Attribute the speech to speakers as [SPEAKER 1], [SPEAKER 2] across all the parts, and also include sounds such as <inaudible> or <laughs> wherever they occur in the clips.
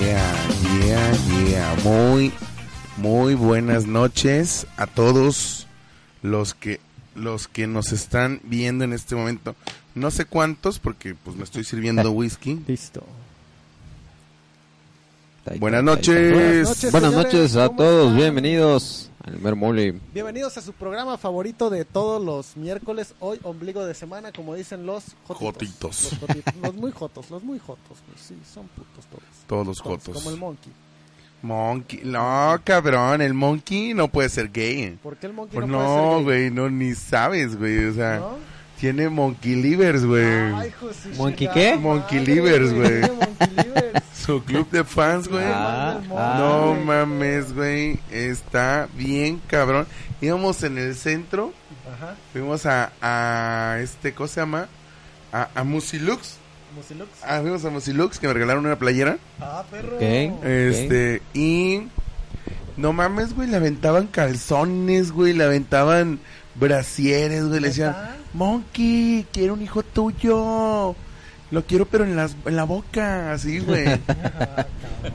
[SPEAKER 1] yeah, yeah. Muy, muy buenas noches a todos los que, los que nos están viendo en este momento. No sé cuántos, porque pues me estoy
[SPEAKER 2] <laughs>
[SPEAKER 1] sirviendo whisky.
[SPEAKER 2] Listo.
[SPEAKER 1] Buenas noches.
[SPEAKER 2] noches.
[SPEAKER 3] Buenas
[SPEAKER 2] señores,
[SPEAKER 3] noches a
[SPEAKER 2] ¿cómo
[SPEAKER 3] todos,
[SPEAKER 2] están?
[SPEAKER 3] bienvenidos al Mer Mole.
[SPEAKER 2] Bienvenidos a su programa favorito de todos los miércoles, hoy ombligo de semana, como dicen los jotitos.
[SPEAKER 1] Jotitos.
[SPEAKER 2] Los, jotitos, los muy jotos, los muy jotos. pues Sí, son putos todos.
[SPEAKER 1] Todos los
[SPEAKER 2] Todos,
[SPEAKER 1] jotos.
[SPEAKER 2] Como el monkey.
[SPEAKER 1] Monkey. No, cabrón, el monkey no puede ser gay.
[SPEAKER 2] ¿Por qué el monkey
[SPEAKER 1] Pues
[SPEAKER 2] no, puede
[SPEAKER 1] no,
[SPEAKER 2] ser gay?
[SPEAKER 1] güey, no, ni sabes, güey. O sea,
[SPEAKER 2] ¿No?
[SPEAKER 1] tiene monkey livers, güey.
[SPEAKER 2] Ay, hijo de su
[SPEAKER 4] ¿Monkey
[SPEAKER 2] chingada
[SPEAKER 4] qué?
[SPEAKER 1] Eh,
[SPEAKER 2] madre,
[SPEAKER 1] Monkey livers, güey.
[SPEAKER 2] tiene monkey livers.
[SPEAKER 1] <laughs> Su club de fans, güey.
[SPEAKER 4] Ah,
[SPEAKER 2] Mames,
[SPEAKER 4] ah.
[SPEAKER 1] No
[SPEAKER 2] güey.
[SPEAKER 1] mames, güey. Está bien cabrón. Íbamos en el centro.
[SPEAKER 2] Ajá.
[SPEAKER 1] Fuimos a, a este, ¿cómo se llama? A, a Musilux.
[SPEAKER 2] Musilux.
[SPEAKER 1] Ah, fuimos a Musilux, que me regalaron una playera.
[SPEAKER 2] Ah, perro.
[SPEAKER 4] Ok.
[SPEAKER 1] Este, y... No mames, güey, le aventaban calzones, güey, le aventaban brasieres, güey, le decían,
[SPEAKER 2] ¿Neta?
[SPEAKER 1] Monkey, quiero un hijo tuyo, lo quiero pero en, las, en la boca, así,
[SPEAKER 4] <laughs>
[SPEAKER 1] güey.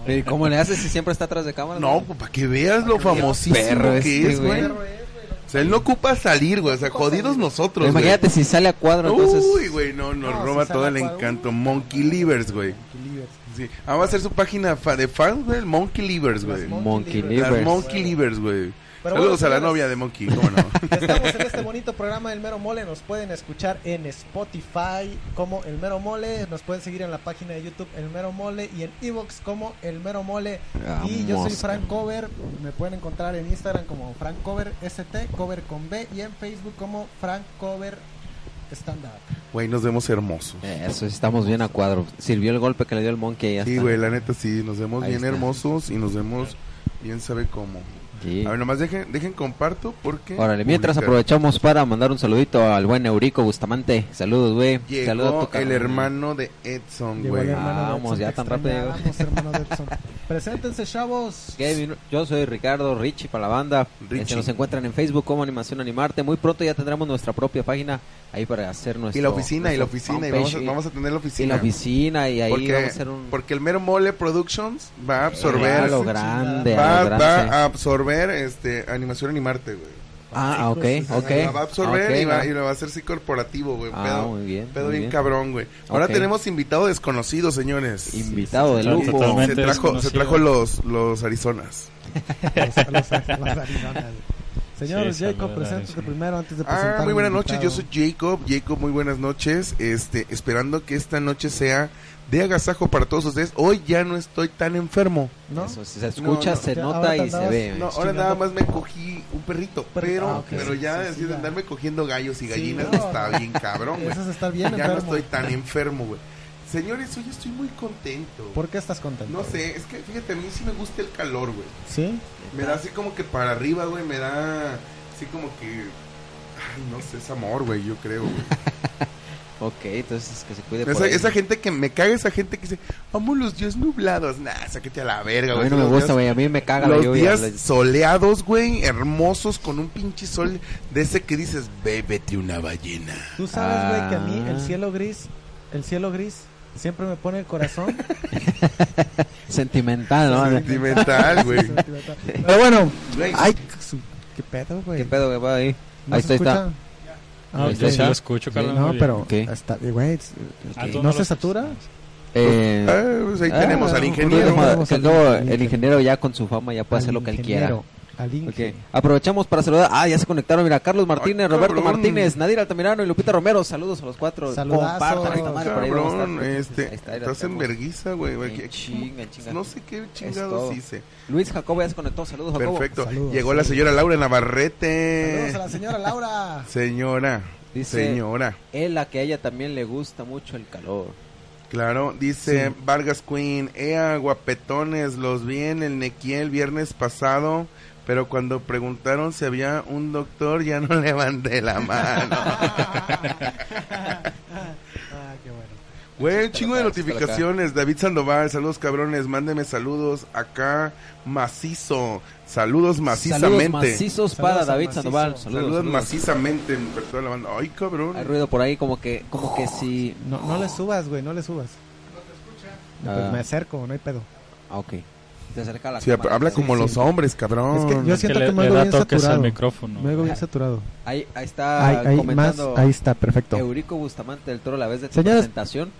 [SPEAKER 4] ¿Y cómo le haces si siempre está atrás de cámara? Pues
[SPEAKER 1] no, pues, para que veas lo
[SPEAKER 4] Para que veas perro
[SPEAKER 1] famosísimo que
[SPEAKER 4] este,
[SPEAKER 1] es,
[SPEAKER 4] güey.
[SPEAKER 1] güey.
[SPEAKER 2] Perro es, güey.
[SPEAKER 1] O sea, él no ocupa salir, güey. O sea, jodidos nosotros, güey.
[SPEAKER 4] Imagínate si sale a cuadro, entonces.
[SPEAKER 1] Uy, güey, no, nos
[SPEAKER 2] No,
[SPEAKER 1] roba
[SPEAKER 2] sí
[SPEAKER 1] todo el
[SPEAKER 2] sale a cuadro.
[SPEAKER 1] encanto. Monkey Livers, güey.
[SPEAKER 2] Monkey livers.
[SPEAKER 1] Sí. Ah, va a ser su página fa- de fans, güey. el Monkey Livers,
[SPEAKER 2] Las
[SPEAKER 1] güey.
[SPEAKER 2] mon-
[SPEAKER 4] Monkey
[SPEAKER 2] Monkey
[SPEAKER 1] Las
[SPEAKER 4] Livers.
[SPEAKER 1] Monkey Livers, güey.
[SPEAKER 2] Pero
[SPEAKER 1] Saludos
[SPEAKER 2] bueno,
[SPEAKER 1] a la
[SPEAKER 2] señores.
[SPEAKER 1] novia de Monkey, ¿cómo
[SPEAKER 4] <laughs>
[SPEAKER 1] no?
[SPEAKER 2] Estamos en este bonito programa El Mero Mole. Nos pueden escuchar en Spotify como El Mero Mole. Nos pueden seguir en la página de YouTube El Mero Mole y en Evox como El Mero Mole. Y yo soy
[SPEAKER 4] Vamos.
[SPEAKER 2] Frank Cover. Me pueden encontrar en Instagram como Frank Cover ST, Cover con B. Y en Facebook como Frank Cover Stand Up.
[SPEAKER 1] Güey, nos vemos hermosos.
[SPEAKER 4] Eso, estamos bien a cuadro. Sirvió el golpe que le dio el monkey y ya
[SPEAKER 1] Sí,
[SPEAKER 4] está.
[SPEAKER 1] güey, la neta sí, nos vemos
[SPEAKER 4] Ahí
[SPEAKER 1] bien
[SPEAKER 4] está.
[SPEAKER 1] hermosos y nos vemos bien sabe cómo.
[SPEAKER 4] Sí.
[SPEAKER 1] A ver, nomás dejen, dejen comparto porque...
[SPEAKER 4] Órale, mientras
[SPEAKER 1] publicar.
[SPEAKER 4] aprovechamos para mandar un saludito al buen Eurico Bustamante. Saludos, güey. Saludos a tu
[SPEAKER 1] Llegó el
[SPEAKER 4] carnal.
[SPEAKER 1] hermano de Edson,
[SPEAKER 2] Llegó
[SPEAKER 1] güey.
[SPEAKER 2] el hermano de
[SPEAKER 4] Vamos,
[SPEAKER 2] Edson,
[SPEAKER 4] ya
[SPEAKER 2] te
[SPEAKER 4] tan rápido.
[SPEAKER 2] extrañábamos, hermano de Edson. Preséntense, chavos.
[SPEAKER 4] Kevin, yo soy Ricardo Richie para la banda.
[SPEAKER 1] Richie.
[SPEAKER 4] Eh, Se nos encuentran en Facebook como Animación Animarte. Muy pronto ya tendremos nuestra propia página ahí para hacer nuestro.
[SPEAKER 1] Y la oficina, y la
[SPEAKER 4] nuestro
[SPEAKER 1] oficina, y
[SPEAKER 4] fanpage,
[SPEAKER 1] vamos a, vamos a tener la
[SPEAKER 4] y
[SPEAKER 1] oficina.
[SPEAKER 4] la oficina, y ahí
[SPEAKER 1] porque,
[SPEAKER 4] vamos a hacer un.
[SPEAKER 1] porque el mero mole Productions va a absorber
[SPEAKER 4] a lo grande, a
[SPEAKER 1] va,
[SPEAKER 4] lo grande.
[SPEAKER 1] va a absorber este animación animarte güey
[SPEAKER 4] Ah, ok, ok.
[SPEAKER 1] la pues, va a absorber
[SPEAKER 4] Ok,
[SPEAKER 1] y, va,
[SPEAKER 4] va.
[SPEAKER 1] y lo va a hacer sí corporativo güey
[SPEAKER 4] Ah,
[SPEAKER 1] pedo,
[SPEAKER 4] muy bien,
[SPEAKER 1] pedo
[SPEAKER 4] muy
[SPEAKER 1] bien,
[SPEAKER 4] bien.
[SPEAKER 1] cabrón güey ahora
[SPEAKER 4] Ok.
[SPEAKER 1] tenemos invitado desconocido señores
[SPEAKER 4] Invitado de
[SPEAKER 1] Y-
[SPEAKER 4] lujo.
[SPEAKER 1] se
[SPEAKER 5] Totalmente
[SPEAKER 1] trajo se
[SPEAKER 5] desconocido.
[SPEAKER 1] trajo los los Arizonas
[SPEAKER 2] <laughs> Los- los- los Arizonas. Señor
[SPEAKER 5] Sí,
[SPEAKER 2] Jacob,
[SPEAKER 5] saludos,
[SPEAKER 2] preséntate
[SPEAKER 5] Arizona.
[SPEAKER 2] primero antes de presentar.
[SPEAKER 1] Ah, muy
[SPEAKER 2] al
[SPEAKER 1] buenas noches, yo
[SPEAKER 2] invitado.
[SPEAKER 1] soy Jacob. Jacob, muy buenas noches. Este, esperando que esta noche sea de agasajo para todos ustedes. Hoy ya no estoy tan enfermo.
[SPEAKER 2] ¿No?
[SPEAKER 4] Eso, si se escucha,
[SPEAKER 1] No, no,
[SPEAKER 4] se
[SPEAKER 2] ya,
[SPEAKER 4] nota
[SPEAKER 2] ahorita
[SPEAKER 4] y se
[SPEAKER 2] andabas-
[SPEAKER 4] ve.
[SPEAKER 1] No,
[SPEAKER 2] Ay,
[SPEAKER 1] ahora nada
[SPEAKER 2] chingando.
[SPEAKER 1] más me cogí un perrito, pero,
[SPEAKER 2] Ah, ok.
[SPEAKER 1] pero ya
[SPEAKER 2] Sí, sí,
[SPEAKER 1] decir
[SPEAKER 2] sí, ya.
[SPEAKER 1] andarme cogiendo gallos y gallinas
[SPEAKER 2] no,
[SPEAKER 1] está
[SPEAKER 2] no.
[SPEAKER 1] bien cabrón, güey.
[SPEAKER 2] Eso es estar bien
[SPEAKER 1] ya no
[SPEAKER 2] enfermo.
[SPEAKER 1] estoy tan enfermo, güey. Señores, hoy estoy muy contento.
[SPEAKER 2] ¿Por qué estás contento?
[SPEAKER 1] No sé, es que fíjate, a mí sí me gusta el calor, güey.
[SPEAKER 2] ¿Sí?
[SPEAKER 1] Me da así como que para arriba, güey, me da así como que... Ay, no sé, es amor, güey, yo creo, güey.
[SPEAKER 4] Ok, entonces que se cuide. por
[SPEAKER 1] Esa,
[SPEAKER 4] ahí.
[SPEAKER 1] esa gente que me caga, esa gente que dice, vamos los días nublados. Nah, sáquete a la verga,
[SPEAKER 4] a
[SPEAKER 1] güey.
[SPEAKER 4] mí no me
[SPEAKER 1] Los
[SPEAKER 4] gusta,
[SPEAKER 1] días-
[SPEAKER 4] güey. A mí me caga la
[SPEAKER 1] Los
[SPEAKER 4] lluvia.
[SPEAKER 1] días
[SPEAKER 4] Los-
[SPEAKER 1] soleados, güey, hermosos, con un pinche sol de ese que dices, bébete una ballena.
[SPEAKER 2] Tú sabes, güey, que a mí
[SPEAKER 4] Ah.
[SPEAKER 2] el cielo gris, el cielo gris siempre me pone el corazón.
[SPEAKER 4] Sentimental, <laughs> ¿no?
[SPEAKER 1] Sentimental,
[SPEAKER 2] <laughs>
[SPEAKER 1] güey.
[SPEAKER 2] Pero bueno,
[SPEAKER 1] Güey,
[SPEAKER 2] ay, qué pedo, güey.
[SPEAKER 4] ¿Qué pedo que va ahí?
[SPEAKER 2] ¿No
[SPEAKER 4] Ahí
[SPEAKER 2] se
[SPEAKER 4] está, ahí está.
[SPEAKER 2] escucha? Ah, ok.
[SPEAKER 4] Ahí
[SPEAKER 5] Yo sí lo
[SPEAKER 4] está.
[SPEAKER 5] escucho,
[SPEAKER 4] Sí,
[SPEAKER 5] Carlos. muy
[SPEAKER 2] No,
[SPEAKER 5] bien.
[SPEAKER 2] pero
[SPEAKER 4] ¿Qué?
[SPEAKER 2] está, güey, es-
[SPEAKER 5] Ah,
[SPEAKER 2] ¿no
[SPEAKER 5] tú lo
[SPEAKER 2] se
[SPEAKER 5] escuchas.
[SPEAKER 2] satura?
[SPEAKER 4] Eh,
[SPEAKER 1] ah, pues ahí
[SPEAKER 4] ah,
[SPEAKER 1] tenemos al
[SPEAKER 2] no,
[SPEAKER 1] ingeniero.
[SPEAKER 2] no, no,
[SPEAKER 4] Que luego el ingeniero ya con su fama ya puede hacer lo que él quiera.
[SPEAKER 2] Al
[SPEAKER 4] Ok,
[SPEAKER 2] ingeniero.
[SPEAKER 4] Aprovechamos para saludar. Ah, ya se conectaron. Mira, Carlos Martínez,
[SPEAKER 1] Ay,
[SPEAKER 4] Roberto
[SPEAKER 1] cabrón.
[SPEAKER 4] Martínez, Nadir Altamirano y Lupita Romero. Saludos a los cuatro.
[SPEAKER 2] Saludazo.
[SPEAKER 4] Compartan esta madre por ahí vamos a estar.
[SPEAKER 1] Cabrón,
[SPEAKER 4] Ahí
[SPEAKER 1] este,
[SPEAKER 4] está, ahí la
[SPEAKER 1] estás en
[SPEAKER 4] tenemos.
[SPEAKER 1] verguiza, güey. güey,
[SPEAKER 4] En
[SPEAKER 1] aquí-
[SPEAKER 4] chinga, en chinga.
[SPEAKER 1] No sé qué
[SPEAKER 4] todo.
[SPEAKER 1] chingados hice.
[SPEAKER 4] Luis Jacobo ya se conectó. <laughs> Saludos, Jacobo.
[SPEAKER 1] Perfecto.
[SPEAKER 2] Saludos,
[SPEAKER 1] Llegó la
[SPEAKER 2] saludos.
[SPEAKER 1] señora Laura Navarrete.
[SPEAKER 2] Saludos a la
[SPEAKER 1] <laughs>
[SPEAKER 2] señora Laura.
[SPEAKER 1] Señora,
[SPEAKER 4] Dice-
[SPEAKER 1] señora.
[SPEAKER 4] Él, a que a ella también le gusta mucho el calor.
[SPEAKER 1] Claro, dice Vargas Queen, ea guapetones, los vi en el Nequí el viernes pasado, pero cuando preguntaron si había un doctor ya no <laughs> levanté la mano.
[SPEAKER 2] ah, qué bueno.
[SPEAKER 1] Güey, un chingo de
[SPEAKER 4] Está acá, está acá.
[SPEAKER 1] notificaciones, David Sandoval, saludos cabrones, mándeme saludos acá macizo, saludos
[SPEAKER 4] Saludos
[SPEAKER 1] macizamente.
[SPEAKER 4] macizos
[SPEAKER 2] Saludos
[SPEAKER 4] para
[SPEAKER 2] a
[SPEAKER 4] David
[SPEAKER 2] macizo.
[SPEAKER 4] Sandoval. Saludos,
[SPEAKER 1] Saludos, macizamente por toda la banda. Ay, cabrón.
[SPEAKER 4] Hay ruido por ahí como que, como que si...
[SPEAKER 2] No, no le subas, güey, no le subas. No, pues
[SPEAKER 4] Ah.
[SPEAKER 2] me acerco, no hay pedo.
[SPEAKER 4] Ah, ok. Te acerca a la
[SPEAKER 1] Sí,
[SPEAKER 4] cámara,
[SPEAKER 1] habla
[SPEAKER 4] te
[SPEAKER 1] como
[SPEAKER 4] acerca.
[SPEAKER 1] los hombres, cabrón.
[SPEAKER 6] Es que yo siento que, me
[SPEAKER 5] le,
[SPEAKER 6] oigo
[SPEAKER 5] le da
[SPEAKER 6] bien
[SPEAKER 5] toques
[SPEAKER 6] saturado.
[SPEAKER 5] al
[SPEAKER 6] Me
[SPEAKER 5] micrófono.
[SPEAKER 6] oigo bien saturado.
[SPEAKER 4] Ahí, ahí está
[SPEAKER 6] Ahí, ahí más,
[SPEAKER 4] Ah, comentando
[SPEAKER 6] ahí está, perfecto.
[SPEAKER 4] Eurico Bustamante del Toro la vez de tu
[SPEAKER 6] Señores,
[SPEAKER 4] presentación.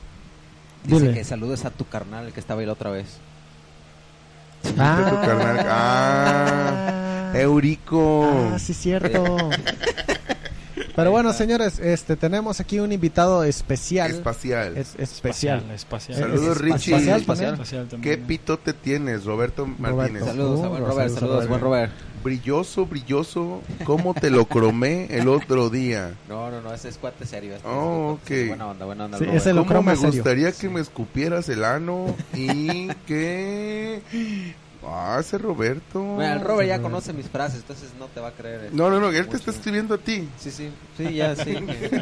[SPEAKER 4] Dice
[SPEAKER 6] dile.
[SPEAKER 4] que saludes a tu carnal, el que estaba ahí la otra vez.
[SPEAKER 1] De tu carnal. Ah, Eurico.
[SPEAKER 6] Ah, sí, cierto.
[SPEAKER 4] <laughs>
[SPEAKER 6] Pero bueno, señores, este tenemos aquí un invitado especial.
[SPEAKER 1] Espacial.
[SPEAKER 6] Es- especial.
[SPEAKER 5] Espacial, espacial.
[SPEAKER 1] Saludos,
[SPEAKER 6] es-
[SPEAKER 1] Richie.
[SPEAKER 6] espacial
[SPEAKER 4] espacial.
[SPEAKER 5] Espacial
[SPEAKER 1] ¿Qué
[SPEAKER 5] también.
[SPEAKER 1] pitote tienes, Roberto Martínez?
[SPEAKER 4] Saludos a buen
[SPEAKER 6] Saludos,
[SPEAKER 4] Robert,
[SPEAKER 6] saludos a
[SPEAKER 4] saludos, buen Robert.
[SPEAKER 1] Brilloso, brilloso. ¿Cómo te lo cromé el otro día?
[SPEAKER 4] No, no, no, ese es cuate serio. este
[SPEAKER 1] Oh,
[SPEAKER 4] es cuate
[SPEAKER 1] ok.
[SPEAKER 4] serio, Buena onda, buena onda.
[SPEAKER 6] Sí,
[SPEAKER 4] el Robert.
[SPEAKER 6] ese lo
[SPEAKER 1] ¿Cómo
[SPEAKER 6] croma
[SPEAKER 1] me
[SPEAKER 6] serio?
[SPEAKER 1] gustaría que me escupieras el ano y que... Ah, ese Roberto.
[SPEAKER 4] Bueno, el Robert ya conoce mis frases, entonces no te va a creer. este,
[SPEAKER 1] No, no, no, él te
[SPEAKER 4] mucho.
[SPEAKER 1] está escribiendo a ti.
[SPEAKER 4] Sí, sí, sí, ya,
[SPEAKER 1] <laughs>
[SPEAKER 4] sí. que-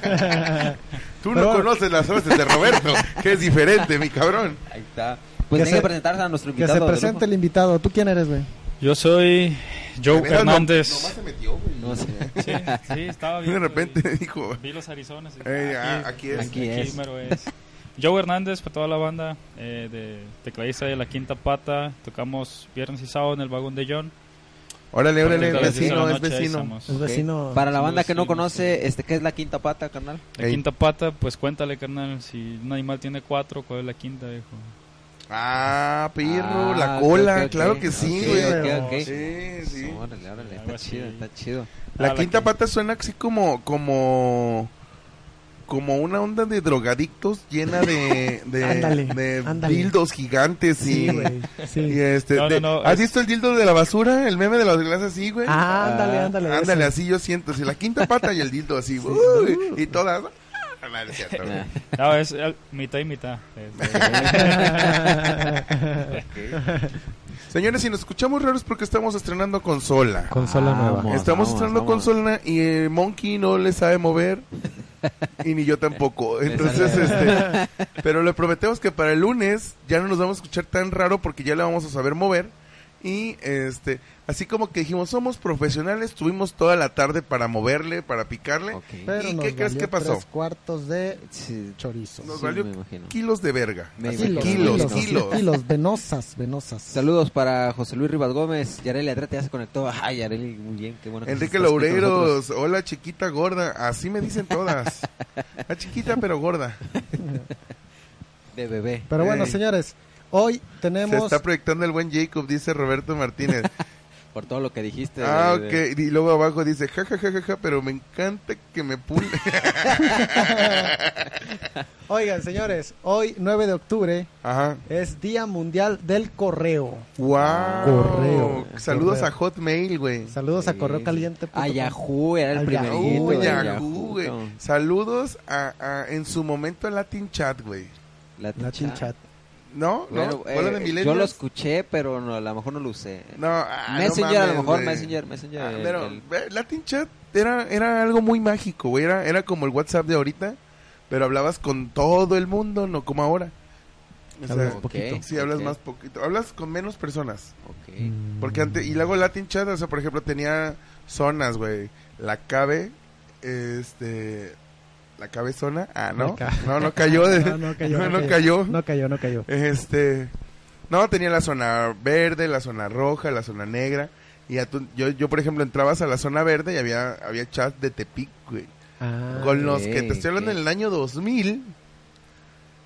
[SPEAKER 1] Tú
[SPEAKER 6] Pero-
[SPEAKER 1] no conoces las frases de
[SPEAKER 6] <laughs>
[SPEAKER 1] Roberto, que es diferente, mi cabrón.
[SPEAKER 4] Ahí está. Pues
[SPEAKER 6] Que
[SPEAKER 4] tiene
[SPEAKER 6] se-
[SPEAKER 4] que presentarse a nuestro
[SPEAKER 6] Que
[SPEAKER 4] invitado.
[SPEAKER 6] se
[SPEAKER 4] del
[SPEAKER 6] presente
[SPEAKER 4] grupo.
[SPEAKER 6] el invitado. ¿Tú quién eres, güey?
[SPEAKER 5] Yo soy Joe
[SPEAKER 1] De veras, no- nomás
[SPEAKER 5] Hernández.
[SPEAKER 1] se metió, güey.
[SPEAKER 4] <laughs>
[SPEAKER 1] <laughs>
[SPEAKER 4] No sé.
[SPEAKER 5] Sí, sí, estaba
[SPEAKER 1] Y
[SPEAKER 5] bien.
[SPEAKER 1] de repente <laughs> dijo,
[SPEAKER 5] Vi los Arizonas. y-
[SPEAKER 1] Ey, ah, aquí es.
[SPEAKER 4] Aquí es.
[SPEAKER 5] mero es. Joe Hernández, para toda la banda eh, de tecladista de La Quinta Pata. Tocamos viernes y sábado en el vagón de John.
[SPEAKER 1] órale, órale,
[SPEAKER 5] Desde
[SPEAKER 1] es
[SPEAKER 5] las 10 de
[SPEAKER 1] vecino,
[SPEAKER 5] la
[SPEAKER 1] es
[SPEAKER 5] noche ahí
[SPEAKER 1] vecino.
[SPEAKER 5] estamos.
[SPEAKER 6] Es vecino.
[SPEAKER 4] Para la
[SPEAKER 5] Saludos,
[SPEAKER 4] banda que no
[SPEAKER 5] sí,
[SPEAKER 4] conoce, este, ¿qué es la quinta pata, carnal?
[SPEAKER 5] La
[SPEAKER 1] Ey.
[SPEAKER 5] Quinta Pata, pues cuéntale, carnal. Si un animal tiene cuatro, ¿cuál es la quinta, viejo?
[SPEAKER 1] Ah, perro,
[SPEAKER 4] Ah,
[SPEAKER 1] la
[SPEAKER 4] ok,
[SPEAKER 1] cola,
[SPEAKER 4] ok, ok.
[SPEAKER 1] claro que sí,
[SPEAKER 4] Ok,
[SPEAKER 1] güey.
[SPEAKER 4] ok, ok.
[SPEAKER 1] Sí, sí.
[SPEAKER 4] Órale, órale,
[SPEAKER 5] Algo
[SPEAKER 4] está
[SPEAKER 5] así.
[SPEAKER 4] chido, está chido.
[SPEAKER 1] La
[SPEAKER 5] Ah,
[SPEAKER 1] quinta pata suena así como, como, como una onda de drogadictos llena
[SPEAKER 6] <laughs>
[SPEAKER 1] de, de,
[SPEAKER 6] Ándale,
[SPEAKER 1] de
[SPEAKER 6] ándale.
[SPEAKER 1] dildos gigantes y,
[SPEAKER 6] Sí, güey.
[SPEAKER 1] <laughs> y
[SPEAKER 6] Sí.
[SPEAKER 1] este,
[SPEAKER 5] No, no,
[SPEAKER 1] de-
[SPEAKER 5] no,
[SPEAKER 1] ¿has
[SPEAKER 5] es-
[SPEAKER 1] visto el dildo de la basura? El meme de las glases así, güey.
[SPEAKER 6] Ah, ándale,
[SPEAKER 4] Ah,
[SPEAKER 6] ándale.
[SPEAKER 1] Ándale,
[SPEAKER 6] ese.
[SPEAKER 1] así yo siento, así la quinta pata y el dildo así, uy, y todas, ah, no, no es
[SPEAKER 6] <laughs>
[SPEAKER 1] cierto, güey.
[SPEAKER 5] No, es eh, mitad y mitad. Este,
[SPEAKER 1] Señores, si nos escuchamos raros porque estamos estrenando consola.
[SPEAKER 6] Consola
[SPEAKER 4] Vamos,
[SPEAKER 6] nueva.
[SPEAKER 1] Estamos
[SPEAKER 4] vamos,
[SPEAKER 1] estrenando
[SPEAKER 4] vamos.
[SPEAKER 1] consola y eh, Monkey no le sabe
[SPEAKER 4] <laughs>
[SPEAKER 1] mover y ni yo tampoco. Entonces, este, pero le prometemos que para el lunes ya no nos vamos a escuchar tan raro porque ya le vamos a saber mover y este, así como que dijimos, somos profesionales, tuvimos toda la tarde para moverle, para picarle.
[SPEAKER 4] Ah, Ok.
[SPEAKER 6] Pero
[SPEAKER 1] ¿Y
[SPEAKER 6] nos
[SPEAKER 1] qué crees
[SPEAKER 6] valió
[SPEAKER 1] que pasó?
[SPEAKER 6] Tres cuartos de
[SPEAKER 4] Sí,
[SPEAKER 6] chorizo.
[SPEAKER 1] Nos
[SPEAKER 4] sí,
[SPEAKER 1] valió
[SPEAKER 4] me imagino.
[SPEAKER 1] Kilos de verga.
[SPEAKER 4] Me
[SPEAKER 1] Así,
[SPEAKER 4] imagino.
[SPEAKER 1] kilos,
[SPEAKER 4] Kilos,
[SPEAKER 1] kilos.
[SPEAKER 6] kilos, venosas, venosas.
[SPEAKER 4] Saludos para José Luis Rivas Gómez, Yareli Adrete ya se conectó. Ay, Yareli, muy bien, qué bueno. que
[SPEAKER 1] Enrique
[SPEAKER 4] estás aquí con nosotros.
[SPEAKER 1] Loureiros, hola chiquita gorda, así me dicen
[SPEAKER 4] <laughs>
[SPEAKER 1] todas. La chiquita pero gorda.
[SPEAKER 4] De bebé.
[SPEAKER 6] Pero bueno,
[SPEAKER 1] Ey.
[SPEAKER 6] señores, hoy
[SPEAKER 1] Se
[SPEAKER 6] tenemos
[SPEAKER 1] está proyectando el buen Jacob, dice Roberto Martínez.
[SPEAKER 4] Por todo lo que dijiste.
[SPEAKER 1] Ah,
[SPEAKER 4] de-
[SPEAKER 1] ok.
[SPEAKER 4] de-
[SPEAKER 1] Y luego abajo dice, ja, ja, ja, ja, ja, pero me encanta que me pule. <laughs>
[SPEAKER 6] <laughs> Oigan, señores, hoy 9 de octubre
[SPEAKER 1] Ajá.
[SPEAKER 6] es Día Mundial del Correo.
[SPEAKER 1] Wow.
[SPEAKER 6] Correo.
[SPEAKER 1] Saludos
[SPEAKER 6] Correo.
[SPEAKER 1] a Hotmail, güey.
[SPEAKER 6] Saludos a
[SPEAKER 4] Sí,
[SPEAKER 6] Correo
[SPEAKER 4] sí.
[SPEAKER 6] Caliente.
[SPEAKER 4] A Yahoo, era el
[SPEAKER 6] A
[SPEAKER 4] primerito.
[SPEAKER 1] Uy,
[SPEAKER 4] de
[SPEAKER 1] Yahoo,
[SPEAKER 4] Yahoo,
[SPEAKER 1] güey.
[SPEAKER 4] no.
[SPEAKER 1] Saludos a, a- en su momento a Latin Chat, güey.
[SPEAKER 4] Latin
[SPEAKER 6] Latin
[SPEAKER 4] Chat.
[SPEAKER 6] Chat.
[SPEAKER 1] ¿No? ¿No?
[SPEAKER 4] Bueno, eh,
[SPEAKER 1] Bola de
[SPEAKER 4] yo
[SPEAKER 1] millennials.
[SPEAKER 4] lo escuché, pero no, a lo mejor no lo usé.
[SPEAKER 1] No, ah, no
[SPEAKER 4] Messenger, a lo
[SPEAKER 1] mames,
[SPEAKER 4] mejor,
[SPEAKER 1] güey.
[SPEAKER 4] Messenger, Messenger.
[SPEAKER 1] Ah,
[SPEAKER 4] el-
[SPEAKER 1] pero
[SPEAKER 4] el-
[SPEAKER 1] eh, Latin Chat era, era algo muy mágico, güey. Era, era como el WhatsApp de ahorita, pero hablabas con todo el mundo, no como ahora. O sea,
[SPEAKER 6] Hablas
[SPEAKER 4] Ok,
[SPEAKER 6] poquito.
[SPEAKER 1] sí, hablas
[SPEAKER 4] ok,
[SPEAKER 1] más poquito. Hablas con menos personas.
[SPEAKER 4] ok.
[SPEAKER 1] Porque antes, y luego Latin Chat, o sea, por ejemplo, tenía zonas, güey. La cabe, este. La cabe zona. Ah, no.
[SPEAKER 6] La cabe.
[SPEAKER 1] No, no cayó. de-
[SPEAKER 6] <laughs>
[SPEAKER 4] <laughs>
[SPEAKER 6] No, no cayó,
[SPEAKER 1] No,
[SPEAKER 6] no
[SPEAKER 1] no
[SPEAKER 6] cayó.
[SPEAKER 1] cayó.
[SPEAKER 6] No cayó, no cayó.
[SPEAKER 1] Este. No, tenía la zona verde, la zona roja, la zona negra. Y ya tú- yo, yo, por ejemplo, entrabas a la zona verde y había, había chat de Tepic, güey.
[SPEAKER 6] Ah,
[SPEAKER 1] con los que
[SPEAKER 4] ok,
[SPEAKER 1] te estoy hablando
[SPEAKER 4] ok.
[SPEAKER 1] en el año 2000.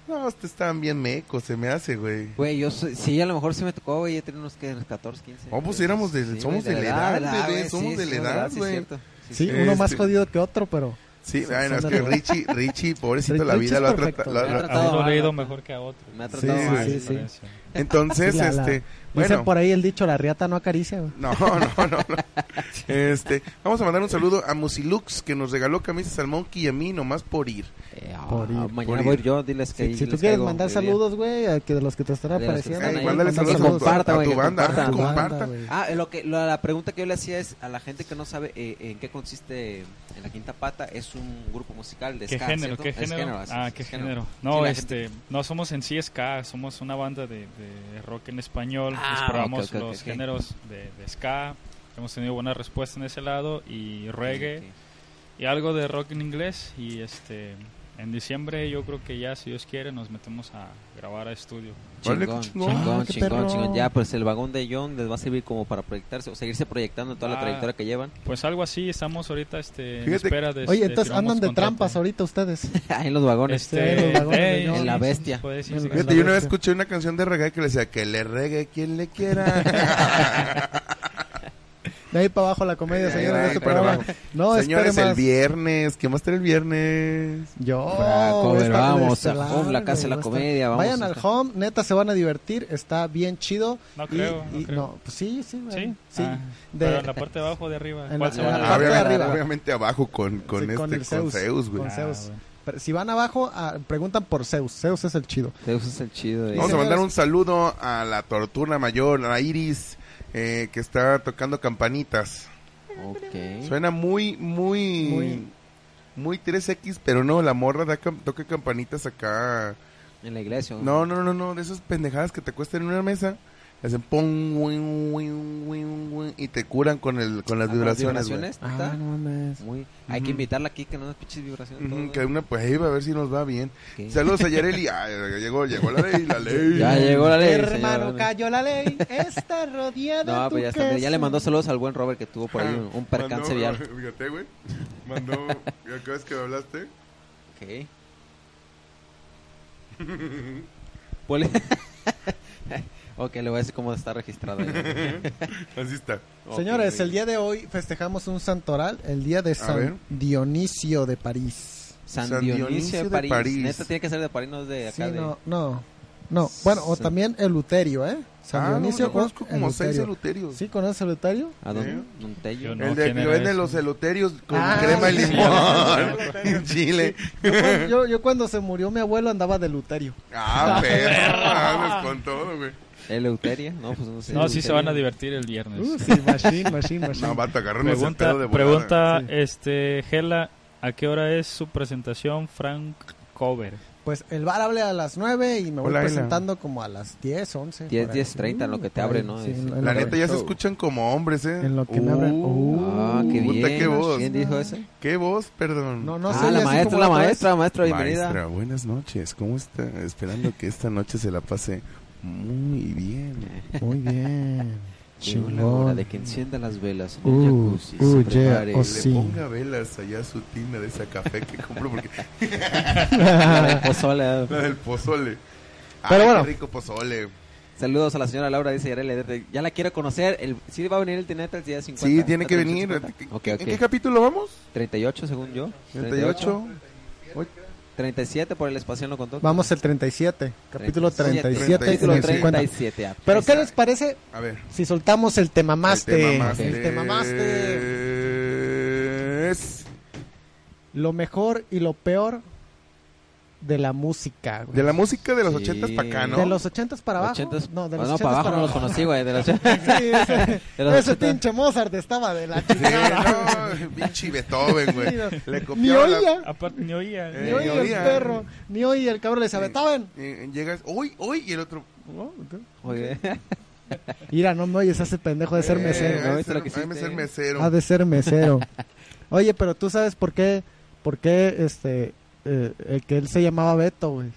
[SPEAKER 1] No, te estaban bien mecos, se me hace, güey.
[SPEAKER 4] Güey, yo soy- sí, a lo mejor sí me tocó, güey. Yo tenía unos que 14, 15.
[SPEAKER 1] Oh, pues, éramos de-
[SPEAKER 4] güey,
[SPEAKER 1] somos de la edad, bebé,
[SPEAKER 4] güey,
[SPEAKER 1] somos de la edad,
[SPEAKER 4] verdad, sí,
[SPEAKER 1] güey.
[SPEAKER 4] cierto, sí,
[SPEAKER 6] sí,
[SPEAKER 4] sí.
[SPEAKER 6] uno más
[SPEAKER 1] Este-
[SPEAKER 6] jodido que otro, pero
[SPEAKER 1] Sí,
[SPEAKER 6] Sí,
[SPEAKER 1] ay, no, es
[SPEAKER 6] son
[SPEAKER 1] que
[SPEAKER 6] de-
[SPEAKER 1] Richie, Richie, pobrecito, la
[SPEAKER 6] Richie
[SPEAKER 1] vida
[SPEAKER 6] es
[SPEAKER 1] lo ha
[SPEAKER 6] perfecto,
[SPEAKER 1] tratado.
[SPEAKER 6] me
[SPEAKER 1] lo-
[SPEAKER 4] ha
[SPEAKER 1] lo-
[SPEAKER 5] A
[SPEAKER 4] mal,
[SPEAKER 5] uno le ha
[SPEAKER 4] ¿no?
[SPEAKER 5] ido mejor que a otro.
[SPEAKER 4] Me ha
[SPEAKER 1] Sí,
[SPEAKER 4] tratado
[SPEAKER 1] sí,
[SPEAKER 4] mal,
[SPEAKER 6] sí, sí.
[SPEAKER 5] Parece.
[SPEAKER 1] Entonces,
[SPEAKER 6] La- la-
[SPEAKER 1] este,
[SPEAKER 6] dicen
[SPEAKER 1] bueno,
[SPEAKER 6] por ahí el dicho, la riata no acaricia. güey.
[SPEAKER 1] no, no, no, no. Este, vamos a mandar un saludo a Musilux que nos regaló camisas al Monkey y a mí nomás por ir.
[SPEAKER 4] Eh, ah,
[SPEAKER 6] Por ir,
[SPEAKER 4] mañana
[SPEAKER 1] por
[SPEAKER 4] voy
[SPEAKER 1] ir.
[SPEAKER 4] yo, diles que
[SPEAKER 6] Si,
[SPEAKER 4] ahí
[SPEAKER 6] si tú
[SPEAKER 4] les
[SPEAKER 6] quieres
[SPEAKER 4] caigo,
[SPEAKER 6] mandar
[SPEAKER 4] muy bien.
[SPEAKER 6] saludos, güey, a que de los que te están
[SPEAKER 4] De los que
[SPEAKER 6] apareciendo.
[SPEAKER 4] están
[SPEAKER 1] Ey,
[SPEAKER 4] ahí,
[SPEAKER 1] Eh, mándale
[SPEAKER 4] que
[SPEAKER 1] saludos a tu-
[SPEAKER 4] compartan,
[SPEAKER 1] a
[SPEAKER 4] güey,
[SPEAKER 1] tu
[SPEAKER 4] que
[SPEAKER 1] banda, <laughs>
[SPEAKER 4] compartan.
[SPEAKER 1] ah,
[SPEAKER 6] tu
[SPEAKER 1] compartan.
[SPEAKER 6] banda, güey.
[SPEAKER 4] Ah, eh, lo que, lo- la pregunta que yo le hacía es a la gente que no sabe eh, en qué consiste en la Quinta Pata es un grupo musical de
[SPEAKER 5] ¿Qué
[SPEAKER 4] ska,
[SPEAKER 5] género?
[SPEAKER 4] ¿cierto?
[SPEAKER 5] ¿Qué
[SPEAKER 4] Es
[SPEAKER 5] género?
[SPEAKER 4] así
[SPEAKER 5] ah,
[SPEAKER 4] es,
[SPEAKER 5] ¿qué
[SPEAKER 4] es
[SPEAKER 5] género?
[SPEAKER 4] Sí,
[SPEAKER 5] No,
[SPEAKER 4] la
[SPEAKER 5] este, no somos en sí ska, somos una banda de, de rock en español,
[SPEAKER 4] Ah,
[SPEAKER 5] exploramos
[SPEAKER 4] ok, ok,
[SPEAKER 5] los
[SPEAKER 4] ok.
[SPEAKER 5] géneros de, de ska, hemos tenido buena respuesta en ese lado y
[SPEAKER 4] gente-
[SPEAKER 5] reggae
[SPEAKER 4] Ok,
[SPEAKER 5] y algo de rock en inglés y este En diciembre yo creo que ya, si Dios quiere, nos metemos a grabar a estudio.
[SPEAKER 1] Órale,
[SPEAKER 4] Chingón,
[SPEAKER 1] pues, qué
[SPEAKER 4] chingón,
[SPEAKER 1] chingón.
[SPEAKER 2] Ah, qué
[SPEAKER 4] chingón,
[SPEAKER 2] perro.
[SPEAKER 4] chingón. Ya, pues el vagón de John les va a servir como para proyectarse o seguirse proyectando en toda la
[SPEAKER 5] Ah.
[SPEAKER 4] trayectoria que llevan. <laughs>
[SPEAKER 5] Pues algo así, estamos ahorita este, en
[SPEAKER 1] Fíjate-
[SPEAKER 5] espera de...
[SPEAKER 2] Oye,
[SPEAKER 5] de
[SPEAKER 2] entonces
[SPEAKER 5] firmar
[SPEAKER 2] andan de
[SPEAKER 5] contrato.
[SPEAKER 2] trampas ahorita ustedes.
[SPEAKER 4] Ahí en los vagones.
[SPEAKER 5] Este,
[SPEAKER 2] en los vagones de
[SPEAKER 5] eh,
[SPEAKER 2] John.
[SPEAKER 4] En la bestia.
[SPEAKER 5] puede decir,
[SPEAKER 2] En
[SPEAKER 5] sí,
[SPEAKER 2] la
[SPEAKER 5] claro.
[SPEAKER 1] Fíjate, yo una vez
[SPEAKER 2] bestia.
[SPEAKER 1] escuché una canción de reggae que le decía que le regue quien le quiera.
[SPEAKER 2] De ahí para abajo la comedia,
[SPEAKER 1] Ahí
[SPEAKER 2] señores, de
[SPEAKER 1] va,
[SPEAKER 2] este
[SPEAKER 1] para
[SPEAKER 2] programa.
[SPEAKER 1] abajo.
[SPEAKER 2] No,
[SPEAKER 1] Señores,
[SPEAKER 2] espere
[SPEAKER 1] el
[SPEAKER 2] más.
[SPEAKER 1] viernes, ¿qué más tiene el viernes?
[SPEAKER 2] Yo,
[SPEAKER 4] Ah,
[SPEAKER 2] voy a
[SPEAKER 4] cover,
[SPEAKER 2] estar
[SPEAKER 4] vamos,
[SPEAKER 2] desde
[SPEAKER 4] a Home, la casa de la
[SPEAKER 2] va a estar-
[SPEAKER 4] comedia, vamos
[SPEAKER 2] Vayan
[SPEAKER 4] a
[SPEAKER 2] al
[SPEAKER 4] estar-
[SPEAKER 2] home, neta se van a divertir, está bien chido.
[SPEAKER 5] No
[SPEAKER 2] Y-
[SPEAKER 5] creo,
[SPEAKER 2] y-
[SPEAKER 5] no creo.
[SPEAKER 2] pues sí, sí,
[SPEAKER 5] ¿Sí?
[SPEAKER 2] sí.
[SPEAKER 5] Ah,
[SPEAKER 2] de-
[SPEAKER 5] Pero en la parte de abajo o de arriba.
[SPEAKER 2] En
[SPEAKER 5] ¿Cuál
[SPEAKER 2] la-
[SPEAKER 5] se
[SPEAKER 2] en
[SPEAKER 5] van
[SPEAKER 2] la
[SPEAKER 5] a-
[SPEAKER 2] parte de
[SPEAKER 1] Ah, obviamente,
[SPEAKER 2] arriba.
[SPEAKER 1] obviamente abajo con, con
[SPEAKER 2] Sí,
[SPEAKER 1] este,
[SPEAKER 2] con
[SPEAKER 1] con
[SPEAKER 2] el Zeus.
[SPEAKER 1] Zeus, güey.
[SPEAKER 2] Con
[SPEAKER 5] Ah,
[SPEAKER 2] Zeus.
[SPEAKER 5] güey.
[SPEAKER 2] Pero si van abajo, ah, preguntan por Zeus. Zeus es el chido.
[SPEAKER 4] Zeus es el chido. eh. de-
[SPEAKER 1] Vamos
[SPEAKER 2] Señores.
[SPEAKER 1] a mandar un saludo a la tortura mayor, a la Iris, eh, que está tocando campanitas.
[SPEAKER 4] Ok.
[SPEAKER 1] Suena muy, muy,
[SPEAKER 2] Muy-
[SPEAKER 1] muy, 3X, pero no, la morra da cam- toca campanitas acá.
[SPEAKER 4] En la iglesia.
[SPEAKER 1] No, no, no, no, de esas pendejadas que te cuestan en una mesa. le Hacen pum, win, win, win, win, y te curan con, el, con las
[SPEAKER 4] Ah, con las
[SPEAKER 1] vibraciones. güey. Ah,
[SPEAKER 4] vibraciones, ¿está?
[SPEAKER 2] mames.
[SPEAKER 4] Muy... Hay que
[SPEAKER 1] Ujú.
[SPEAKER 4] invitarla aquí que no nos piches vibraciones.
[SPEAKER 1] Ujú,
[SPEAKER 4] todo,
[SPEAKER 1] que una, pues ahí va a ver si nos va bien.
[SPEAKER 4] ¿Qué?
[SPEAKER 1] Saludos a Yareli. Ah, ya llegó, llegó la ley, la ley.
[SPEAKER 4] Ya llegó la ley.
[SPEAKER 2] Hermano,
[SPEAKER 4] señor.
[SPEAKER 2] cayó la ley. Está rodeada.
[SPEAKER 4] No,
[SPEAKER 2] tu
[SPEAKER 4] pues ya, está, ya
[SPEAKER 2] casa.
[SPEAKER 4] le mandó saludos al buen Robert que tuvo por ahí un,
[SPEAKER 1] Ah,
[SPEAKER 4] un percance
[SPEAKER 1] Mandó-
[SPEAKER 4] vial.
[SPEAKER 1] <laughs> Fíjate, güey. Mandó. ¿Acabas que me
[SPEAKER 4] <laughs>
[SPEAKER 1] hablaste?
[SPEAKER 4] Ok. Ponle- <laughs> ok, le voy a decir cómo está registrado.
[SPEAKER 1] <laughs>
[SPEAKER 4] ahí.
[SPEAKER 1] Así está.
[SPEAKER 4] Ok,
[SPEAKER 2] Señores,
[SPEAKER 4] güey.
[SPEAKER 2] el día de hoy festejamos un santoral, el día de
[SPEAKER 1] ver.
[SPEAKER 2] San Dionisio de París.
[SPEAKER 4] San,
[SPEAKER 1] San
[SPEAKER 4] Dionisio,
[SPEAKER 1] Dionisio
[SPEAKER 4] de
[SPEAKER 1] de
[SPEAKER 4] París.
[SPEAKER 1] París.
[SPEAKER 4] Neta tiene que ser de París, no es de
[SPEAKER 2] Sí,
[SPEAKER 4] acá. de-
[SPEAKER 2] no, no, no. Bueno, o
[SPEAKER 4] Sí.
[SPEAKER 2] también Eleuterio, ¿eh? San
[SPEAKER 1] ah,
[SPEAKER 2] Dionisio
[SPEAKER 1] no, yo conozco
[SPEAKER 2] o
[SPEAKER 1] como seis
[SPEAKER 2] Eleuterio.
[SPEAKER 1] eluterios.
[SPEAKER 2] ¿Sí conoces Eleuterio?
[SPEAKER 4] ¿A dónde?
[SPEAKER 1] ¿Eh?
[SPEAKER 4] ¿Un tello?
[SPEAKER 5] Yo no.
[SPEAKER 1] el de
[SPEAKER 5] ¿quién
[SPEAKER 1] que
[SPEAKER 5] era
[SPEAKER 1] vende
[SPEAKER 5] ese?
[SPEAKER 1] los eluterios con
[SPEAKER 2] Ah,
[SPEAKER 1] crema y
[SPEAKER 2] sí, <laughs>
[SPEAKER 1] limón <laughs>
[SPEAKER 5] sí, sí.
[SPEAKER 1] en Chile.
[SPEAKER 2] Yo,
[SPEAKER 1] <laughs>
[SPEAKER 2] cuando- yo, yo cuando se murió mi abuelo andaba de Eleuterio.
[SPEAKER 1] Ah, perro, mames, con todo, güey.
[SPEAKER 4] ¿Eleuteria? No, pues no sé.
[SPEAKER 5] No, sí se
[SPEAKER 4] Eleuteria.
[SPEAKER 5] van a divertir el viernes.
[SPEAKER 2] Uh, sí, machine, machine,
[SPEAKER 1] <laughs>
[SPEAKER 2] machine.
[SPEAKER 1] No, vato, agarrarnos el
[SPEAKER 5] Pregunta,
[SPEAKER 1] pedo de volada.
[SPEAKER 5] pregunta
[SPEAKER 2] Sí.
[SPEAKER 5] este, Gela, ¿a qué hora es su presentación Frank Cover?
[SPEAKER 2] Pues el bar abre a las 9 y me voy
[SPEAKER 1] Hola, Ela.
[SPEAKER 2] presentando como a las 10, 11.
[SPEAKER 4] 10,
[SPEAKER 2] por ahí.
[SPEAKER 4] 10, 30, en lo que te abre, ¿no? Es-
[SPEAKER 2] en
[SPEAKER 1] La
[SPEAKER 2] lo que-
[SPEAKER 1] neta, ya se escuchan como hombres, ¿eh?
[SPEAKER 2] En lo que me abren. Uh.
[SPEAKER 4] Ah, qué
[SPEAKER 1] Puta,
[SPEAKER 4] bien.
[SPEAKER 1] qué voz.
[SPEAKER 4] ¿Quién dijo eso?
[SPEAKER 1] ¿Qué voz, perdón?
[SPEAKER 2] No, no
[SPEAKER 4] ah,
[SPEAKER 2] sé.
[SPEAKER 4] la maestra, la maestra, maestra, bienvenida.
[SPEAKER 1] Maestra, buenas noches. ¿Cómo está? Esperando que esta noche se la pase muy bien.
[SPEAKER 2] Muy bien.
[SPEAKER 4] Llegó la hora
[SPEAKER 2] Chingón.
[SPEAKER 4] de que encienda las velas en el
[SPEAKER 2] Uh,
[SPEAKER 4] jacuzzi. se
[SPEAKER 2] uh, yeah,
[SPEAKER 4] prepare
[SPEAKER 2] oh,
[SPEAKER 1] Le
[SPEAKER 2] sí.
[SPEAKER 1] ponga velas allá a su tina de esa café que compro porque <laughs>
[SPEAKER 4] <laughs> la-
[SPEAKER 2] <laughs>
[SPEAKER 4] el pozole.
[SPEAKER 1] la del pozole.
[SPEAKER 2] Pero
[SPEAKER 1] Ay,
[SPEAKER 2] bueno.
[SPEAKER 1] qué rico pozole.
[SPEAKER 4] Saludos a la señora Laura, dice Yareli, desde- Ya la quiero conocer. El, sí va a venir el Tineta el día 50.
[SPEAKER 1] Sí, tiene que
[SPEAKER 4] Ah,
[SPEAKER 1] venir.
[SPEAKER 4] 50. Ok,
[SPEAKER 1] ¿En
[SPEAKER 4] ok.
[SPEAKER 1] qué capítulo vamos?
[SPEAKER 4] 38 según yo.
[SPEAKER 1] 38.
[SPEAKER 4] 37 por el espacio en lo contó.
[SPEAKER 2] Vamos el 37, capítulo 37,
[SPEAKER 1] 37,
[SPEAKER 2] en
[SPEAKER 4] Capítulo
[SPEAKER 2] el 50.
[SPEAKER 4] 37. ah,
[SPEAKER 2] Pero ¿qué
[SPEAKER 4] esa.
[SPEAKER 2] les parece
[SPEAKER 1] A ver.
[SPEAKER 2] si soltamos el tema maste?
[SPEAKER 1] mamaste.
[SPEAKER 2] El tema maste.
[SPEAKER 1] Es
[SPEAKER 2] Lo mejor y lo peor de la música. güey.
[SPEAKER 1] De la música de los
[SPEAKER 4] Sí.
[SPEAKER 1] ochentas para acá, ¿no?
[SPEAKER 2] De los 80 para abajo.
[SPEAKER 4] 80s
[SPEAKER 2] No, de
[SPEAKER 4] Ah,
[SPEAKER 2] los
[SPEAKER 4] no,
[SPEAKER 2] 80
[SPEAKER 4] para abajo no los conocí, güey. De los, de
[SPEAKER 2] <laughs> Sí,
[SPEAKER 4] <laughs>
[SPEAKER 2] ese,
[SPEAKER 4] los
[SPEAKER 2] ese
[SPEAKER 4] 80.
[SPEAKER 2] pinche Mozart estaba de la
[SPEAKER 1] <laughs> Sí,
[SPEAKER 2] chingada.
[SPEAKER 1] no, pinche Beethoven, güey. Le
[SPEAKER 2] Ni
[SPEAKER 1] copiaba la-
[SPEAKER 2] oía,
[SPEAKER 5] Aparte, ni oía.
[SPEAKER 1] Eh,
[SPEAKER 2] ni
[SPEAKER 1] ni
[SPEAKER 2] oía el
[SPEAKER 1] oía.
[SPEAKER 2] perro, ni oía el cabrón le decía,
[SPEAKER 1] Sí.
[SPEAKER 2] Beethoven.
[SPEAKER 1] Eh, Llegas, hoy, hoy, y el otro.
[SPEAKER 4] Oye,
[SPEAKER 2] Mira, no me oyes, ese pendejo ha de ser
[SPEAKER 1] Eh,
[SPEAKER 2] mesero.
[SPEAKER 1] ha
[SPEAKER 4] ¿no?
[SPEAKER 1] de
[SPEAKER 4] ¿Viste
[SPEAKER 1] ser-
[SPEAKER 4] lo que
[SPEAKER 1] ha de
[SPEAKER 4] hiciste?
[SPEAKER 1] ser mesero.
[SPEAKER 2] Ha de ser
[SPEAKER 4] <laughs>
[SPEAKER 2] mesero. Oye, pero tú sabes por qué, por qué este, eh, eh, que él se llamaba Beto, güey.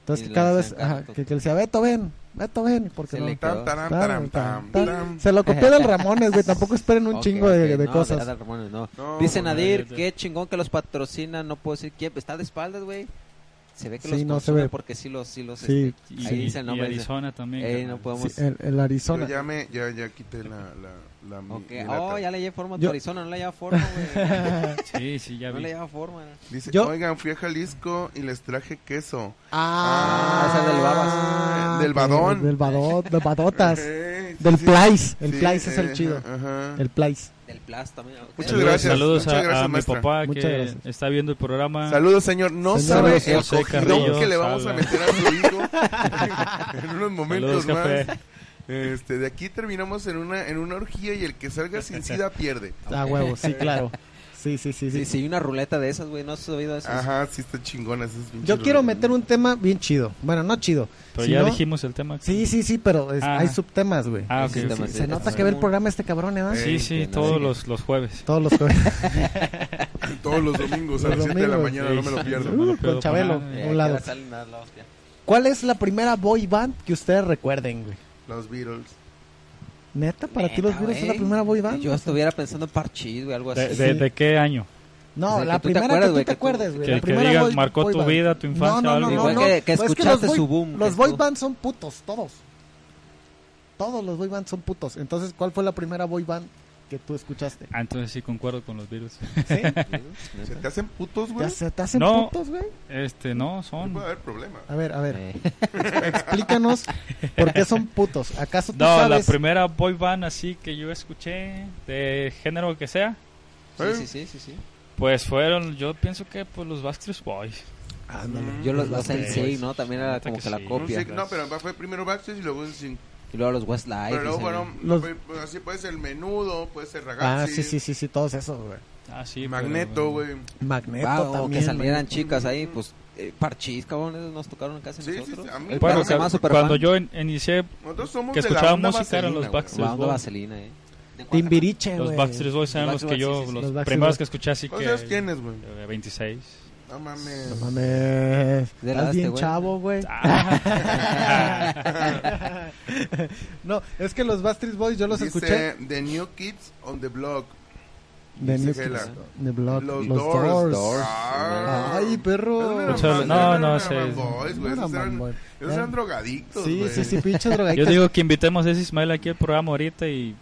[SPEAKER 2] Entonces
[SPEAKER 4] Y
[SPEAKER 2] que
[SPEAKER 4] le
[SPEAKER 2] cada vez,
[SPEAKER 4] decían
[SPEAKER 2] ajá,
[SPEAKER 4] Beto.
[SPEAKER 2] que, que él decía, Beto, ven, Beto, ven, porque
[SPEAKER 4] Se
[SPEAKER 2] no.
[SPEAKER 4] le
[SPEAKER 1] Tam, taram, taram, tam,
[SPEAKER 2] Tan,
[SPEAKER 1] tam.
[SPEAKER 2] Se lo copió
[SPEAKER 4] <laughs>
[SPEAKER 2] del Ramones, güey, tampoco esperen un
[SPEAKER 4] Ok,
[SPEAKER 2] chingo de,
[SPEAKER 4] ok,
[SPEAKER 2] de
[SPEAKER 4] no,
[SPEAKER 2] cosas.
[SPEAKER 4] de Ramones, no.
[SPEAKER 1] No,
[SPEAKER 4] Dice
[SPEAKER 1] güey.
[SPEAKER 4] Nadir,
[SPEAKER 5] ya, ya.
[SPEAKER 4] qué chingón que los patrocina. No puedo decir quién. Está de espaldas, güey. Se ve que
[SPEAKER 2] Sí,
[SPEAKER 4] los
[SPEAKER 2] no se
[SPEAKER 4] consume
[SPEAKER 2] ve.
[SPEAKER 4] porque sí los. Sí los
[SPEAKER 2] Sí,
[SPEAKER 4] este,
[SPEAKER 5] Y,
[SPEAKER 4] ahí dice el
[SPEAKER 5] y
[SPEAKER 4] nombre. dice,
[SPEAKER 5] Arizona
[SPEAKER 2] Eh,
[SPEAKER 5] también.
[SPEAKER 4] Ey,
[SPEAKER 5] carnal.
[SPEAKER 4] no
[SPEAKER 2] Sí,
[SPEAKER 4] podemos.
[SPEAKER 2] el, el
[SPEAKER 1] Yo
[SPEAKER 2] Arizona. <laughs>
[SPEAKER 1] ya, me, ya, ya quité la. la, la mi-
[SPEAKER 4] Ok,
[SPEAKER 1] mi
[SPEAKER 4] Oh,
[SPEAKER 1] lata.
[SPEAKER 4] ya le lleva forma a tu
[SPEAKER 2] Yo-
[SPEAKER 4] Arizona, no le lleva forma, güey.
[SPEAKER 2] Ah,
[SPEAKER 5] Sí, sí, ya
[SPEAKER 4] No
[SPEAKER 5] vi.
[SPEAKER 4] le lleva forma. ¿no?
[SPEAKER 1] Dice,
[SPEAKER 2] Yo-
[SPEAKER 1] oigan, fui a Jalisco y les traje queso.
[SPEAKER 2] Ah,
[SPEAKER 4] Ah, es el del Babas.
[SPEAKER 2] ah,
[SPEAKER 1] Del Badón.
[SPEAKER 2] Del Badot, del
[SPEAKER 4] <laughs>
[SPEAKER 2] Badotas.
[SPEAKER 1] Eh, sí,
[SPEAKER 2] del
[SPEAKER 1] sí,
[SPEAKER 2] Plais. El
[SPEAKER 1] sí,
[SPEAKER 2] Plais es
[SPEAKER 1] eh,
[SPEAKER 2] el chido.
[SPEAKER 1] ajá, ajá.
[SPEAKER 2] El Plais.
[SPEAKER 4] Del Plas también. ok.
[SPEAKER 1] Muchas
[SPEAKER 5] Saludos,
[SPEAKER 1] gracias,
[SPEAKER 5] saludos
[SPEAKER 1] muchas
[SPEAKER 5] a- a,
[SPEAKER 1] gracias,
[SPEAKER 5] mi
[SPEAKER 1] maestra.
[SPEAKER 5] papá
[SPEAKER 2] Muchas
[SPEAKER 5] que
[SPEAKER 2] gracias.
[SPEAKER 5] está viendo el programa.
[SPEAKER 1] Saludos, señor. No
[SPEAKER 2] Señor
[SPEAKER 1] sabe el
[SPEAKER 5] José
[SPEAKER 1] cogidón
[SPEAKER 5] Carrillo
[SPEAKER 1] que le vamos a
[SPEAKER 5] Sala.
[SPEAKER 1] meter a su
[SPEAKER 2] <laughs>
[SPEAKER 1] hijo en unos momentos
[SPEAKER 5] Saludos,
[SPEAKER 1] más.
[SPEAKER 5] café.
[SPEAKER 1] Este, de aquí terminamos en una, en una orgía y el que salga sin sida
[SPEAKER 2] <laughs>
[SPEAKER 1] pierde.
[SPEAKER 2] Ah,
[SPEAKER 4] Ok.
[SPEAKER 2] huevo, sí,
[SPEAKER 4] <laughs>
[SPEAKER 2] claro. Sí, sí, sí, sí.
[SPEAKER 4] Sí, sí, una ruleta de esas, Eh, güey. No has subido eso.
[SPEAKER 1] Ajá, sí está chingona. esas pinches
[SPEAKER 2] Yo quiero
[SPEAKER 1] rolitas.
[SPEAKER 2] meter un tema bien chido. Bueno, no chido.
[SPEAKER 5] Pero
[SPEAKER 2] sino-
[SPEAKER 5] ya dijimos el tema.
[SPEAKER 2] Sí, sí, sí, pero es-
[SPEAKER 5] Ah.
[SPEAKER 2] hay subtemas, güey.
[SPEAKER 5] Ah,
[SPEAKER 4] Sí,
[SPEAKER 5] ok. ok.
[SPEAKER 4] tema, sí.
[SPEAKER 2] Se nota que ve el programa este cabrón, ¿eh? va?
[SPEAKER 1] Eh.
[SPEAKER 5] Sí, sí,
[SPEAKER 4] Entiendo,
[SPEAKER 5] todos
[SPEAKER 4] sí.
[SPEAKER 5] <laughs> los, los jueves.
[SPEAKER 2] Todos los jueves.
[SPEAKER 1] todos los domingos a
[SPEAKER 2] <laughs> Los
[SPEAKER 1] las 7 de la
[SPEAKER 2] domingos,
[SPEAKER 1] mañana,
[SPEAKER 5] sí,
[SPEAKER 1] no me lo
[SPEAKER 5] sí,
[SPEAKER 1] pierdo.
[SPEAKER 5] no lo
[SPEAKER 2] Uh,
[SPEAKER 5] pierdo
[SPEAKER 2] con
[SPEAKER 5] para
[SPEAKER 2] Chabelo,
[SPEAKER 5] nada.
[SPEAKER 4] Eh,
[SPEAKER 2] a
[SPEAKER 4] que
[SPEAKER 2] un lado.
[SPEAKER 4] la salen a la hostia.
[SPEAKER 2] ¿Cuál es la primera boy band que ustedes recuerden, güey?
[SPEAKER 1] Los Beatles.
[SPEAKER 2] Neta, para ti los
[SPEAKER 4] Neta,
[SPEAKER 2] Beatles es la
[SPEAKER 4] güey.
[SPEAKER 2] primera boy band.
[SPEAKER 4] Yo estuviera pensando en Parchís, güey, algo así.
[SPEAKER 5] ¿De, de, de qué año?
[SPEAKER 2] No,
[SPEAKER 4] Desde
[SPEAKER 2] la
[SPEAKER 4] que tú te
[SPEAKER 2] primera
[SPEAKER 4] acuerdas,
[SPEAKER 2] que tú te
[SPEAKER 4] güey, que tú-
[SPEAKER 2] acuerdes, güey.
[SPEAKER 5] que-
[SPEAKER 2] la
[SPEAKER 5] que
[SPEAKER 2] primera
[SPEAKER 5] digas,
[SPEAKER 2] boy-
[SPEAKER 5] marcó
[SPEAKER 2] boy
[SPEAKER 5] tu
[SPEAKER 2] band.
[SPEAKER 5] vida, tu
[SPEAKER 2] No,
[SPEAKER 5] infancia,
[SPEAKER 2] no, no,
[SPEAKER 5] algo.
[SPEAKER 2] no,
[SPEAKER 4] Igual
[SPEAKER 2] no.
[SPEAKER 4] que- que
[SPEAKER 2] Es los
[SPEAKER 4] escuchaste
[SPEAKER 2] boy-
[SPEAKER 4] su boom,
[SPEAKER 2] Los
[SPEAKER 4] que
[SPEAKER 2] boy
[SPEAKER 4] tú-
[SPEAKER 2] bands son putos, todos. Todos los boy bands son putos. Entonces, ¿cuál fue la primera boy band que tú
[SPEAKER 5] <laughs>
[SPEAKER 2] escuchaste?
[SPEAKER 5] Ah, entonces sí concuerdo con los virus.
[SPEAKER 2] ¿Sí?
[SPEAKER 1] ¿Se te hacen putos,
[SPEAKER 2] ¿Te,
[SPEAKER 1] güey?
[SPEAKER 2] hace- te hacen
[SPEAKER 5] No.
[SPEAKER 2] putos, güey?
[SPEAKER 5] Este, no,
[SPEAKER 1] No
[SPEAKER 5] son...
[SPEAKER 1] puede haber problema.
[SPEAKER 2] A ver, a ver,
[SPEAKER 4] Eh,
[SPEAKER 2] explícanos por qué son putos. ¿Acaso tú
[SPEAKER 5] No,
[SPEAKER 2] sabes?
[SPEAKER 5] la primera boy band así que yo escuché, de género que sea,
[SPEAKER 1] ¿Eh?
[SPEAKER 4] sí, sí, sí, sí, sí.
[SPEAKER 5] pues fueron, yo pienso que pues los Backstreet Boys.
[SPEAKER 1] Mm,
[SPEAKER 4] Yo los, los
[SPEAKER 5] Backstreet
[SPEAKER 4] NSYNC,
[SPEAKER 5] Boys.
[SPEAKER 4] ¿no? También era
[SPEAKER 5] Neta
[SPEAKER 4] como
[SPEAKER 5] que
[SPEAKER 4] que la
[SPEAKER 5] sí.
[SPEAKER 1] No,
[SPEAKER 4] copia.
[SPEAKER 1] sé, no, pero fue primero Backstreet y luego Sync.
[SPEAKER 4] Y luego los Westlife.
[SPEAKER 1] Pero luego
[SPEAKER 4] ese, güey.
[SPEAKER 1] fueron,
[SPEAKER 2] Los-
[SPEAKER 1] pues, pues, así puede ser el menudo, puede ser
[SPEAKER 2] Ah,
[SPEAKER 1] ragazzi,
[SPEAKER 2] sí, sí, sí, sí, todos esos, güey.
[SPEAKER 5] Ah, sí.
[SPEAKER 1] magneto,
[SPEAKER 5] pero-
[SPEAKER 1] güey.
[SPEAKER 2] Magneto
[SPEAKER 4] Ah, o
[SPEAKER 2] también.
[SPEAKER 4] que salieran
[SPEAKER 2] Magneto.
[SPEAKER 4] chicas ahí, pues eh, Parchís, cabrón, esos nos tocaron casi
[SPEAKER 1] Sí, sí,
[SPEAKER 4] nosotros.
[SPEAKER 1] sí, a mí
[SPEAKER 4] El
[SPEAKER 5] Bueno,
[SPEAKER 4] perro
[SPEAKER 5] o sea,
[SPEAKER 4] se llama Superfan.
[SPEAKER 5] cuando yo in- inicié
[SPEAKER 1] Nosotros somos
[SPEAKER 5] que
[SPEAKER 1] de
[SPEAKER 5] escuchaba
[SPEAKER 1] la onda
[SPEAKER 5] música eran
[SPEAKER 1] vaselina,
[SPEAKER 5] los
[SPEAKER 1] güey.
[SPEAKER 5] Backstreet
[SPEAKER 4] La onda
[SPEAKER 5] Boys.
[SPEAKER 4] vaselina, eh.
[SPEAKER 2] Timbiriche,
[SPEAKER 5] Los
[SPEAKER 2] güey.
[SPEAKER 5] Backstreet Boys eran los que
[SPEAKER 4] Backstreet
[SPEAKER 5] yo,
[SPEAKER 4] Boys, sí, sí,
[SPEAKER 5] los
[SPEAKER 2] los Backstreet
[SPEAKER 5] primeros
[SPEAKER 2] Boys.
[SPEAKER 5] que escuché así que...
[SPEAKER 1] ¿Cuántos años tienes, Pues, güey?
[SPEAKER 5] Eh, 26.
[SPEAKER 1] No
[SPEAKER 2] No
[SPEAKER 1] mames.
[SPEAKER 2] mames.
[SPEAKER 4] De
[SPEAKER 2] Estás
[SPEAKER 4] la
[SPEAKER 2] bien
[SPEAKER 4] este, güey.
[SPEAKER 2] chavo, güey.
[SPEAKER 5] Ah.
[SPEAKER 2] no, es que los Backstreet Boys yo los
[SPEAKER 1] Dice,
[SPEAKER 2] escuché
[SPEAKER 1] The New Kids on the Block.
[SPEAKER 2] de
[SPEAKER 1] dice
[SPEAKER 2] New
[SPEAKER 1] que la-
[SPEAKER 2] Kids, de Block,
[SPEAKER 1] Los
[SPEAKER 2] los,
[SPEAKER 1] Doors.
[SPEAKER 2] Doors.
[SPEAKER 4] Doors.
[SPEAKER 1] Ah.
[SPEAKER 2] Ay, perro.
[SPEAKER 5] Esos eran- no, no, sí.
[SPEAKER 1] Boys, güey.
[SPEAKER 2] No
[SPEAKER 1] Esos
[SPEAKER 2] eran
[SPEAKER 1] eran,
[SPEAKER 2] boy.
[SPEAKER 1] esos eran drogadictos,
[SPEAKER 2] Eh, Sí,
[SPEAKER 1] güey.
[SPEAKER 2] sí, sí, pinche drogadicta.
[SPEAKER 5] Yo digo que invitemos a ese Ismael aquí al programa ahorita y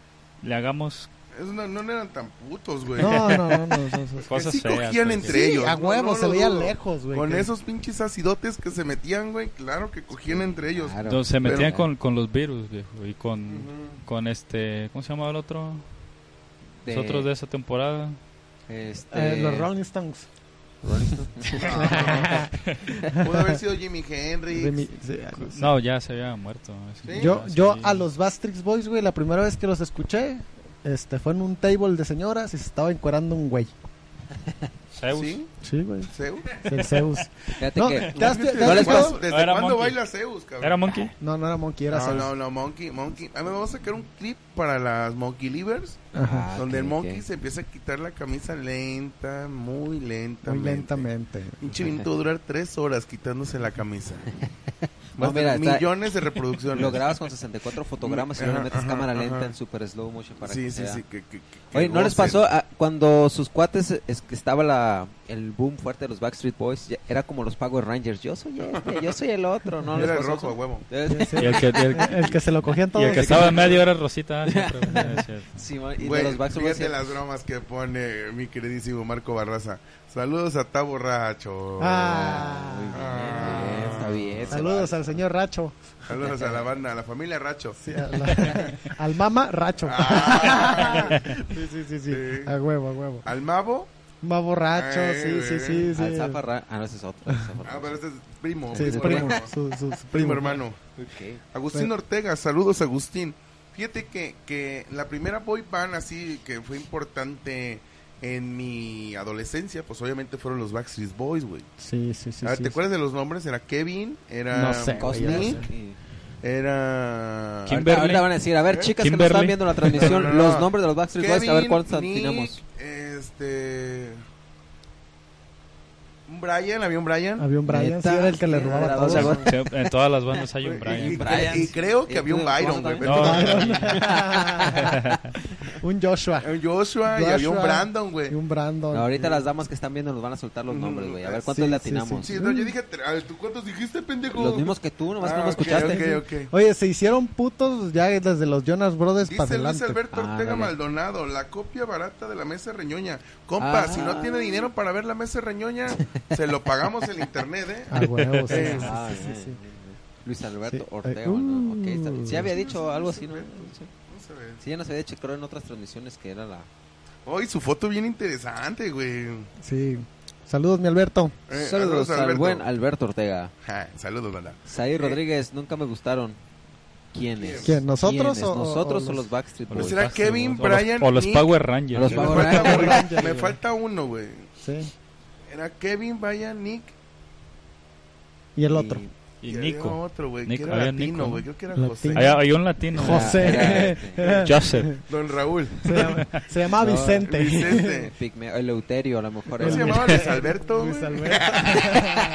[SPEAKER 5] le hagamos
[SPEAKER 1] Esos no, no eran tan putos, güey.
[SPEAKER 2] No,
[SPEAKER 1] <laughs>
[SPEAKER 2] no, no, no. no, no.
[SPEAKER 5] cosas
[SPEAKER 1] sí
[SPEAKER 5] feas.
[SPEAKER 1] cogían
[SPEAKER 5] pues,
[SPEAKER 1] entre
[SPEAKER 5] sí.
[SPEAKER 1] ellos.
[SPEAKER 2] a
[SPEAKER 1] no,
[SPEAKER 2] huevo,
[SPEAKER 1] no
[SPEAKER 2] se
[SPEAKER 1] lo
[SPEAKER 2] veía
[SPEAKER 1] dudo.
[SPEAKER 2] lejos, güey.
[SPEAKER 1] Con
[SPEAKER 2] que-
[SPEAKER 1] esos pinches acidotes que se metían, güey, claro que cogían entre ellos.
[SPEAKER 4] Claro.
[SPEAKER 5] Entonces, se
[SPEAKER 1] Pero-
[SPEAKER 5] metían con, con los virus, viejo, y con,
[SPEAKER 1] Ujú.
[SPEAKER 5] con este, ¿cómo se llamaba el otro?
[SPEAKER 4] De-
[SPEAKER 5] Los otros de esa temporada.
[SPEAKER 4] Este...
[SPEAKER 2] eh, los Rolling Stones.
[SPEAKER 1] Pudo haber sido Jimi Hendrix.
[SPEAKER 2] De mi- sí, sí.
[SPEAKER 5] No, ya se había muerto. Es que
[SPEAKER 1] Sí.
[SPEAKER 2] Yo,
[SPEAKER 5] ya,
[SPEAKER 2] yo
[SPEAKER 5] sí.
[SPEAKER 2] a los Bastrix Boys, güey, la primera vez que los escuché, este, fue en un table de señoras y se estaba encuerando un güey.
[SPEAKER 5] Zeus.
[SPEAKER 1] ¿Sí?
[SPEAKER 2] Sí, güey.
[SPEAKER 1] ¿Zeus?
[SPEAKER 2] Es el Zeus.
[SPEAKER 4] Fíjate
[SPEAKER 2] No,
[SPEAKER 4] que...
[SPEAKER 2] ¿te has- te- te
[SPEAKER 1] ¿Desde
[SPEAKER 2] has
[SPEAKER 4] les
[SPEAKER 1] cuándo-
[SPEAKER 2] fijado?
[SPEAKER 1] ¿Desde
[SPEAKER 5] Era
[SPEAKER 1] cuándo
[SPEAKER 5] Monkey.
[SPEAKER 1] baila Zeus, cabrón?
[SPEAKER 5] ¿Era Monkey?
[SPEAKER 2] No, no era Monkey, era
[SPEAKER 1] no,
[SPEAKER 2] Zeus.
[SPEAKER 1] no, no, Monkey, Monkey. A mí me vamos a sacar un clip para las Monkey Livers,
[SPEAKER 2] Ajá.
[SPEAKER 4] Ah,
[SPEAKER 1] donde el
[SPEAKER 4] ok,
[SPEAKER 1] Monkey
[SPEAKER 4] ok.
[SPEAKER 1] se empieza a quitar la camisa lenta, muy lentamente.
[SPEAKER 2] Muy lentamente.
[SPEAKER 1] Pinche vinito va a durar tres horas quitándose la
[SPEAKER 4] <laughs>
[SPEAKER 1] camisa.
[SPEAKER 4] No,
[SPEAKER 1] Va a
[SPEAKER 4] mira,
[SPEAKER 1] tener
[SPEAKER 4] está-
[SPEAKER 1] millones de reproducciones.
[SPEAKER 4] Lo grabas con 64 fotogramas y luego
[SPEAKER 1] Ajá,
[SPEAKER 4] le metes
[SPEAKER 1] ajá,
[SPEAKER 4] cámara lenta
[SPEAKER 1] ajá.
[SPEAKER 4] en super slow motion para
[SPEAKER 1] sí,
[SPEAKER 4] que
[SPEAKER 1] sí,
[SPEAKER 4] sea.
[SPEAKER 1] sí. que- que- que-
[SPEAKER 4] Oye,
[SPEAKER 1] que
[SPEAKER 4] ¿no les
[SPEAKER 1] gocen.
[SPEAKER 4] pasó ah, cuando sus cuates es que estaba la, el boom fuerte de los Backstreet Boys? ya- era como los Power Rangers. Yo soy este, yo soy el otro. No,
[SPEAKER 1] Era
[SPEAKER 4] les
[SPEAKER 1] el
[SPEAKER 4] pasó
[SPEAKER 1] rojo, a
[SPEAKER 4] eso?
[SPEAKER 1] huevo.
[SPEAKER 4] Eh,
[SPEAKER 5] Y el que, el-
[SPEAKER 2] <laughs> El que se lo cogían
[SPEAKER 5] y
[SPEAKER 2] todos.
[SPEAKER 5] el que estaba en medio era Rosita.
[SPEAKER 2] <laughs>
[SPEAKER 5] ah, siempre, es cierto.
[SPEAKER 4] <laughs> sí, ma- y
[SPEAKER 1] Güey,
[SPEAKER 4] de los Backstreet Boys. ¿eh?
[SPEAKER 1] fíjate las bromas que pone mi queridísimo Marco Barraza. Saludos a Ta Borracho.
[SPEAKER 2] Ah.
[SPEAKER 4] Muy bien,
[SPEAKER 1] Ah.
[SPEAKER 4] muy bien, está bien. se
[SPEAKER 2] Saludos
[SPEAKER 4] vale.
[SPEAKER 2] al señor Racho.
[SPEAKER 1] Saludos a la banda, a la familia Racho. <laughs>
[SPEAKER 2] Sí, a la- al mama Racho.
[SPEAKER 1] Ah.
[SPEAKER 2] <laughs> Sí, sí, sí, sí.
[SPEAKER 1] Sí.
[SPEAKER 2] A huevo, a huevo.
[SPEAKER 1] Al Mavo.
[SPEAKER 2] Más borracho,
[SPEAKER 1] Ay,
[SPEAKER 2] sí, sí,
[SPEAKER 1] Eh, güey.
[SPEAKER 2] sí, sí.
[SPEAKER 4] Al Zafarra. Ah, no, ese es otro. ese es otro.
[SPEAKER 1] Ah, pero este es primo.
[SPEAKER 2] Sí, es primo.
[SPEAKER 1] primo, hermano.
[SPEAKER 2] Su, su- su
[SPEAKER 1] Primo
[SPEAKER 2] primo.
[SPEAKER 1] hermano.
[SPEAKER 4] Ok.
[SPEAKER 1] Agustín Ortega, saludos Agustín. Fíjate que, que la primera boy band así que fue importante en mi adolescencia, pues obviamente fueron los Backstreet Boys, güey.
[SPEAKER 2] Sí, sí, sí.
[SPEAKER 1] A ver,
[SPEAKER 2] sí,
[SPEAKER 1] ¿Te
[SPEAKER 2] sí.
[SPEAKER 1] acuerdas de los nombres? Era Kevin, era
[SPEAKER 2] No sé, güey, ya no
[SPEAKER 1] Cosmic,
[SPEAKER 2] sé.
[SPEAKER 4] Y-
[SPEAKER 1] era...
[SPEAKER 4] Ahorita,
[SPEAKER 5] ¿Quién Kimberly.
[SPEAKER 4] ahorita van a decir, a ver, chicas que
[SPEAKER 5] Kimberly.
[SPEAKER 4] nos están viendo la
[SPEAKER 1] <laughs>
[SPEAKER 4] transmisión,
[SPEAKER 1] No, no, no.
[SPEAKER 4] los nombres de los Backstreet Boys, a ver cuántos
[SPEAKER 1] Nick,
[SPEAKER 4] atinamos.
[SPEAKER 1] Este... Un Brian, había un Brian.
[SPEAKER 2] Había un Brian, sí,
[SPEAKER 4] Neta,
[SPEAKER 2] era el que le robaba
[SPEAKER 4] era
[SPEAKER 2] todo.
[SPEAKER 4] dos aguas.
[SPEAKER 5] Sí, En todas las bandas hay
[SPEAKER 1] Y-
[SPEAKER 5] un
[SPEAKER 1] y,
[SPEAKER 5] Brian.
[SPEAKER 4] Brian.
[SPEAKER 1] y creo que
[SPEAKER 4] Y
[SPEAKER 1] había un
[SPEAKER 4] tú,
[SPEAKER 1] Byron,
[SPEAKER 4] ¿cómo
[SPEAKER 1] güey.
[SPEAKER 5] también? No.
[SPEAKER 2] <laughs> un Joshua
[SPEAKER 1] <laughs> Un Joshua, y había un
[SPEAKER 2] Joshua.
[SPEAKER 1] Brandon, güey.
[SPEAKER 2] y un Brandon.
[SPEAKER 4] Ahorita las damas que están viendo nos van a soltar los nombres, güey. A ver cuántos
[SPEAKER 2] Sí,
[SPEAKER 4] le
[SPEAKER 2] sí,
[SPEAKER 4] atinamos.
[SPEAKER 1] Sí, no, yo dije... tre- a ver, ¿Tú cuántos dijiste, pendejo?
[SPEAKER 4] Los mismos que tú, nomás que no
[SPEAKER 1] Ah,
[SPEAKER 4] me
[SPEAKER 1] ok,
[SPEAKER 4] escuchaste.
[SPEAKER 1] ok, ok.
[SPEAKER 2] Oye, se hicieron putos ya desde los Jonas Brothers
[SPEAKER 4] Pues,
[SPEAKER 2] para
[SPEAKER 1] Dice Luis
[SPEAKER 2] adelante.
[SPEAKER 1] Alberto
[SPEAKER 4] Ah,
[SPEAKER 1] Ortega
[SPEAKER 4] dale.
[SPEAKER 1] Maldonado, la copia barata de la mesa reñoña. Compa,
[SPEAKER 4] Ah.
[SPEAKER 1] si no tiene dinero para ver la mesa reñoña, se lo pagamos el internet, ¿eh?
[SPEAKER 2] Ah,
[SPEAKER 1] <laughs>
[SPEAKER 2] huevo, sí,
[SPEAKER 1] Eh,
[SPEAKER 2] sí,
[SPEAKER 4] Ah,
[SPEAKER 2] sí, sí,
[SPEAKER 4] bien,
[SPEAKER 2] sí.
[SPEAKER 4] bien, bien. Luis Alberto
[SPEAKER 2] Sí,
[SPEAKER 4] Ortega,
[SPEAKER 2] eh, uh.
[SPEAKER 4] ¿no? Ok, está bien. Sí, había dicho
[SPEAKER 1] sí,
[SPEAKER 4] algo
[SPEAKER 1] sí,
[SPEAKER 4] así, ¿no?
[SPEAKER 1] sí.
[SPEAKER 4] Sí.
[SPEAKER 1] Vamos a ver.
[SPEAKER 4] Sí, ya nos había dicho, creo, en otras transmisiones que era la.
[SPEAKER 1] Eh, Hoy su foto bien interesante, güey.
[SPEAKER 2] Sí. Saludos, mi Alberto.
[SPEAKER 1] Eh,
[SPEAKER 4] Saludos al
[SPEAKER 1] Alberto. Eh.
[SPEAKER 4] buen Alberto Ortega.
[SPEAKER 1] Ja, saludos, banda.
[SPEAKER 4] Saí Rodríguez, nunca me gustaron. ¿Quiénes?
[SPEAKER 2] ¿Quién, nosotros
[SPEAKER 4] ¿Quiénes?
[SPEAKER 2] o- o-
[SPEAKER 4] ¿Nosotros
[SPEAKER 2] o
[SPEAKER 4] o
[SPEAKER 2] los-
[SPEAKER 4] los Backstreet
[SPEAKER 5] O los
[SPEAKER 4] Boys?
[SPEAKER 1] será
[SPEAKER 5] Backstreet
[SPEAKER 1] Kevin,
[SPEAKER 5] Boys, o los-
[SPEAKER 1] Brian,
[SPEAKER 5] O los
[SPEAKER 1] Nick.
[SPEAKER 5] Power Rangers.
[SPEAKER 4] Los
[SPEAKER 1] Me
[SPEAKER 4] Power
[SPEAKER 1] falta,
[SPEAKER 4] Rangers. <laughs>
[SPEAKER 1] uno, me falta uno, güey.
[SPEAKER 2] Sí.
[SPEAKER 1] Era Kevin, Brian, Nick
[SPEAKER 4] <laughs>
[SPEAKER 2] Y el otro.
[SPEAKER 4] Y-
[SPEAKER 5] y
[SPEAKER 1] había
[SPEAKER 5] Nico.
[SPEAKER 1] otro, güey, que
[SPEAKER 5] Nico,
[SPEAKER 1] era
[SPEAKER 5] había
[SPEAKER 1] latino,
[SPEAKER 5] Nico,
[SPEAKER 1] güey,
[SPEAKER 5] ¿no?
[SPEAKER 1] creo que era
[SPEAKER 2] Latino.
[SPEAKER 1] José.
[SPEAKER 5] Había, había un latino.
[SPEAKER 4] Ah,
[SPEAKER 2] <laughs> José.
[SPEAKER 5] era Joseph.
[SPEAKER 1] Don Raúl.
[SPEAKER 2] Se llama, se llamaba
[SPEAKER 4] este. No,
[SPEAKER 2] Vicente.
[SPEAKER 1] Vicente.
[SPEAKER 4] Pigmeo, Eleuterio, a lo mejor.
[SPEAKER 1] ¿No
[SPEAKER 4] era.
[SPEAKER 1] Pues se llamaba Luis Alberto?
[SPEAKER 2] Luis
[SPEAKER 1] güey?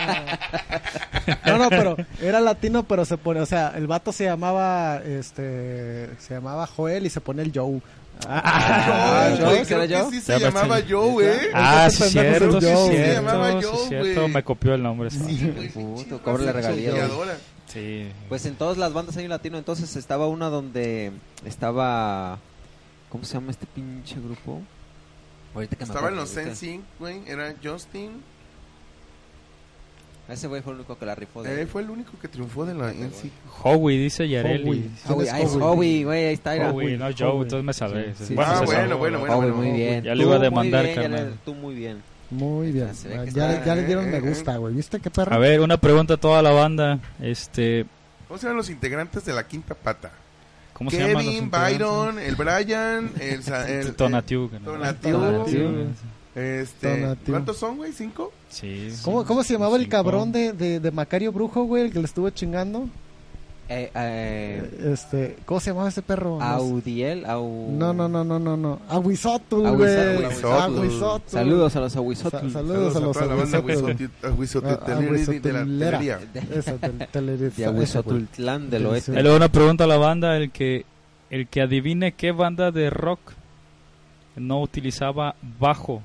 [SPEAKER 2] Alberto. no, no, pero era latino, pero se pone, o sea, el vato se llamaba, este, se llamaba Joel y se pone el Joe.
[SPEAKER 4] Ah,
[SPEAKER 1] Joe,
[SPEAKER 4] Joe,
[SPEAKER 1] güey,
[SPEAKER 4] ¿será
[SPEAKER 1] creo
[SPEAKER 4] Joe?
[SPEAKER 1] que sí se
[SPEAKER 5] Ya me
[SPEAKER 1] llamaba
[SPEAKER 5] estoy-
[SPEAKER 1] Joe, ¿eh?
[SPEAKER 5] Ah, sí,
[SPEAKER 2] Entonces,
[SPEAKER 5] cierto,
[SPEAKER 2] pendejo,
[SPEAKER 5] sí,
[SPEAKER 2] es Joe.
[SPEAKER 1] Se llamaba
[SPEAKER 5] cierto,
[SPEAKER 1] Joe,
[SPEAKER 5] sí, cierto.
[SPEAKER 1] güey.
[SPEAKER 5] Me copió el nombre. esa madre.
[SPEAKER 1] Sí, güey,
[SPEAKER 4] Puto,
[SPEAKER 1] pinche
[SPEAKER 4] cóbrale
[SPEAKER 1] raza
[SPEAKER 4] regalías.
[SPEAKER 1] choteadora.
[SPEAKER 5] Sí.
[SPEAKER 4] Pues en todas las bandas hay un latino. Entonces estaba una donde estaba. ¿Cómo se llama este pinche grupo? Ahorita que me
[SPEAKER 1] Estaba en
[SPEAKER 4] acuerdo,
[SPEAKER 1] los
[SPEAKER 4] ahorita.
[SPEAKER 1] Sensi, güey, era Justin.
[SPEAKER 4] Ese güey fue el único que la rifó. De
[SPEAKER 1] Eh, fue el único que triunfó de la
[SPEAKER 4] Fíjate,
[SPEAKER 1] NSYNC.
[SPEAKER 5] Howie, dice Yareli.
[SPEAKER 2] Howie.
[SPEAKER 4] Howie,
[SPEAKER 5] Howie,
[SPEAKER 2] ¿Quién
[SPEAKER 4] ah,
[SPEAKER 2] es
[SPEAKER 4] es Howie, güey, ahí está. era.
[SPEAKER 2] Howie,
[SPEAKER 5] no Joe,
[SPEAKER 2] Howie.
[SPEAKER 5] entonces me salvé.
[SPEAKER 2] Sí, sí,
[SPEAKER 5] Bueno,
[SPEAKER 1] Ah,
[SPEAKER 5] se
[SPEAKER 1] bueno,
[SPEAKER 5] salvó.
[SPEAKER 1] bueno, bueno.
[SPEAKER 4] Howie,
[SPEAKER 1] bueno.
[SPEAKER 4] muy bien.
[SPEAKER 5] Ya le iba a
[SPEAKER 4] Tú, muy
[SPEAKER 5] demandar,
[SPEAKER 4] bien, ya le-
[SPEAKER 5] carnal.
[SPEAKER 4] Tú muy bien.
[SPEAKER 2] Muy bien.
[SPEAKER 4] Se ve que
[SPEAKER 2] Ya,
[SPEAKER 4] está- eh,
[SPEAKER 2] le- ya le dieron me gusta, güey. ¿Viste qué perro?
[SPEAKER 5] A ver, una pregunta a toda la banda. Este,
[SPEAKER 1] ¿Cómo se llaman los integrantes de la quinta pata?
[SPEAKER 5] ¿Cómo se llaman? los
[SPEAKER 1] Kevin,
[SPEAKER 5] integrantes?
[SPEAKER 1] Byron, el Brian, el.
[SPEAKER 5] <laughs>
[SPEAKER 1] Sa- el- el-
[SPEAKER 5] Tonatiu. que no-
[SPEAKER 1] Tonatiu.
[SPEAKER 5] Tonatiu.
[SPEAKER 1] Este,
[SPEAKER 2] Tonatiu.
[SPEAKER 1] ¿Cuántos son, güey? ¿Cinco?
[SPEAKER 5] Sí.
[SPEAKER 2] ¿Cómo, ¿Cómo se llamaba el
[SPEAKER 5] Cinco.
[SPEAKER 2] cabrón de, de, de Macario Brujo, güey? El que le estuvo chingando.
[SPEAKER 4] Eh, eh,
[SPEAKER 2] Este, ¿Cómo se llamaba ese perro? No sé.
[SPEAKER 4] Audiel, Au...
[SPEAKER 2] No, no, no, no, no, no. Aguisotu,
[SPEAKER 4] Aguisotu,
[SPEAKER 2] güey.
[SPEAKER 1] Aguisotu.
[SPEAKER 2] Aguisotu.
[SPEAKER 4] Saludos a los
[SPEAKER 2] Sa-
[SPEAKER 4] Aguisotul. <laughs>
[SPEAKER 2] saludos a los
[SPEAKER 1] toda la banda
[SPEAKER 2] Aguisotu.
[SPEAKER 1] Huizotitlán de la
[SPEAKER 2] Aguizotilera.
[SPEAKER 1] Telería.
[SPEAKER 2] Esa, tel- teleriza-
[SPEAKER 4] de
[SPEAKER 2] esa, güey.
[SPEAKER 4] Aguisotutlán del oeste.
[SPEAKER 5] Ahí le va una pregunta a la banda. El que, el que adivine qué banda de rock no utilizaba bajo.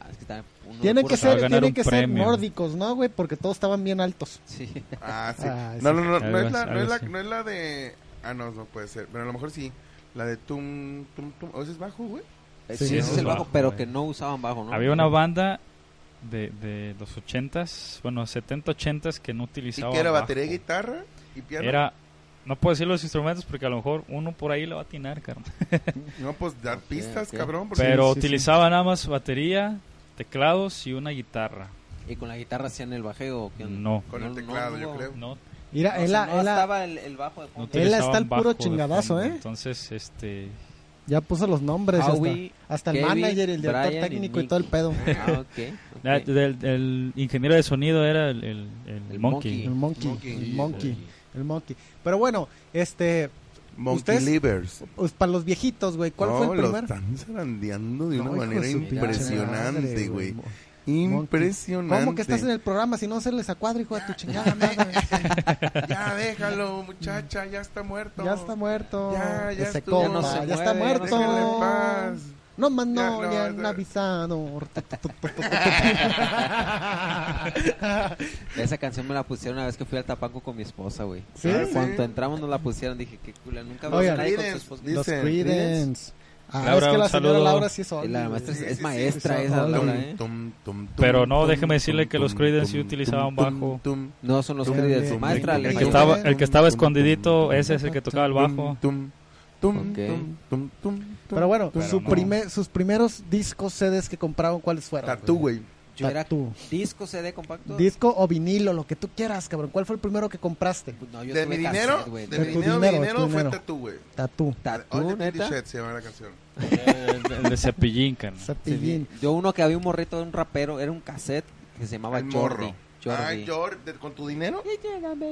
[SPEAKER 4] Ah, es que está uno
[SPEAKER 2] Tienen
[SPEAKER 4] puro
[SPEAKER 2] que
[SPEAKER 5] se va a
[SPEAKER 2] ser,
[SPEAKER 4] saco.
[SPEAKER 5] ganar
[SPEAKER 2] tienen
[SPEAKER 5] un
[SPEAKER 2] que ser
[SPEAKER 5] premio.
[SPEAKER 2] nórdicos, ¿no, güey? Porque todos estaban bien altos.
[SPEAKER 4] Sí.
[SPEAKER 1] Ah, sí.
[SPEAKER 2] Ah,
[SPEAKER 1] No,
[SPEAKER 2] sí.
[SPEAKER 1] no, no, no
[SPEAKER 5] Algo
[SPEAKER 1] es la,
[SPEAKER 5] así,
[SPEAKER 1] no es la,
[SPEAKER 5] algo así.
[SPEAKER 1] no es la de. Ah, no, no puede ser. Pero a lo mejor sí. La de Tum, Tum, Tum. ¿O ese es bajo, güey?
[SPEAKER 4] Eh,
[SPEAKER 2] Sí,
[SPEAKER 4] sí, ese es el bajo,
[SPEAKER 5] bajo,
[SPEAKER 4] pero
[SPEAKER 5] güey.
[SPEAKER 4] que no usaban bajo, ¿no?
[SPEAKER 5] Había una banda de, de los 80s, bueno, 70, 80s que no
[SPEAKER 1] Sí,
[SPEAKER 5] utilizaba
[SPEAKER 1] que era
[SPEAKER 5] bajo.
[SPEAKER 1] batería, guitarra y piano.
[SPEAKER 5] Era, no puedo decir los instrumentos porque a lo mejor uno por ahí le va a atinar, carnal.
[SPEAKER 1] No, pues dar
[SPEAKER 4] Ok,
[SPEAKER 1] pistas,
[SPEAKER 4] ok.
[SPEAKER 1] cabrón. Porque
[SPEAKER 5] Pero
[SPEAKER 2] sí, sí.
[SPEAKER 5] utilizaba nada más batería, teclados y una guitarra.
[SPEAKER 4] ¿Y con la guitarra hacían el bajeo? ¿o qué onda?
[SPEAKER 5] No,
[SPEAKER 1] Con
[SPEAKER 4] No,
[SPEAKER 1] el
[SPEAKER 4] no,
[SPEAKER 1] teclado, yo
[SPEAKER 4] no.
[SPEAKER 1] creo.
[SPEAKER 5] no,
[SPEAKER 2] Mira,
[SPEAKER 4] No, o
[SPEAKER 2] él, la-
[SPEAKER 4] sea, no
[SPEAKER 2] él la-
[SPEAKER 4] estaba el, el bajo de
[SPEAKER 5] no
[SPEAKER 4] fondo.
[SPEAKER 2] Él está
[SPEAKER 5] utilizaban
[SPEAKER 2] al
[SPEAKER 5] bajo
[SPEAKER 2] puro
[SPEAKER 5] de
[SPEAKER 2] chingadazo,
[SPEAKER 5] fondo.
[SPEAKER 2] ¿eh?
[SPEAKER 5] Entonces, este,
[SPEAKER 2] ya puso los nombres. ya
[SPEAKER 4] Howie,
[SPEAKER 2] está. hasta el
[SPEAKER 4] Kevin,
[SPEAKER 2] manager y el director
[SPEAKER 4] Brian y
[SPEAKER 2] técnico y,
[SPEAKER 4] Nick.
[SPEAKER 2] todo el pedo.
[SPEAKER 4] Ah, ok.
[SPEAKER 5] <laughs>
[SPEAKER 4] ok.
[SPEAKER 5] la- del- el ingeniero de sonido era el, el, el
[SPEAKER 4] El
[SPEAKER 5] monkey.
[SPEAKER 2] El monkey,
[SPEAKER 1] Monkey.
[SPEAKER 2] el monkey, el monkey. Pero bueno, este,
[SPEAKER 1] Monkey
[SPEAKER 2] ¿Ustedes?
[SPEAKER 1] Livers.
[SPEAKER 2] pues para los viejitos, güey, ¿cuál fue el
[SPEAKER 1] No,
[SPEAKER 2] primer?
[SPEAKER 1] Lo están zarandeando de
[SPEAKER 2] No,
[SPEAKER 1] una
[SPEAKER 2] hijo de
[SPEAKER 1] manera
[SPEAKER 2] su pinche madre,
[SPEAKER 1] impresionante, güey.
[SPEAKER 2] Monkey.
[SPEAKER 1] Impresionante.
[SPEAKER 2] ¿Cómo que estás en el programa si no hacerles a cuadro, hijo de tu chingada
[SPEAKER 1] <laughs>
[SPEAKER 2] madre?
[SPEAKER 1] Ya déjalo, muchacha, ya está muerto.
[SPEAKER 2] ya está muerto.
[SPEAKER 1] Ya, ya
[SPEAKER 2] Que se
[SPEAKER 1] estuvo.
[SPEAKER 2] coma,
[SPEAKER 1] Ya no se
[SPEAKER 2] ya está
[SPEAKER 4] mueve, ya no
[SPEAKER 2] muerto.
[SPEAKER 4] se
[SPEAKER 1] Déjalo en paz.
[SPEAKER 2] No más no,
[SPEAKER 1] Ya, no,
[SPEAKER 2] le han
[SPEAKER 1] no. <laughs>
[SPEAKER 2] avisado. <laughs>
[SPEAKER 4] Esa canción me la pusieron una vez que fui al Tapanco con mi esposa, güey.
[SPEAKER 2] ¿Sí?
[SPEAKER 4] Ah,
[SPEAKER 1] ¿sí?
[SPEAKER 4] Cuando entramos nos la pusieron, dije, qué culo, nunca vi
[SPEAKER 2] Oigan,
[SPEAKER 4] a nadie con su esposa.
[SPEAKER 1] Dicen,
[SPEAKER 2] Los
[SPEAKER 1] dicen.
[SPEAKER 2] Creedence. Ah,
[SPEAKER 5] Laura,
[SPEAKER 2] es que la
[SPEAKER 5] un
[SPEAKER 2] señora
[SPEAKER 5] saludo.
[SPEAKER 2] Laura sí es
[SPEAKER 4] Y
[SPEAKER 2] obvio,
[SPEAKER 4] La
[SPEAKER 2] güey.
[SPEAKER 4] maestra es,
[SPEAKER 1] Sí,
[SPEAKER 4] es
[SPEAKER 1] sí,
[SPEAKER 4] maestra
[SPEAKER 2] sí, sí.
[SPEAKER 4] esa,
[SPEAKER 2] Tum,
[SPEAKER 4] Laura, ¿eh?
[SPEAKER 1] Tum, tum, tum,
[SPEAKER 5] Pero no,
[SPEAKER 1] tum,
[SPEAKER 5] déjeme
[SPEAKER 1] tum,
[SPEAKER 5] decirle que los
[SPEAKER 1] tum,
[SPEAKER 5] Creedence sí
[SPEAKER 1] tum,
[SPEAKER 5] utilizaban
[SPEAKER 1] tum,
[SPEAKER 5] bajo.
[SPEAKER 1] tum,
[SPEAKER 4] No son los
[SPEAKER 2] Tum,
[SPEAKER 4] Creeders,
[SPEAKER 2] tum,
[SPEAKER 4] su maestra.
[SPEAKER 1] tum,
[SPEAKER 4] le
[SPEAKER 5] El que
[SPEAKER 1] tum,
[SPEAKER 4] dijo.
[SPEAKER 5] estaba,
[SPEAKER 1] tum,
[SPEAKER 5] el que estaba
[SPEAKER 1] tum, tum,
[SPEAKER 5] escondidito,
[SPEAKER 1] tum,
[SPEAKER 5] ese es el que tocaba el bajo.
[SPEAKER 1] tum, tum,
[SPEAKER 4] Ok.
[SPEAKER 1] tum, tum, tum, tum,
[SPEAKER 2] Pero bueno,
[SPEAKER 5] Pero
[SPEAKER 2] su
[SPEAKER 5] no.
[SPEAKER 2] primer- sus primeros discos CDs que compraron, ¿cuáles fueron?
[SPEAKER 1] Tatú, güey.
[SPEAKER 4] Yo era
[SPEAKER 2] Tatú.
[SPEAKER 4] disco CD compacto.
[SPEAKER 2] Disco o vinilo, lo que tú quieras, cabrón. ¿Cuál fue el primero que compraste?
[SPEAKER 4] Pues No, yo
[SPEAKER 1] De
[SPEAKER 4] tuve
[SPEAKER 1] mi dinero,
[SPEAKER 4] cassette, güey,
[SPEAKER 1] de
[SPEAKER 2] De
[SPEAKER 1] mi
[SPEAKER 2] tu
[SPEAKER 1] dinero, mi
[SPEAKER 2] dinero,
[SPEAKER 1] dinero
[SPEAKER 2] tu
[SPEAKER 1] fue
[SPEAKER 2] dinero.
[SPEAKER 1] tatú, güey.
[SPEAKER 2] Tatú.
[SPEAKER 1] All the
[SPEAKER 4] Tatú, neta.
[SPEAKER 1] Pretty Shit se llama la canción.
[SPEAKER 5] <laughs> El, el de Cepillín, carnal.
[SPEAKER 2] Cepillín.
[SPEAKER 4] Yo uno que había un morrito de un rapero, era un cassette que se llamaba
[SPEAKER 1] El
[SPEAKER 4] Jordi.
[SPEAKER 1] morro. Ah,
[SPEAKER 4] Jordi.
[SPEAKER 1] Jordi, ¿de- ¿con tu dinero?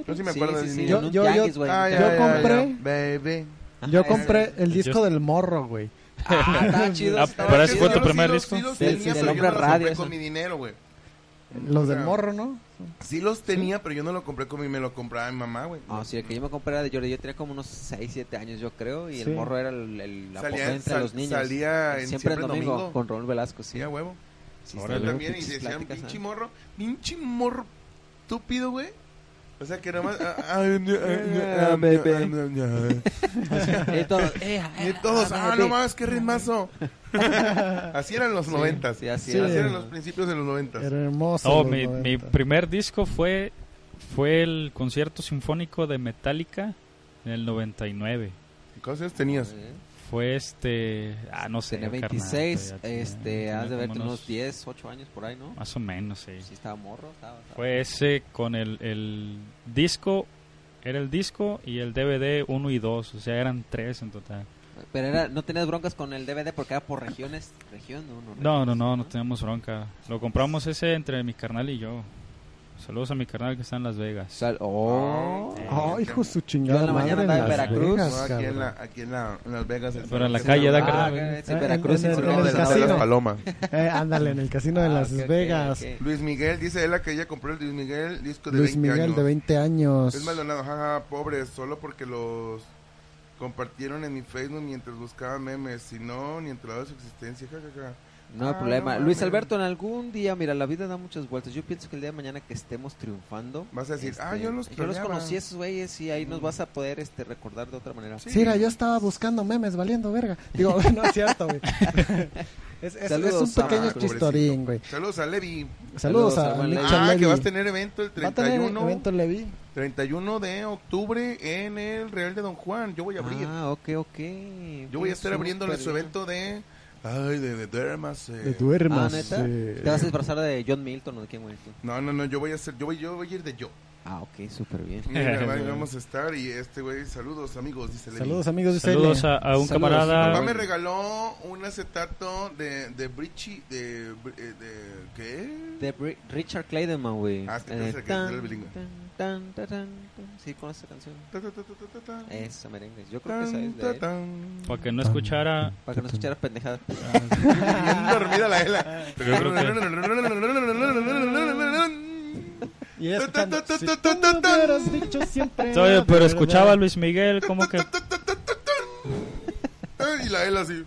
[SPEAKER 1] Yo sí me acuerdo del
[SPEAKER 4] sí,
[SPEAKER 1] niño.
[SPEAKER 4] en
[SPEAKER 2] Yo-
[SPEAKER 4] un
[SPEAKER 2] yo- yo-
[SPEAKER 4] tianguis, güey,
[SPEAKER 1] Ah,
[SPEAKER 4] en
[SPEAKER 1] ya,
[SPEAKER 2] Yo
[SPEAKER 4] un
[SPEAKER 1] ya,
[SPEAKER 4] tianguis.
[SPEAKER 1] ya,
[SPEAKER 2] compré-
[SPEAKER 1] Baby.
[SPEAKER 4] Ajá,
[SPEAKER 2] Yo
[SPEAKER 4] ese.
[SPEAKER 2] compré el disco
[SPEAKER 5] Yo-
[SPEAKER 2] del morro, güey.
[SPEAKER 4] Ah, está chido.
[SPEAKER 5] Ah,
[SPEAKER 4] está
[SPEAKER 5] pero ese
[SPEAKER 4] chido.
[SPEAKER 5] fue
[SPEAKER 1] Yo
[SPEAKER 5] tu
[SPEAKER 1] los-
[SPEAKER 5] primer
[SPEAKER 1] sí los-
[SPEAKER 5] disco.
[SPEAKER 1] Sí los
[SPEAKER 4] Del-
[SPEAKER 1] tenía,
[SPEAKER 4] del
[SPEAKER 1] pero yo
[SPEAKER 4] hombre
[SPEAKER 1] no los
[SPEAKER 4] radio,
[SPEAKER 1] compré con
[SPEAKER 4] ese.
[SPEAKER 1] mi dinero, güey.
[SPEAKER 2] Los
[SPEAKER 1] Ah.
[SPEAKER 2] del morro, ¿no?
[SPEAKER 1] Sí los tenía, pero yo no los compré con mi, me lo compraba mi mamá, güey.
[SPEAKER 4] No, sí, el que yo me compré era de Jordi. Yo tenía como unos 6, 7 años, yo creo. Y
[SPEAKER 2] Sí.
[SPEAKER 4] el morro era el, el- la
[SPEAKER 1] Salía-
[SPEAKER 4] popó entre
[SPEAKER 1] sal-
[SPEAKER 4] los niños.
[SPEAKER 1] salía en Siempre
[SPEAKER 4] siempre en
[SPEAKER 1] en
[SPEAKER 4] domingo,
[SPEAKER 1] Domingo.
[SPEAKER 4] con Raúl Velasco. Sí,
[SPEAKER 1] Sí, a huevo.
[SPEAKER 4] Sí,
[SPEAKER 5] Órale.
[SPEAKER 1] Yo
[SPEAKER 4] está bien,
[SPEAKER 1] también, y
[SPEAKER 4] pinches
[SPEAKER 1] decían,
[SPEAKER 4] pláticas,
[SPEAKER 1] pinche
[SPEAKER 4] ¿eh? <laughs>
[SPEAKER 1] morro, pinche morro estúpido, güey. O sea, que nomás... ah, ah, no, ah, no, ah, no, ah,
[SPEAKER 4] Y todos, eh,
[SPEAKER 1] no. Y todos, ah,
[SPEAKER 4] baby.
[SPEAKER 1] no más, qué ritmazo.
[SPEAKER 2] <laughs>
[SPEAKER 1] Así eran los noventas.
[SPEAKER 4] sí, así
[SPEAKER 1] así
[SPEAKER 2] era.
[SPEAKER 1] eran los principios de los noventas.
[SPEAKER 2] Era hermoso.
[SPEAKER 5] No,
[SPEAKER 2] los
[SPEAKER 5] mi, mi
[SPEAKER 2] 90.
[SPEAKER 5] primer disco fue, fue el concierto sinfónico de Metallica en el 99.
[SPEAKER 1] ¿Cuántos años tenías?
[SPEAKER 4] Eh,
[SPEAKER 5] Fue este. Ah, no sé.
[SPEAKER 4] Tenía
[SPEAKER 5] carnal,
[SPEAKER 4] 26,
[SPEAKER 5] ya tenía-
[SPEAKER 4] este,
[SPEAKER 5] tenía
[SPEAKER 4] has de
[SPEAKER 5] como
[SPEAKER 4] haber tenido unos 10, 8 años por ahí, ¿no?
[SPEAKER 5] Más o menos, sí.
[SPEAKER 4] Sí, estaba morro, estaba... estaba-
[SPEAKER 5] Fue ese con el, el disco. Era el disco y el DVD 1 y 2. O sea, eran tres en total.
[SPEAKER 4] Pero era, no tenías broncas con el DVD porque era por regiones, región uno.
[SPEAKER 5] No, no, no, no tenemos bronca. Lo compramos ese entre mi carnal y yo. Saludos a mi carnal que está en Las Vegas.
[SPEAKER 4] Sal- oh.
[SPEAKER 1] Sí.
[SPEAKER 2] Oh, hijo de su
[SPEAKER 4] Yo
[SPEAKER 2] chingada.
[SPEAKER 4] en la mañana
[SPEAKER 2] madre,
[SPEAKER 4] andaba en
[SPEAKER 2] Las
[SPEAKER 4] Veracruz.
[SPEAKER 2] Vegas,
[SPEAKER 1] No, aquí en,
[SPEAKER 2] cabrón.
[SPEAKER 1] la, aquí en, la, en Las Vegas.
[SPEAKER 5] Pero en la calle, ¿verdad,
[SPEAKER 4] Ah,
[SPEAKER 5] carnal?
[SPEAKER 4] es en
[SPEAKER 2] Ah, en
[SPEAKER 4] Veracruz, en
[SPEAKER 2] el-
[SPEAKER 1] No,
[SPEAKER 4] Sonora
[SPEAKER 2] en
[SPEAKER 4] de
[SPEAKER 2] el
[SPEAKER 4] la
[SPEAKER 1] de las
[SPEAKER 2] casino. <laughs>
[SPEAKER 1] palomas.
[SPEAKER 2] Eh, ándale, en el casino de
[SPEAKER 4] Ah,
[SPEAKER 2] Las
[SPEAKER 4] ok, ok,
[SPEAKER 2] Vegas.
[SPEAKER 4] ok.
[SPEAKER 1] Luis Miguel dice él que ella compró el Luis Miguel disco de
[SPEAKER 2] Luis
[SPEAKER 1] 20
[SPEAKER 2] Miguel
[SPEAKER 1] años.
[SPEAKER 2] de 20 años.
[SPEAKER 1] Es Maldonado, jaja, pobre, solo porque los compartieron en mi Facebook mientras buscaba memes, si no, ni enterado de su existencia, jajaja.
[SPEAKER 4] No
[SPEAKER 1] Ah,
[SPEAKER 4] hay problema.
[SPEAKER 1] no
[SPEAKER 4] Luis
[SPEAKER 1] mames.
[SPEAKER 4] Alberto, en algún día, mira, la vida da muchas vueltas. Yo pienso que el día de mañana que estemos triunfando. este,
[SPEAKER 1] Vas a decir, ah, yo los troleaba.
[SPEAKER 4] conocí a esos güeyes y ahí nos vas a poder este, recordar de otra manera.
[SPEAKER 2] Sí, mira, yo estaba buscando memes valiendo verga. Digo, <laughs> no es cierto, güey.
[SPEAKER 6] Es, es-
[SPEAKER 4] Saludos,
[SPEAKER 2] es un
[SPEAKER 4] Sam.
[SPEAKER 2] pequeño
[SPEAKER 4] Ah, pobrecito.
[SPEAKER 2] chistorín, güey.
[SPEAKER 1] Saludos a Levi.
[SPEAKER 2] Saludos,
[SPEAKER 4] Saludos al
[SPEAKER 2] a
[SPEAKER 4] buen
[SPEAKER 2] Nick
[SPEAKER 4] Levi.
[SPEAKER 1] Ah,
[SPEAKER 2] Levi.
[SPEAKER 1] que vas a tener evento el
[SPEAKER 2] Va a tener
[SPEAKER 1] 31,
[SPEAKER 2] evento
[SPEAKER 4] Eh,
[SPEAKER 2] Levi.
[SPEAKER 1] 31 de octubre en el Real de Don Juan. Yo voy a abrir.
[SPEAKER 4] Ah, ok, ok.
[SPEAKER 1] yo voy a estar abriéndole su evento de... Ay, de, de Dermas. eh.
[SPEAKER 2] De duermas.
[SPEAKER 4] Ah, ¿neta?
[SPEAKER 2] eh.
[SPEAKER 4] Te vas a disfrazar de John Milton o de quién, güey. tú?
[SPEAKER 1] No, no, no, yo voy a hacer, yo voy, yo voy a ir de yo.
[SPEAKER 4] <laughs> Ah, ok, súper bien.
[SPEAKER 1] Y la verdad, vamos a estar y este güey, saludos amigos, dice Levi.
[SPEAKER 2] Saludos, amigos de
[SPEAKER 5] Saludos
[SPEAKER 2] CL.
[SPEAKER 5] a, a un
[SPEAKER 4] Saludos.
[SPEAKER 1] Papá
[SPEAKER 5] camarada.
[SPEAKER 1] me regaló un acetato de, de Brichi, de, eh, de- ¿qué?
[SPEAKER 4] <laughs> De Bri- Richard Clayderman, güey. Eh,
[SPEAKER 1] Ah, es que tú eres el que es el bilingüe.
[SPEAKER 4] tan, tan, tan, tan. Sí, con esa canción.
[SPEAKER 1] Ta, ta, ta, ta, ta, ta.
[SPEAKER 4] Esa merengue. Yo creo que esa
[SPEAKER 1] Tan,
[SPEAKER 4] es de
[SPEAKER 1] ta,
[SPEAKER 4] él.
[SPEAKER 1] tan.
[SPEAKER 5] Para que no escuchara.
[SPEAKER 4] Para que no escucharas pendejadas.
[SPEAKER 1] Bien dormida la Ela.
[SPEAKER 5] Pero yo creo que-
[SPEAKER 1] <laughs>
[SPEAKER 6] y ella escuchando,
[SPEAKER 1] Ta, ta, ta,
[SPEAKER 6] "Si
[SPEAKER 1] ta,
[SPEAKER 6] tú
[SPEAKER 1] ta, ta,
[SPEAKER 6] me
[SPEAKER 1] ta".
[SPEAKER 6] hubieras dicho siempre
[SPEAKER 5] Oye,
[SPEAKER 6] la
[SPEAKER 5] pero
[SPEAKER 6] verdad".
[SPEAKER 5] escuchaba a Luis Miguel, como que.
[SPEAKER 1] Y la Ela así.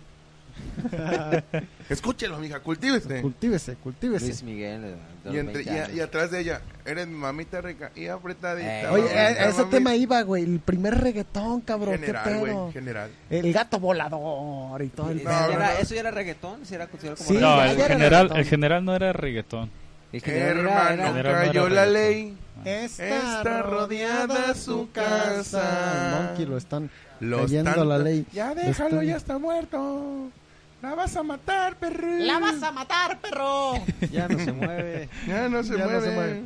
[SPEAKER 1] Escúchelo, mija, cultívese.
[SPEAKER 2] Cultívese, cultívese.
[SPEAKER 4] Luis Miguel. eh, de- de los
[SPEAKER 1] Y, entre-
[SPEAKER 4] 20
[SPEAKER 1] y a-
[SPEAKER 4] años.
[SPEAKER 1] y atrás de ella, eres mi mamita rica y apretadita.
[SPEAKER 4] Eh,
[SPEAKER 2] Oye,
[SPEAKER 1] mamita,
[SPEAKER 2] a, a ese
[SPEAKER 1] mami.
[SPEAKER 2] tema iba, güey. El primer reggaetón, cabrón. ¿Qué
[SPEAKER 1] General,
[SPEAKER 2] pedo?
[SPEAKER 1] güey, general.
[SPEAKER 2] El gato volador y todo el
[SPEAKER 4] Eh,
[SPEAKER 1] No,
[SPEAKER 4] ya
[SPEAKER 1] no,
[SPEAKER 4] era-
[SPEAKER 1] no.
[SPEAKER 4] ¿Eso ya era reggaetón? ¿Sí era considerado como
[SPEAKER 2] Sí,
[SPEAKER 5] No,
[SPEAKER 2] ya-
[SPEAKER 5] el
[SPEAKER 2] ya era
[SPEAKER 5] general,
[SPEAKER 2] reggaetón.
[SPEAKER 5] el general no era reggaetón.
[SPEAKER 4] El general era- era-
[SPEAKER 1] Hermano,
[SPEAKER 5] era-
[SPEAKER 1] cayó
[SPEAKER 5] era-
[SPEAKER 1] la ley.
[SPEAKER 2] Está,
[SPEAKER 1] Está rodeada su casa.
[SPEAKER 2] Al Monkey lo están
[SPEAKER 1] Los
[SPEAKER 2] leyendo
[SPEAKER 1] tantos-
[SPEAKER 2] la ley.
[SPEAKER 1] Ya
[SPEAKER 2] Los
[SPEAKER 1] déjalo,
[SPEAKER 2] tan-
[SPEAKER 1] ya está muerto. La vas a matar, perro.
[SPEAKER 6] matar, perro!
[SPEAKER 4] Ya no se mueve.
[SPEAKER 1] Ya no se
[SPEAKER 2] Ya no
[SPEAKER 1] mueve.
[SPEAKER 2] se mueve.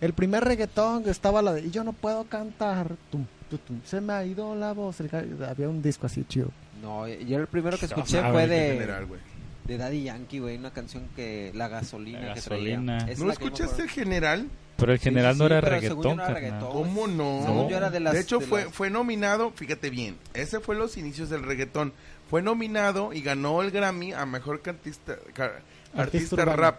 [SPEAKER 2] El primer reggaetón que estaba la de Y yo no puedo cantar. Tum, tu, tum, se me ha ido la voz. El ga- había un disco así chido.
[SPEAKER 4] No, yo el primero que
[SPEAKER 5] No
[SPEAKER 4] escuché
[SPEAKER 5] mames,
[SPEAKER 4] fue
[SPEAKER 5] qué
[SPEAKER 4] de,
[SPEAKER 1] General, ah, güey.
[SPEAKER 4] de Daddy Yankee, güey. Una canción que. La gasolina,
[SPEAKER 5] La
[SPEAKER 4] que
[SPEAKER 5] gasolina.
[SPEAKER 4] traía. Esa
[SPEAKER 1] ¿No
[SPEAKER 4] es la que yo me
[SPEAKER 1] escuchaste el
[SPEAKER 4] acuerdo.
[SPEAKER 1] general?
[SPEAKER 5] Pero el general
[SPEAKER 4] sí,
[SPEAKER 5] no era
[SPEAKER 4] pero según yo
[SPEAKER 5] reggaetón,
[SPEAKER 4] no era
[SPEAKER 5] carnal.
[SPEAKER 4] reggaetón.
[SPEAKER 1] ¿Cómo no?
[SPEAKER 5] Según yo
[SPEAKER 4] era de las-
[SPEAKER 1] De hecho,
[SPEAKER 4] de
[SPEAKER 1] fue,
[SPEAKER 4] las-
[SPEAKER 1] fue nominado, fíjate bien, ese fue los inicios del reggaetón. Fue nominado y ganó el Grammy a Mejor Cantista, ca-
[SPEAKER 2] Artista
[SPEAKER 1] artista
[SPEAKER 2] urbano.
[SPEAKER 1] Rap.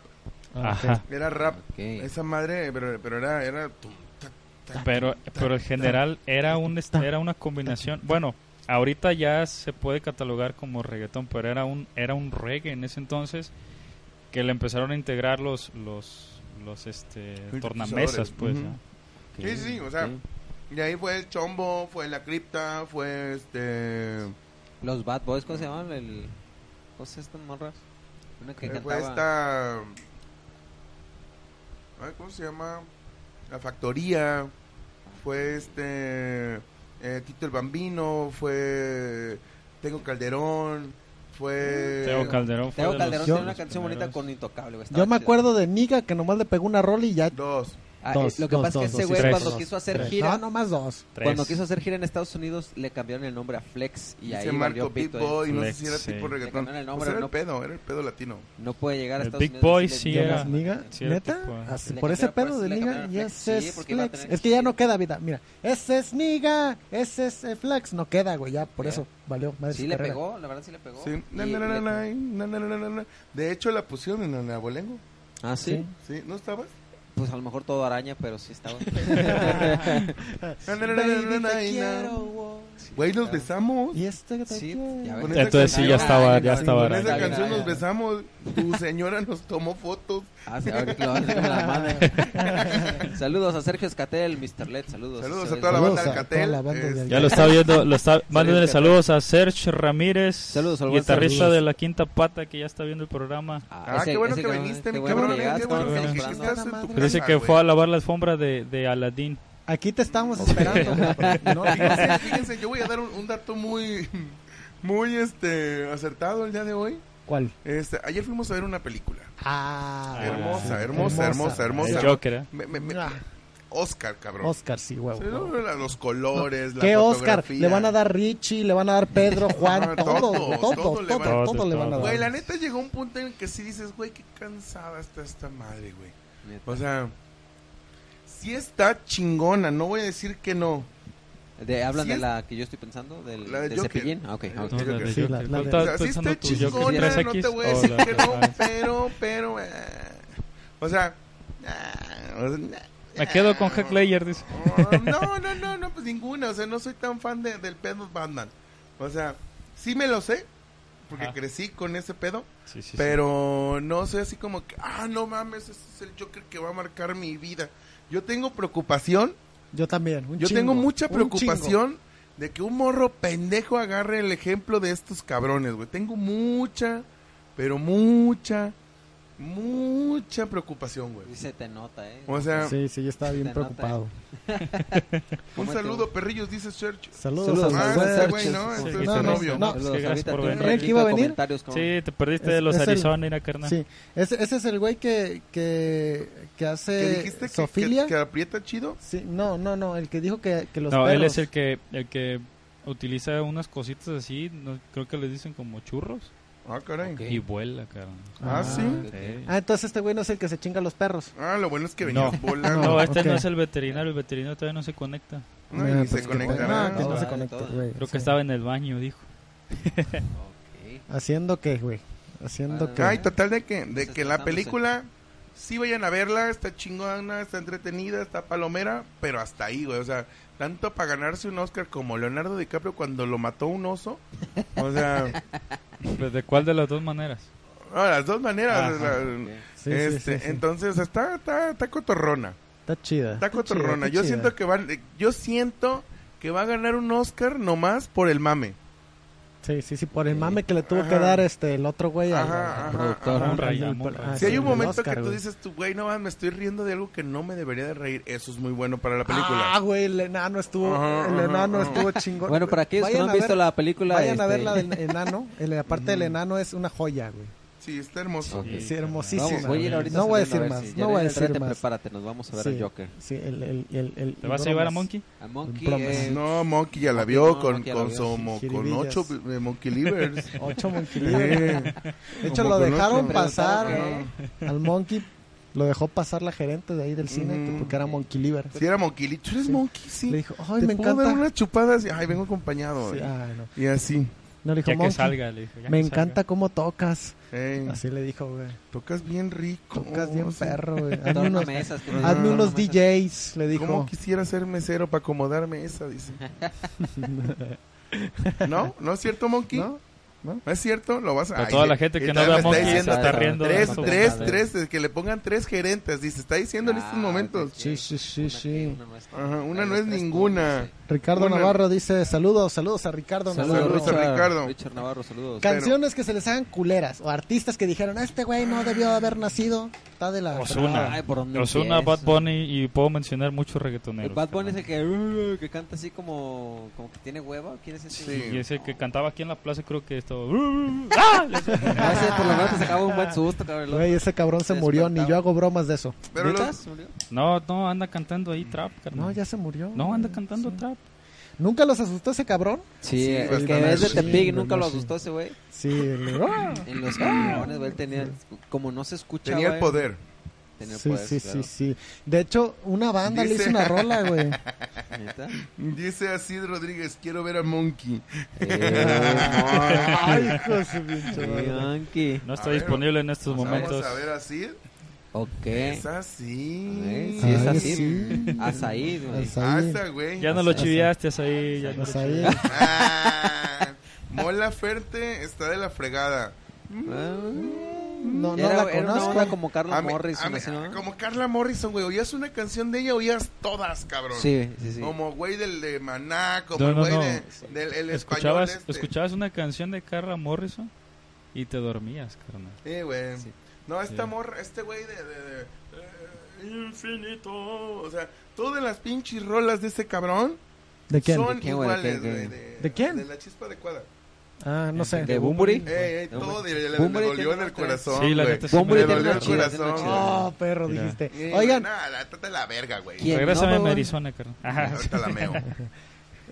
[SPEAKER 5] Ajá.
[SPEAKER 1] Era rap.
[SPEAKER 4] Ok.
[SPEAKER 1] Esa madre, pero, pero era... era tum, ta, ta,
[SPEAKER 5] Pero, pero el general era, un, est- era una combinación. Bueno, ahorita ya se puede catalogar como reggaetón, pero era un, era un reggae en ese entonces que le empezaron a integrar los, los, los este,
[SPEAKER 1] Sintetizadores,
[SPEAKER 5] tornamesas, pues.
[SPEAKER 1] ujú.
[SPEAKER 5] ¿no?
[SPEAKER 4] Ok,
[SPEAKER 1] Sí, sí, o sea,
[SPEAKER 4] ok.
[SPEAKER 1] Y ahí fue el chombo, fue la cripta, fue este...
[SPEAKER 4] Los Bad Boys, ¿cómo se llaman? El... ¿Cómo se llaman estas morras? Una que
[SPEAKER 1] Eh, fue esta...
[SPEAKER 4] cantaba.
[SPEAKER 1] ay, ¿Cómo se llama? La factoría, fue este... eh, Tito el Bambino, fue... Tengo Calderón, fue...
[SPEAKER 5] Teo Calderón fue
[SPEAKER 4] Teo
[SPEAKER 5] de
[SPEAKER 4] Calderón
[SPEAKER 5] los-
[SPEAKER 4] tiene
[SPEAKER 5] de
[SPEAKER 4] una
[SPEAKER 5] los
[SPEAKER 4] canción
[SPEAKER 5] primeros.
[SPEAKER 4] bonita con Intocable, güey. estaba
[SPEAKER 2] Yo me
[SPEAKER 4] chida.
[SPEAKER 2] acuerdo de Niga que nomás le pegó una rola y ya.
[SPEAKER 1] Dos.
[SPEAKER 4] Ah,
[SPEAKER 2] Dos,
[SPEAKER 4] eh, lo que
[SPEAKER 2] dos,
[SPEAKER 4] pasa
[SPEAKER 2] dos,
[SPEAKER 4] es que ese
[SPEAKER 2] dos,
[SPEAKER 4] güey,
[SPEAKER 5] tres.
[SPEAKER 4] cuando
[SPEAKER 5] Dos,
[SPEAKER 4] quiso hacer
[SPEAKER 2] Tres.
[SPEAKER 4] gira.
[SPEAKER 2] No, nomás dos.
[SPEAKER 5] Tres.
[SPEAKER 4] Cuando quiso hacer gira en Estados Unidos, le cambiaron el nombre a Flex y
[SPEAKER 1] Dice
[SPEAKER 4] ahí
[SPEAKER 1] Marco
[SPEAKER 4] valió
[SPEAKER 1] Big
[SPEAKER 4] pito. eh.
[SPEAKER 1] Boy, no sé
[SPEAKER 5] Flex,
[SPEAKER 1] si era
[SPEAKER 5] sí.
[SPEAKER 1] tipo
[SPEAKER 5] Le
[SPEAKER 1] reggaetón.
[SPEAKER 4] cambiaron el
[SPEAKER 1] Pues
[SPEAKER 4] nombre,
[SPEAKER 1] era el
[SPEAKER 4] ¿no?
[SPEAKER 1] pedo, era el pedo latino.
[SPEAKER 4] No puede llegar a
[SPEAKER 5] El
[SPEAKER 4] Estados
[SPEAKER 5] Big
[SPEAKER 4] Unidos.
[SPEAKER 5] Boy
[SPEAKER 4] decirle,
[SPEAKER 5] sí
[SPEAKER 4] "Yo
[SPEAKER 5] era".
[SPEAKER 2] Jonas
[SPEAKER 4] las
[SPEAKER 2] Niga,
[SPEAKER 5] Sí, era
[SPEAKER 2] neta,
[SPEAKER 5] tipo, ah.
[SPEAKER 2] Así,
[SPEAKER 4] Le
[SPEAKER 2] por ese
[SPEAKER 4] cambiaron,
[SPEAKER 2] pedo
[SPEAKER 4] pues,
[SPEAKER 2] de
[SPEAKER 4] le
[SPEAKER 2] Niga,
[SPEAKER 4] cambiaron
[SPEAKER 2] y
[SPEAKER 4] Flex,
[SPEAKER 2] ese
[SPEAKER 4] sí,
[SPEAKER 2] es
[SPEAKER 4] porque iba a
[SPEAKER 2] Flex.
[SPEAKER 4] tener que
[SPEAKER 2] Es que ya
[SPEAKER 4] ser.
[SPEAKER 2] no queda vida, mira, ese es Niga, ese es eh, Flex, no queda, güey, ya, por
[SPEAKER 4] Ya.
[SPEAKER 2] eso, valió, madre
[SPEAKER 4] Sí,
[SPEAKER 2] su
[SPEAKER 4] le
[SPEAKER 2] carrera.
[SPEAKER 4] pegó, la verdad sí le pegó.
[SPEAKER 1] Sí.
[SPEAKER 4] Y
[SPEAKER 1] Na, na, na,
[SPEAKER 4] le-
[SPEAKER 1] na, na, na, na, na, na. De hecho, la pusieron en Anabolengo.
[SPEAKER 4] Ah, sí.
[SPEAKER 1] ¿Sí? ¿No estabas?
[SPEAKER 4] Pues a lo mejor todo araña, pero sí estaba.
[SPEAKER 1] Na, na, na, na, na,
[SPEAKER 4] Baby,
[SPEAKER 1] na, na.
[SPEAKER 4] te quiero, wow.
[SPEAKER 1] <laughs> Güey, nos
[SPEAKER 4] Ah.
[SPEAKER 1] besamos.
[SPEAKER 2] Y este que te
[SPEAKER 4] Sí,
[SPEAKER 2] quiere.
[SPEAKER 4] ya
[SPEAKER 1] Con
[SPEAKER 4] ves.
[SPEAKER 1] esa
[SPEAKER 5] Entonces sí, ya
[SPEAKER 1] canción-
[SPEAKER 5] estaba, ya
[SPEAKER 4] Ay,
[SPEAKER 5] estaba.
[SPEAKER 1] Con esa
[SPEAKER 4] Ay,
[SPEAKER 5] araña.
[SPEAKER 1] canción
[SPEAKER 4] ay,
[SPEAKER 1] nos
[SPEAKER 4] ay.
[SPEAKER 1] besamos. Tu señora nos tomó fotos.
[SPEAKER 4] Ah, sí, ahorita lo hace como la
[SPEAKER 1] <laughs>
[SPEAKER 4] madre. saludos a Sergio Escatel, Mr. Led, saludos.
[SPEAKER 1] Saludos
[SPEAKER 4] Ese
[SPEAKER 1] a toda la
[SPEAKER 4] güey.
[SPEAKER 1] banda
[SPEAKER 2] Saludos a toda
[SPEAKER 1] Alcatel.
[SPEAKER 2] la banda de
[SPEAKER 1] Este,
[SPEAKER 5] Ya lo está viendo, lo está mandándole
[SPEAKER 4] Sergio.
[SPEAKER 5] saludos a Serge Ramírez,
[SPEAKER 4] Saludos al buen
[SPEAKER 5] guitarrista
[SPEAKER 4] Sergio.
[SPEAKER 5] de la Quinta Pata que ya está viendo el programa.
[SPEAKER 1] Ah, qué bueno que
[SPEAKER 4] cabrón,
[SPEAKER 1] viniste,
[SPEAKER 4] qué
[SPEAKER 1] mi
[SPEAKER 4] bueno
[SPEAKER 1] cabrón.
[SPEAKER 4] que
[SPEAKER 1] eh,
[SPEAKER 4] llegaste,
[SPEAKER 1] Qué bueno
[SPEAKER 4] estamos
[SPEAKER 1] que que
[SPEAKER 4] esperando.
[SPEAKER 1] estás en tu
[SPEAKER 5] Pues dice
[SPEAKER 1] casa,
[SPEAKER 5] que
[SPEAKER 1] güey.
[SPEAKER 5] fue a lavar la alfombra de, de Aladín.
[SPEAKER 2] Aquí te estábamos esperando. cabrón.
[SPEAKER 4] <laughs>
[SPEAKER 2] No,
[SPEAKER 1] Fíjense, fíjense, yo voy a dar un, un dato muy, muy este, acertado el día de hoy.
[SPEAKER 2] ¿Cuál?
[SPEAKER 1] Este, ayer fuimos a ver una película.
[SPEAKER 2] Ah,
[SPEAKER 1] hermosa, hermosa, hermosa, hermosa.
[SPEAKER 5] El Joker, ¿eh?
[SPEAKER 1] Me- me- me-
[SPEAKER 2] Ah,
[SPEAKER 1] Oscar, cabrón.
[SPEAKER 2] Oscar, sí, huevo.
[SPEAKER 1] Sí, no, la- Los colores, la
[SPEAKER 2] ¿Qué Oscar?
[SPEAKER 1] fotografía.
[SPEAKER 2] Le van a dar Richie, le van a
[SPEAKER 1] <laughs>
[SPEAKER 2] dar Pedro,
[SPEAKER 1] Ah,
[SPEAKER 2] Juan, todo,
[SPEAKER 1] todos,
[SPEAKER 2] todo,
[SPEAKER 1] todos
[SPEAKER 2] todo,
[SPEAKER 1] le van
[SPEAKER 5] a-
[SPEAKER 2] todo le van a
[SPEAKER 1] Güey, la
[SPEAKER 2] dar.
[SPEAKER 1] neta llegó un punto en el que sí dices, güey, qué cansada está esta madre, güey.
[SPEAKER 4] Neta.
[SPEAKER 1] O sea, sí está chingona, no voy a decir que no.
[SPEAKER 4] De, ¿Hablan
[SPEAKER 1] Sí
[SPEAKER 4] de
[SPEAKER 1] es-
[SPEAKER 4] la que yo estoy pensando? ¿Del,
[SPEAKER 1] La de
[SPEAKER 4] del
[SPEAKER 1] Joker.
[SPEAKER 4] cepillín? Ah, ok, ok.
[SPEAKER 1] No, la de
[SPEAKER 2] Sí, la- la de-
[SPEAKER 1] O sea, Pues sí está chingona, no te voy a decir que no, pero, pero, eh, o sea, ah, o sea, nah,
[SPEAKER 5] Me quedo con
[SPEAKER 1] ah,
[SPEAKER 5] Hack Ledger, dice.
[SPEAKER 1] Oh,
[SPEAKER 5] <laughs>
[SPEAKER 1] No, no, no, no, pues ninguna. O sea, no soy tan fan de- del pedo Batman. O sea, sí me lo sé, porque
[SPEAKER 5] Ajá.
[SPEAKER 1] crecí con ese pedo,
[SPEAKER 5] Ah. Sí, sí, sí.
[SPEAKER 1] pero no soy así como que, ah, no mames, ese es el Joker que va a marcar mi vida. Yo tengo preocupación,
[SPEAKER 2] Yo también. un
[SPEAKER 1] yo
[SPEAKER 2] chingo,
[SPEAKER 1] tengo mucha
[SPEAKER 2] un
[SPEAKER 1] preocupación de que un morro pendejo agarre el ejemplo de estos cabrones, güey. Tengo mucha, pero mucha, mucha preocupación, güey.
[SPEAKER 4] Sí se te nota, ¿eh?
[SPEAKER 1] O
[SPEAKER 2] chingo.
[SPEAKER 1] sea,
[SPEAKER 2] Sí, sí, yo estaba bien
[SPEAKER 4] Se nota.
[SPEAKER 2] preocupado.
[SPEAKER 1] un
[SPEAKER 4] Cómete,
[SPEAKER 1] saludo, perrillos, dice Church.
[SPEAKER 2] Saludos,
[SPEAKER 4] Saludos,
[SPEAKER 2] a
[SPEAKER 1] Ah,
[SPEAKER 2] los
[SPEAKER 1] ese
[SPEAKER 2] Searchers.
[SPEAKER 1] güey, no,
[SPEAKER 5] Sí,
[SPEAKER 1] ese
[SPEAKER 5] sí,
[SPEAKER 1] es
[SPEAKER 5] sí,
[SPEAKER 1] novio.
[SPEAKER 5] sí,
[SPEAKER 2] No,
[SPEAKER 5] sí,
[SPEAKER 4] Saludos,
[SPEAKER 5] gracias
[SPEAKER 4] ahorita
[SPEAKER 5] por
[SPEAKER 4] tuve
[SPEAKER 5] venir.
[SPEAKER 4] un
[SPEAKER 2] ¿Creían que iba a venir?
[SPEAKER 4] comentarios con-
[SPEAKER 5] Sí, te perdiste
[SPEAKER 2] Es-
[SPEAKER 5] de los
[SPEAKER 2] es el-
[SPEAKER 5] Arizona, era carnal.
[SPEAKER 2] Sí, ese, ese es el güey que, que, que
[SPEAKER 1] ¿Qué
[SPEAKER 2] hace
[SPEAKER 1] dijiste? ¿Que-
[SPEAKER 2] eh, Sofilia.
[SPEAKER 1] Que, que aprieta chido?
[SPEAKER 2] Sí, no, no, no, el que dijo que, que los
[SPEAKER 5] no, él
[SPEAKER 2] perros-
[SPEAKER 5] es el que, el que utiliza unas cositas así, no- creo que les dicen como churros,
[SPEAKER 1] Ah, caray.
[SPEAKER 4] Ok.
[SPEAKER 5] y vuela, carnal.
[SPEAKER 1] Ah,
[SPEAKER 2] Ah,
[SPEAKER 1] sí.
[SPEAKER 4] ok.
[SPEAKER 5] Sí.
[SPEAKER 2] Ah, entonces este güey no es el que se chinga a los perros.
[SPEAKER 1] Ah, lo bueno es que venías
[SPEAKER 5] No.
[SPEAKER 1] volando.
[SPEAKER 5] <laughs> No, este
[SPEAKER 2] ok.
[SPEAKER 5] no es el veterinario, el veterinario todavía no se conecta.
[SPEAKER 1] No, y ni
[SPEAKER 2] Ah, pues
[SPEAKER 1] se
[SPEAKER 2] que-
[SPEAKER 1] conectará.
[SPEAKER 2] no, que no
[SPEAKER 4] Todo,
[SPEAKER 2] se
[SPEAKER 4] vale,
[SPEAKER 2] conecte,
[SPEAKER 4] todo.
[SPEAKER 2] güey.
[SPEAKER 5] Creo
[SPEAKER 2] Sí.
[SPEAKER 5] que estaba en el
[SPEAKER 1] <laughs>
[SPEAKER 5] baño, dijo.
[SPEAKER 4] Ok.
[SPEAKER 2] ¿Haciendo qué, güey? ¿Haciendo
[SPEAKER 4] Ah,
[SPEAKER 2] qué?
[SPEAKER 1] Ay, total de que, de
[SPEAKER 4] Se
[SPEAKER 1] que
[SPEAKER 4] está
[SPEAKER 1] la
[SPEAKER 4] dándose.
[SPEAKER 1] película, sí vayan a verla, está chingona, está entretenida, está palomera, pero hasta ahí, güey. O sea, tanto para ganarse un Oscar como Leonardo DiCaprio cuando lo mató un oso. O
[SPEAKER 2] <laughs>
[SPEAKER 1] sea,
[SPEAKER 5] Pues, ¿De cuál de las dos maneras?
[SPEAKER 1] no, las dos maneras.
[SPEAKER 5] Ajá,
[SPEAKER 1] o sea,
[SPEAKER 2] Sí, sí,
[SPEAKER 1] este,
[SPEAKER 2] sí, sí.
[SPEAKER 1] Entonces, está, está, está cotorrona.
[SPEAKER 2] Está chida.
[SPEAKER 1] Está
[SPEAKER 2] chida,
[SPEAKER 1] cotorrona.
[SPEAKER 2] está
[SPEAKER 1] Yo
[SPEAKER 2] chida.
[SPEAKER 1] siento que van, yo siento que va a ganar un Oscar nomás por el mame.
[SPEAKER 2] Sí, sí, sí, por el mame que le tuvo
[SPEAKER 1] Ajá.
[SPEAKER 2] que dar este el otro güey al-
[SPEAKER 1] Ajá,
[SPEAKER 2] al
[SPEAKER 1] ajá,
[SPEAKER 2] productor.
[SPEAKER 5] ajá.
[SPEAKER 2] Al-
[SPEAKER 5] Monraya, Monraya.
[SPEAKER 2] ah,
[SPEAKER 1] Si hay
[SPEAKER 2] sí,
[SPEAKER 1] un
[SPEAKER 2] del
[SPEAKER 1] momento
[SPEAKER 2] Oscar,
[SPEAKER 1] que tú
[SPEAKER 2] güey.
[SPEAKER 1] dices, tú, güey, no mames, me estoy riendo de algo que no me debería de reír. Eso es muy bueno para la
[SPEAKER 2] Ah,
[SPEAKER 1] película.
[SPEAKER 2] güey, el enano estuvo,
[SPEAKER 1] Ajá,
[SPEAKER 2] el
[SPEAKER 1] ajá,
[SPEAKER 2] enano
[SPEAKER 1] ajá.
[SPEAKER 2] estuvo chingón.
[SPEAKER 4] Bueno, para aquellos que
[SPEAKER 2] Vayan
[SPEAKER 4] no han
[SPEAKER 2] a
[SPEAKER 4] visto
[SPEAKER 2] ver-
[SPEAKER 4] la película...
[SPEAKER 2] Vayan a
[SPEAKER 4] este,
[SPEAKER 2] ver la
[SPEAKER 4] <laughs>
[SPEAKER 2] del enano, el- la parte del enano es una joya, güey.
[SPEAKER 1] Sí, está hermoso.
[SPEAKER 4] Ok.
[SPEAKER 2] Sí, hermosísima.
[SPEAKER 4] Vamos, voy a ir ahorita
[SPEAKER 2] No voy a
[SPEAKER 4] saliendo
[SPEAKER 2] decir
[SPEAKER 4] ver
[SPEAKER 2] más,
[SPEAKER 4] si ya
[SPEAKER 2] no voy a
[SPEAKER 4] viene el
[SPEAKER 2] decir
[SPEAKER 4] rete,
[SPEAKER 2] más.
[SPEAKER 4] Prepárate, nos vamos a ver
[SPEAKER 2] Sí.
[SPEAKER 4] al Joker.
[SPEAKER 2] Sí, el, el, el, el-
[SPEAKER 5] ¿Te vas a llevar a
[SPEAKER 2] bromas.
[SPEAKER 5] Monkey?
[SPEAKER 4] A Monkey...
[SPEAKER 2] Bromas.
[SPEAKER 4] eh,
[SPEAKER 1] No, Monkey ya la
[SPEAKER 4] Monkey
[SPEAKER 1] vio
[SPEAKER 4] no,
[SPEAKER 1] con,
[SPEAKER 4] Monkey ya la
[SPEAKER 1] con,
[SPEAKER 4] vio,
[SPEAKER 1] como-
[SPEAKER 2] sí,
[SPEAKER 1] con
[SPEAKER 2] jiribillas.
[SPEAKER 1] ocho eh, Monkey
[SPEAKER 2] <laughs>
[SPEAKER 1] Livers.
[SPEAKER 2] Ocho Monkey Libre.
[SPEAKER 1] Eh,
[SPEAKER 2] De hecho,
[SPEAKER 1] Como
[SPEAKER 2] lo
[SPEAKER 1] con
[SPEAKER 2] dejaron
[SPEAKER 1] otro.
[SPEAKER 2] pasar
[SPEAKER 4] Preguntaron,
[SPEAKER 2] eh, al Monkey. Lo dejó pasar la gerente de ahí del cine que
[SPEAKER 1] Ujú.
[SPEAKER 2] porque era Monkey Liver.
[SPEAKER 1] si era Monkey, Li- tú eres
[SPEAKER 2] Sí.
[SPEAKER 1] Monkey, Mm, sí.
[SPEAKER 2] Le dijo, ay,
[SPEAKER 1] Te
[SPEAKER 2] me
[SPEAKER 1] puedo dar
[SPEAKER 2] encanta.
[SPEAKER 1] unas chupadas y, ay, vengo acompañado.
[SPEAKER 2] Sí,
[SPEAKER 1] eh.
[SPEAKER 2] ah. ay, no.
[SPEAKER 1] Y así.
[SPEAKER 2] No, le dijo,
[SPEAKER 5] Ya que
[SPEAKER 2] "Monkey,
[SPEAKER 5] salga, le dijo.
[SPEAKER 2] me
[SPEAKER 5] ya que salga".
[SPEAKER 2] encanta cómo tocas.
[SPEAKER 1] eh,
[SPEAKER 2] Así le dijo, güey.
[SPEAKER 1] tocas bien rico.
[SPEAKER 2] Tocas bien
[SPEAKER 1] sí.
[SPEAKER 2] perro, güey. Hazme
[SPEAKER 4] Torna
[SPEAKER 2] unos,
[SPEAKER 4] mesas. que-
[SPEAKER 1] hazme
[SPEAKER 2] hazme
[SPEAKER 4] torna
[SPEAKER 2] unos
[SPEAKER 4] mesas.
[SPEAKER 2] DJs, le
[SPEAKER 1] ¿Cómo
[SPEAKER 2] dijo.
[SPEAKER 1] quisiera ser mesero para acomodarme esa?
[SPEAKER 2] <laughs>
[SPEAKER 1] Dice. ¿No? ¿No es cierto, Monkey?
[SPEAKER 2] ¿No?
[SPEAKER 1] ¿No es cierto? Lo vas a...
[SPEAKER 5] Pero
[SPEAKER 1] Ay,
[SPEAKER 5] toda la
[SPEAKER 1] le-
[SPEAKER 5] gente que
[SPEAKER 1] le-
[SPEAKER 5] no
[SPEAKER 1] le
[SPEAKER 5] ve a
[SPEAKER 1] está
[SPEAKER 5] Monkey se
[SPEAKER 1] diciendo,
[SPEAKER 5] está
[SPEAKER 4] hasta
[SPEAKER 5] riendo. de
[SPEAKER 1] Tres,
[SPEAKER 5] nosotros.
[SPEAKER 1] tres,
[SPEAKER 4] madre.
[SPEAKER 1] tres, eh, que le pongan tres gerentes, dice, está diciendo en estos
[SPEAKER 4] Ah,
[SPEAKER 1] momentos.
[SPEAKER 4] ok,
[SPEAKER 2] Sí, sí, sí,
[SPEAKER 4] Una
[SPEAKER 2] sí.
[SPEAKER 4] que- una no es-
[SPEAKER 1] Ajá, una
[SPEAKER 4] Ahí
[SPEAKER 1] no es
[SPEAKER 4] estás tú,
[SPEAKER 1] ninguna.
[SPEAKER 4] sí.
[SPEAKER 2] Ricardo
[SPEAKER 1] Una-
[SPEAKER 2] Navarro dice, saludos, saludos a Ricardo
[SPEAKER 4] Saludos,
[SPEAKER 2] Navarro.
[SPEAKER 1] Richard. a Ricardo.
[SPEAKER 4] Richard Navarro, saludos.
[SPEAKER 2] Canciones que se les hagan culeras o artistas que dijeron, este güey no debió haber nacido. Está de la...
[SPEAKER 5] Ozuna.
[SPEAKER 4] Ay, por donde
[SPEAKER 5] Ozuna, Bad
[SPEAKER 4] empiezo.
[SPEAKER 5] Bunny y puedo mencionar muchos
[SPEAKER 4] El
[SPEAKER 5] reggaetoneros.
[SPEAKER 4] Bad Bunny es
[SPEAKER 5] carnal.
[SPEAKER 4] el que, uh, que canta así como, como que tiene hueva. ¿Quién es ese?
[SPEAKER 1] Sí.
[SPEAKER 5] Y ese que cantaba aquí en la plaza creo
[SPEAKER 2] <laughs>
[SPEAKER 5] que estaba... ¡Ah!
[SPEAKER 4] <laughs> Ah, ese por lo menos te sacaba un buen susto, cabrón.
[SPEAKER 2] Güey, ese cabrón se
[SPEAKER 4] Se
[SPEAKER 2] murió, ni
[SPEAKER 4] despertaba.
[SPEAKER 2] yo hago bromas de eso.
[SPEAKER 1] Pero
[SPEAKER 4] ¿Neta?
[SPEAKER 1] los-
[SPEAKER 4] ¿Se murió?
[SPEAKER 5] No, no, anda cantando ahí trap, carnal.
[SPEAKER 2] No, ya se murió.
[SPEAKER 5] No, anda
[SPEAKER 2] güey.
[SPEAKER 5] cantando
[SPEAKER 2] Sí.
[SPEAKER 5] trap.
[SPEAKER 2] ¿Nunca los asustó ese cabrón?
[SPEAKER 4] Sí,
[SPEAKER 1] Sí,
[SPEAKER 4] el
[SPEAKER 1] bastante
[SPEAKER 4] que es de
[SPEAKER 1] machín,
[SPEAKER 4] Tepic,
[SPEAKER 2] güey,
[SPEAKER 4] nunca lo
[SPEAKER 2] machín.
[SPEAKER 4] asustó ese
[SPEAKER 1] <laughs>
[SPEAKER 4] güey.
[SPEAKER 2] Sí. el- ¡Ah!
[SPEAKER 4] En los camiones, güey, él tenía, el- como no se escuchaba.
[SPEAKER 1] tenía el
[SPEAKER 4] eh,
[SPEAKER 1] poder.
[SPEAKER 4] Tenía el
[SPEAKER 2] sí,
[SPEAKER 4] poder,
[SPEAKER 2] sí,
[SPEAKER 4] claro.
[SPEAKER 2] sí, sí. De hecho, una banda le
[SPEAKER 1] Dice-
[SPEAKER 2] hizo una rola, güey.
[SPEAKER 1] <laughs>
[SPEAKER 4] ¿Neta?
[SPEAKER 1] Dice así Rodríguez, quiero ver a Monkey.
[SPEAKER 4] Eh,
[SPEAKER 2] <laughs> Ay, hijo de su pinche
[SPEAKER 4] mon-
[SPEAKER 2] madre.
[SPEAKER 4] Yankee.
[SPEAKER 5] No está
[SPEAKER 1] A ver,
[SPEAKER 5] disponible en estos
[SPEAKER 1] Vamos
[SPEAKER 5] momentos. Eh.
[SPEAKER 1] a ver así. Es
[SPEAKER 4] Ok.
[SPEAKER 1] así.
[SPEAKER 4] Eh, sí, es
[SPEAKER 2] Ay,
[SPEAKER 4] así.
[SPEAKER 2] sí.
[SPEAKER 4] Azaí, güey.
[SPEAKER 1] Ah,
[SPEAKER 2] Azaí.
[SPEAKER 1] esa, güey.
[SPEAKER 5] Ya no lo chiviaste ahí. Ya no lo
[SPEAKER 2] Azaí.
[SPEAKER 1] Ah, Mola Ferte está de la fregada.
[SPEAKER 2] No, no
[SPEAKER 4] Ah, Era,
[SPEAKER 2] la
[SPEAKER 4] era una onda
[SPEAKER 2] conozco.
[SPEAKER 4] como Carlos
[SPEAKER 1] A mí- a
[SPEAKER 4] Morrison,
[SPEAKER 1] mí-
[SPEAKER 4] así, ¿no?
[SPEAKER 1] Como Carla Morrison, güey. Oías una canción de ella, oías todas, cabrón.
[SPEAKER 4] Sí, sí, sí.
[SPEAKER 1] Como güey del de Maná, como
[SPEAKER 5] No,
[SPEAKER 1] el
[SPEAKER 5] no,
[SPEAKER 1] güey
[SPEAKER 5] no.
[SPEAKER 1] de- del el español.
[SPEAKER 5] escuchabas,
[SPEAKER 1] este.
[SPEAKER 5] escuchabas una canción de Carla Morrison y te dormías, carnal.
[SPEAKER 1] Eh, güey.
[SPEAKER 4] Sí.
[SPEAKER 1] No, esta
[SPEAKER 5] Sí.
[SPEAKER 1] morra, este güey de, de- de, eh, infinito. O sea, todas las pinches rolas de ese cabrón
[SPEAKER 2] ¿De quién?
[SPEAKER 1] son
[SPEAKER 4] ¿De quién, güey? ¿De
[SPEAKER 1] iguales,
[SPEAKER 4] quién,
[SPEAKER 1] güey.
[SPEAKER 4] quién?
[SPEAKER 2] ¿De quién?
[SPEAKER 1] De la chispa adecuada.
[SPEAKER 2] Ah, no sé.
[SPEAKER 4] ¿De Bumburi?
[SPEAKER 1] Eh, eh,
[SPEAKER 4] No,
[SPEAKER 1] todo
[SPEAKER 4] güey.
[SPEAKER 1] de, le- le-
[SPEAKER 4] Bumburi
[SPEAKER 1] le dolió
[SPEAKER 4] tiene
[SPEAKER 1] en el
[SPEAKER 4] una
[SPEAKER 1] corazón.
[SPEAKER 5] Sí, la
[SPEAKER 1] güey.
[SPEAKER 5] neta sí
[SPEAKER 4] Bumburi
[SPEAKER 5] me
[SPEAKER 1] tiene
[SPEAKER 5] dolió
[SPEAKER 1] una
[SPEAKER 5] el
[SPEAKER 1] chida,
[SPEAKER 5] corazón.
[SPEAKER 1] tiene una chida.
[SPEAKER 2] Oh, perro,
[SPEAKER 5] Mira.
[SPEAKER 2] dijiste.
[SPEAKER 1] Eh,
[SPEAKER 2] Oigan,
[SPEAKER 1] Nada, la trata de la verga, güey.
[SPEAKER 4] ¿Quién?
[SPEAKER 5] Regrésame
[SPEAKER 4] No,
[SPEAKER 5] a
[SPEAKER 4] güey.
[SPEAKER 5] Arizona, carnal. Ajá.
[SPEAKER 2] <laughs>
[SPEAKER 1] Ahorita la meo.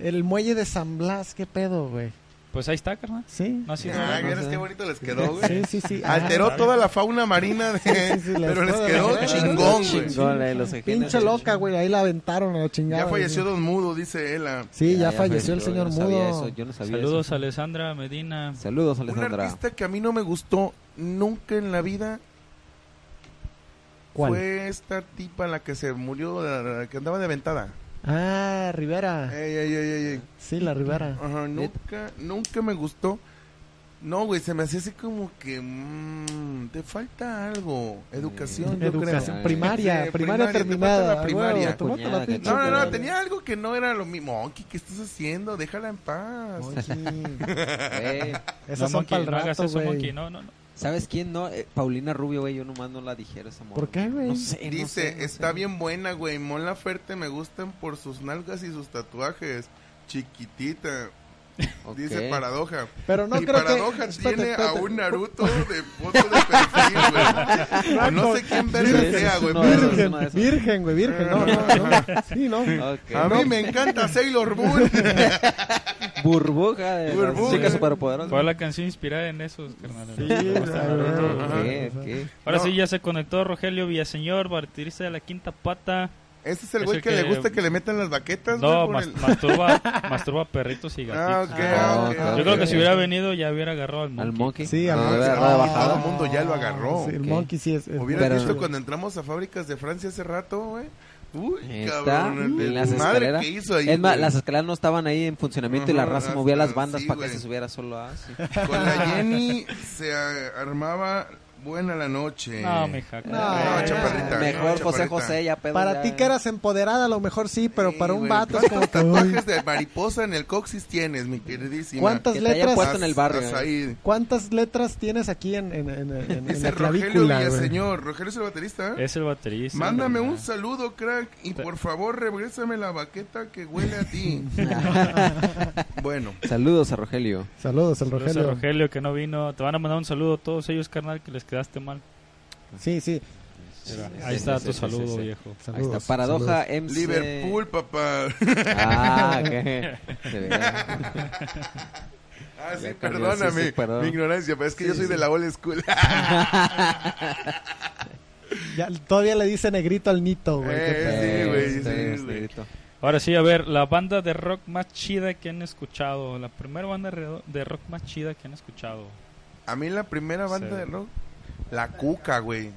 [SPEAKER 2] el muelle de San Blas, qué pedo, güey.
[SPEAKER 5] Pues ahí está, carnal.
[SPEAKER 2] Sí.
[SPEAKER 5] No ha sido
[SPEAKER 1] Ah,
[SPEAKER 5] nada.
[SPEAKER 1] ¿vieras qué bonito les quedó, güey?
[SPEAKER 2] Sí, sí, sí.
[SPEAKER 1] Alteró
[SPEAKER 2] Ah,
[SPEAKER 1] toda la fauna marina, de-
[SPEAKER 2] <laughs> sí, sí, les
[SPEAKER 1] pero les
[SPEAKER 2] puedo
[SPEAKER 1] quedó
[SPEAKER 2] imaginar.
[SPEAKER 1] chingón, güey.
[SPEAKER 4] Chingón,
[SPEAKER 2] eh,
[SPEAKER 4] la de los ejenes.
[SPEAKER 2] Pinche loca, güey. Ahí la aventaron a la chingada.
[SPEAKER 1] Ya falleció
[SPEAKER 2] güey.
[SPEAKER 1] Don Mudo, dice Ela.
[SPEAKER 2] Sí, ya, falleció el
[SPEAKER 4] yo
[SPEAKER 2] señor
[SPEAKER 4] no
[SPEAKER 2] mudo.
[SPEAKER 4] sabía eso, yo no sabía
[SPEAKER 5] Saludos
[SPEAKER 4] eso.
[SPEAKER 5] a Alessandra Medina.
[SPEAKER 4] Saludos,
[SPEAKER 1] Un
[SPEAKER 4] Alessandra.
[SPEAKER 1] artista que a mí no me gustó nunca en la vida
[SPEAKER 2] ¿Cuál?
[SPEAKER 1] fue esta tipa la que se murió, la- la que andaba de ventada.
[SPEAKER 2] Ah, Rivera.
[SPEAKER 1] Ey, ey, ey, ey, ey.
[SPEAKER 2] Sí, la Rivera.
[SPEAKER 1] Ajá, nunca, nunca me gustó. No, güey, se me hacía así como que mm, te falta algo. Educación, yo
[SPEAKER 2] Educación
[SPEAKER 1] creo.
[SPEAKER 2] primaria,
[SPEAKER 1] Sí,
[SPEAKER 2] primaria,
[SPEAKER 1] te falta
[SPEAKER 2] terminada.
[SPEAKER 1] la primaria.
[SPEAKER 2] Huevo, tomate la
[SPEAKER 4] Cuñada,
[SPEAKER 2] pinche
[SPEAKER 1] No, no, no,
[SPEAKER 2] primaria.
[SPEAKER 1] tenía algo que no era lo mismo. Monkey, ¿qué estás haciendo? Déjala en paz.
[SPEAKER 2] Oye,
[SPEAKER 4] Güey,
[SPEAKER 2] esas
[SPEAKER 5] No,
[SPEAKER 2] son
[SPEAKER 5] Monkey,
[SPEAKER 2] pa'l
[SPEAKER 5] no hagas
[SPEAKER 2] rato,
[SPEAKER 5] eso,
[SPEAKER 2] güey.
[SPEAKER 5] Monkey. No, no, no.
[SPEAKER 4] Eh, ¿Sabes quién no? Eh, Paulina Rubio, güey, yo nomás no la dijera esa morra.
[SPEAKER 2] ¿Por qué, güey?
[SPEAKER 4] No sé, no
[SPEAKER 1] Dice,
[SPEAKER 4] sé, no
[SPEAKER 1] está
[SPEAKER 4] sé.
[SPEAKER 1] bien buena, güey. Mon Laferte me gustan por sus nalgas y sus tatuajes. Chiquitita.
[SPEAKER 4] Ok.
[SPEAKER 1] Dice paradoja.
[SPEAKER 2] Pero no
[SPEAKER 1] y
[SPEAKER 2] creo
[SPEAKER 1] paradoja
[SPEAKER 2] que... espérate,
[SPEAKER 1] tiene
[SPEAKER 2] espérate.
[SPEAKER 1] a un Naruto de foto de perfil, güey. No sé quién verga
[SPEAKER 4] Virgen,
[SPEAKER 1] sea,
[SPEAKER 4] es
[SPEAKER 1] güey.
[SPEAKER 4] uno de
[SPEAKER 1] pero-
[SPEAKER 4] esos.
[SPEAKER 2] Virgen,
[SPEAKER 4] No, eso no.
[SPEAKER 2] virgen, güey, virgen. No, no, no. Sí, no.
[SPEAKER 4] Ok.
[SPEAKER 1] A mí me encanta Sailor Moon.
[SPEAKER 4] Burbuja de las
[SPEAKER 1] Burbuja.
[SPEAKER 4] chicas superpoderosas.
[SPEAKER 5] Fue la canción inspirada en esos, carnal.
[SPEAKER 2] Sí,
[SPEAKER 5] Me gusta
[SPEAKER 2] a
[SPEAKER 5] Naruto.
[SPEAKER 2] ver.
[SPEAKER 4] Ok, ok.
[SPEAKER 5] Ahora
[SPEAKER 1] No.
[SPEAKER 5] sí, ya se conectó Rogelio Villaseñor, martirista de la quinta pata.
[SPEAKER 1] Ese es el
[SPEAKER 5] Es
[SPEAKER 1] güey
[SPEAKER 5] el
[SPEAKER 1] que,
[SPEAKER 5] que-
[SPEAKER 1] le gusta que le metan las baquetas, güey.
[SPEAKER 5] No,
[SPEAKER 1] por
[SPEAKER 5] mas-
[SPEAKER 1] el- <laughs>
[SPEAKER 5] masturba, masturba perritos y
[SPEAKER 1] Ah,
[SPEAKER 5] gatitos.
[SPEAKER 1] ok,
[SPEAKER 4] Ah,
[SPEAKER 1] ah, ok,
[SPEAKER 4] ok,
[SPEAKER 1] ok.
[SPEAKER 5] Yo creo que si
[SPEAKER 4] sí.
[SPEAKER 5] hubiera venido ya hubiera agarrado al
[SPEAKER 4] Al
[SPEAKER 5] monkey.
[SPEAKER 4] monkey.
[SPEAKER 2] Sí, al
[SPEAKER 4] Ah,
[SPEAKER 1] monkey.
[SPEAKER 4] de verdad,
[SPEAKER 1] Ah,
[SPEAKER 4] bajada.
[SPEAKER 1] todo el mundo ya lo agarró.
[SPEAKER 2] Sí, el
[SPEAKER 4] Ok.
[SPEAKER 2] monkey sí es... es-
[SPEAKER 1] Hubieras
[SPEAKER 4] Pero-
[SPEAKER 1] visto cuando entramos a fábricas de Francia hace rato, güey. Uy,
[SPEAKER 4] Está
[SPEAKER 1] cabrón.
[SPEAKER 4] en
[SPEAKER 1] el
[SPEAKER 4] las
[SPEAKER 1] madre
[SPEAKER 4] escaleras.
[SPEAKER 1] que hizo ahí.
[SPEAKER 4] Es más,
[SPEAKER 1] güey.
[SPEAKER 4] las escaleras no estaban ahí en funcionamiento y la
[SPEAKER 1] Ajá,
[SPEAKER 4] raza
[SPEAKER 1] las-
[SPEAKER 4] movía las
[SPEAKER 1] las-
[SPEAKER 4] bandas
[SPEAKER 1] sí,
[SPEAKER 4] para que
[SPEAKER 1] güey.
[SPEAKER 4] se subiera solo a... sí.
[SPEAKER 1] Con la Jenny se a- armaba buena la noche.
[SPEAKER 5] No, mija.
[SPEAKER 2] No,
[SPEAKER 5] claro.
[SPEAKER 2] no, chaparrita.
[SPEAKER 4] Eh, Mejor
[SPEAKER 1] no,
[SPEAKER 4] José
[SPEAKER 1] Ah, chaparrita.
[SPEAKER 4] José ya pedo.
[SPEAKER 2] Para
[SPEAKER 4] ya.
[SPEAKER 2] ti que eras empoderada, a lo mejor sí, pero
[SPEAKER 1] Sí,
[SPEAKER 2] para un
[SPEAKER 1] güey.
[SPEAKER 2] vato es como
[SPEAKER 1] ¿Cuántos
[SPEAKER 2] que... uy,
[SPEAKER 1] tatuajes de mariposa en el coxis tienes, mi queridísima?
[SPEAKER 2] ¿Cuántas
[SPEAKER 4] Que te haya
[SPEAKER 2] letras?
[SPEAKER 4] puesto en el barrio. eh.
[SPEAKER 1] Haz- haz ahí.
[SPEAKER 2] ¿Cuántas letras tienes aquí en, en, en, en- eh? en
[SPEAKER 1] Dice
[SPEAKER 2] la
[SPEAKER 1] Rogelio
[SPEAKER 2] clavícula, güey?
[SPEAKER 1] Villaseñor. Rogelio es el baterista. ¿eh?
[SPEAKER 5] Es el baterista.
[SPEAKER 1] Mándame
[SPEAKER 5] carnal.
[SPEAKER 1] un saludo, crack, y por favor regrésame la baqueta que huele a
[SPEAKER 4] <laughs>
[SPEAKER 1] ti. bueno,
[SPEAKER 4] Saludos a Rogelio.
[SPEAKER 2] Saludos al
[SPEAKER 5] Saludos a
[SPEAKER 2] Rogelio.
[SPEAKER 5] Rogelio que no vino. Te van a mandar un saludo a todos ellos, carnal, que les quedaste mal.
[SPEAKER 2] Sí, sí.
[SPEAKER 5] Ahí
[SPEAKER 4] sí,
[SPEAKER 5] está
[SPEAKER 4] sí,
[SPEAKER 5] tu
[SPEAKER 4] sí,
[SPEAKER 5] saludo,
[SPEAKER 4] sí, sí.
[SPEAKER 5] viejo.
[SPEAKER 4] Ahí está.
[SPEAKER 2] Saludos.
[SPEAKER 4] Paradoja MC.
[SPEAKER 1] Liverpool,
[SPEAKER 4] <laughs>
[SPEAKER 1] papá.
[SPEAKER 4] Ah,
[SPEAKER 1] <laughs>
[SPEAKER 4] que se ve.
[SPEAKER 1] Ah, sí,
[SPEAKER 4] Ya cambió,
[SPEAKER 1] perdóname.
[SPEAKER 4] sí, sí, perdón.
[SPEAKER 1] Mi ignorancia, pero es que yo soy de la old school. <laughs>
[SPEAKER 2] saludos. Ya, todavía le dice negrito al nito, güey. qué
[SPEAKER 1] Eh,
[SPEAKER 2] pedo.
[SPEAKER 1] sí, güey,
[SPEAKER 4] Está
[SPEAKER 1] sí,
[SPEAKER 4] bien,
[SPEAKER 1] güey.
[SPEAKER 4] negrito.
[SPEAKER 5] Ahora sí, a ver, la banda de rock más chida que han escuchado. La primera banda re- de rock más chida que han escuchado.
[SPEAKER 1] A mí la primera banda
[SPEAKER 5] Sí.
[SPEAKER 1] de rock, la cuca, güey.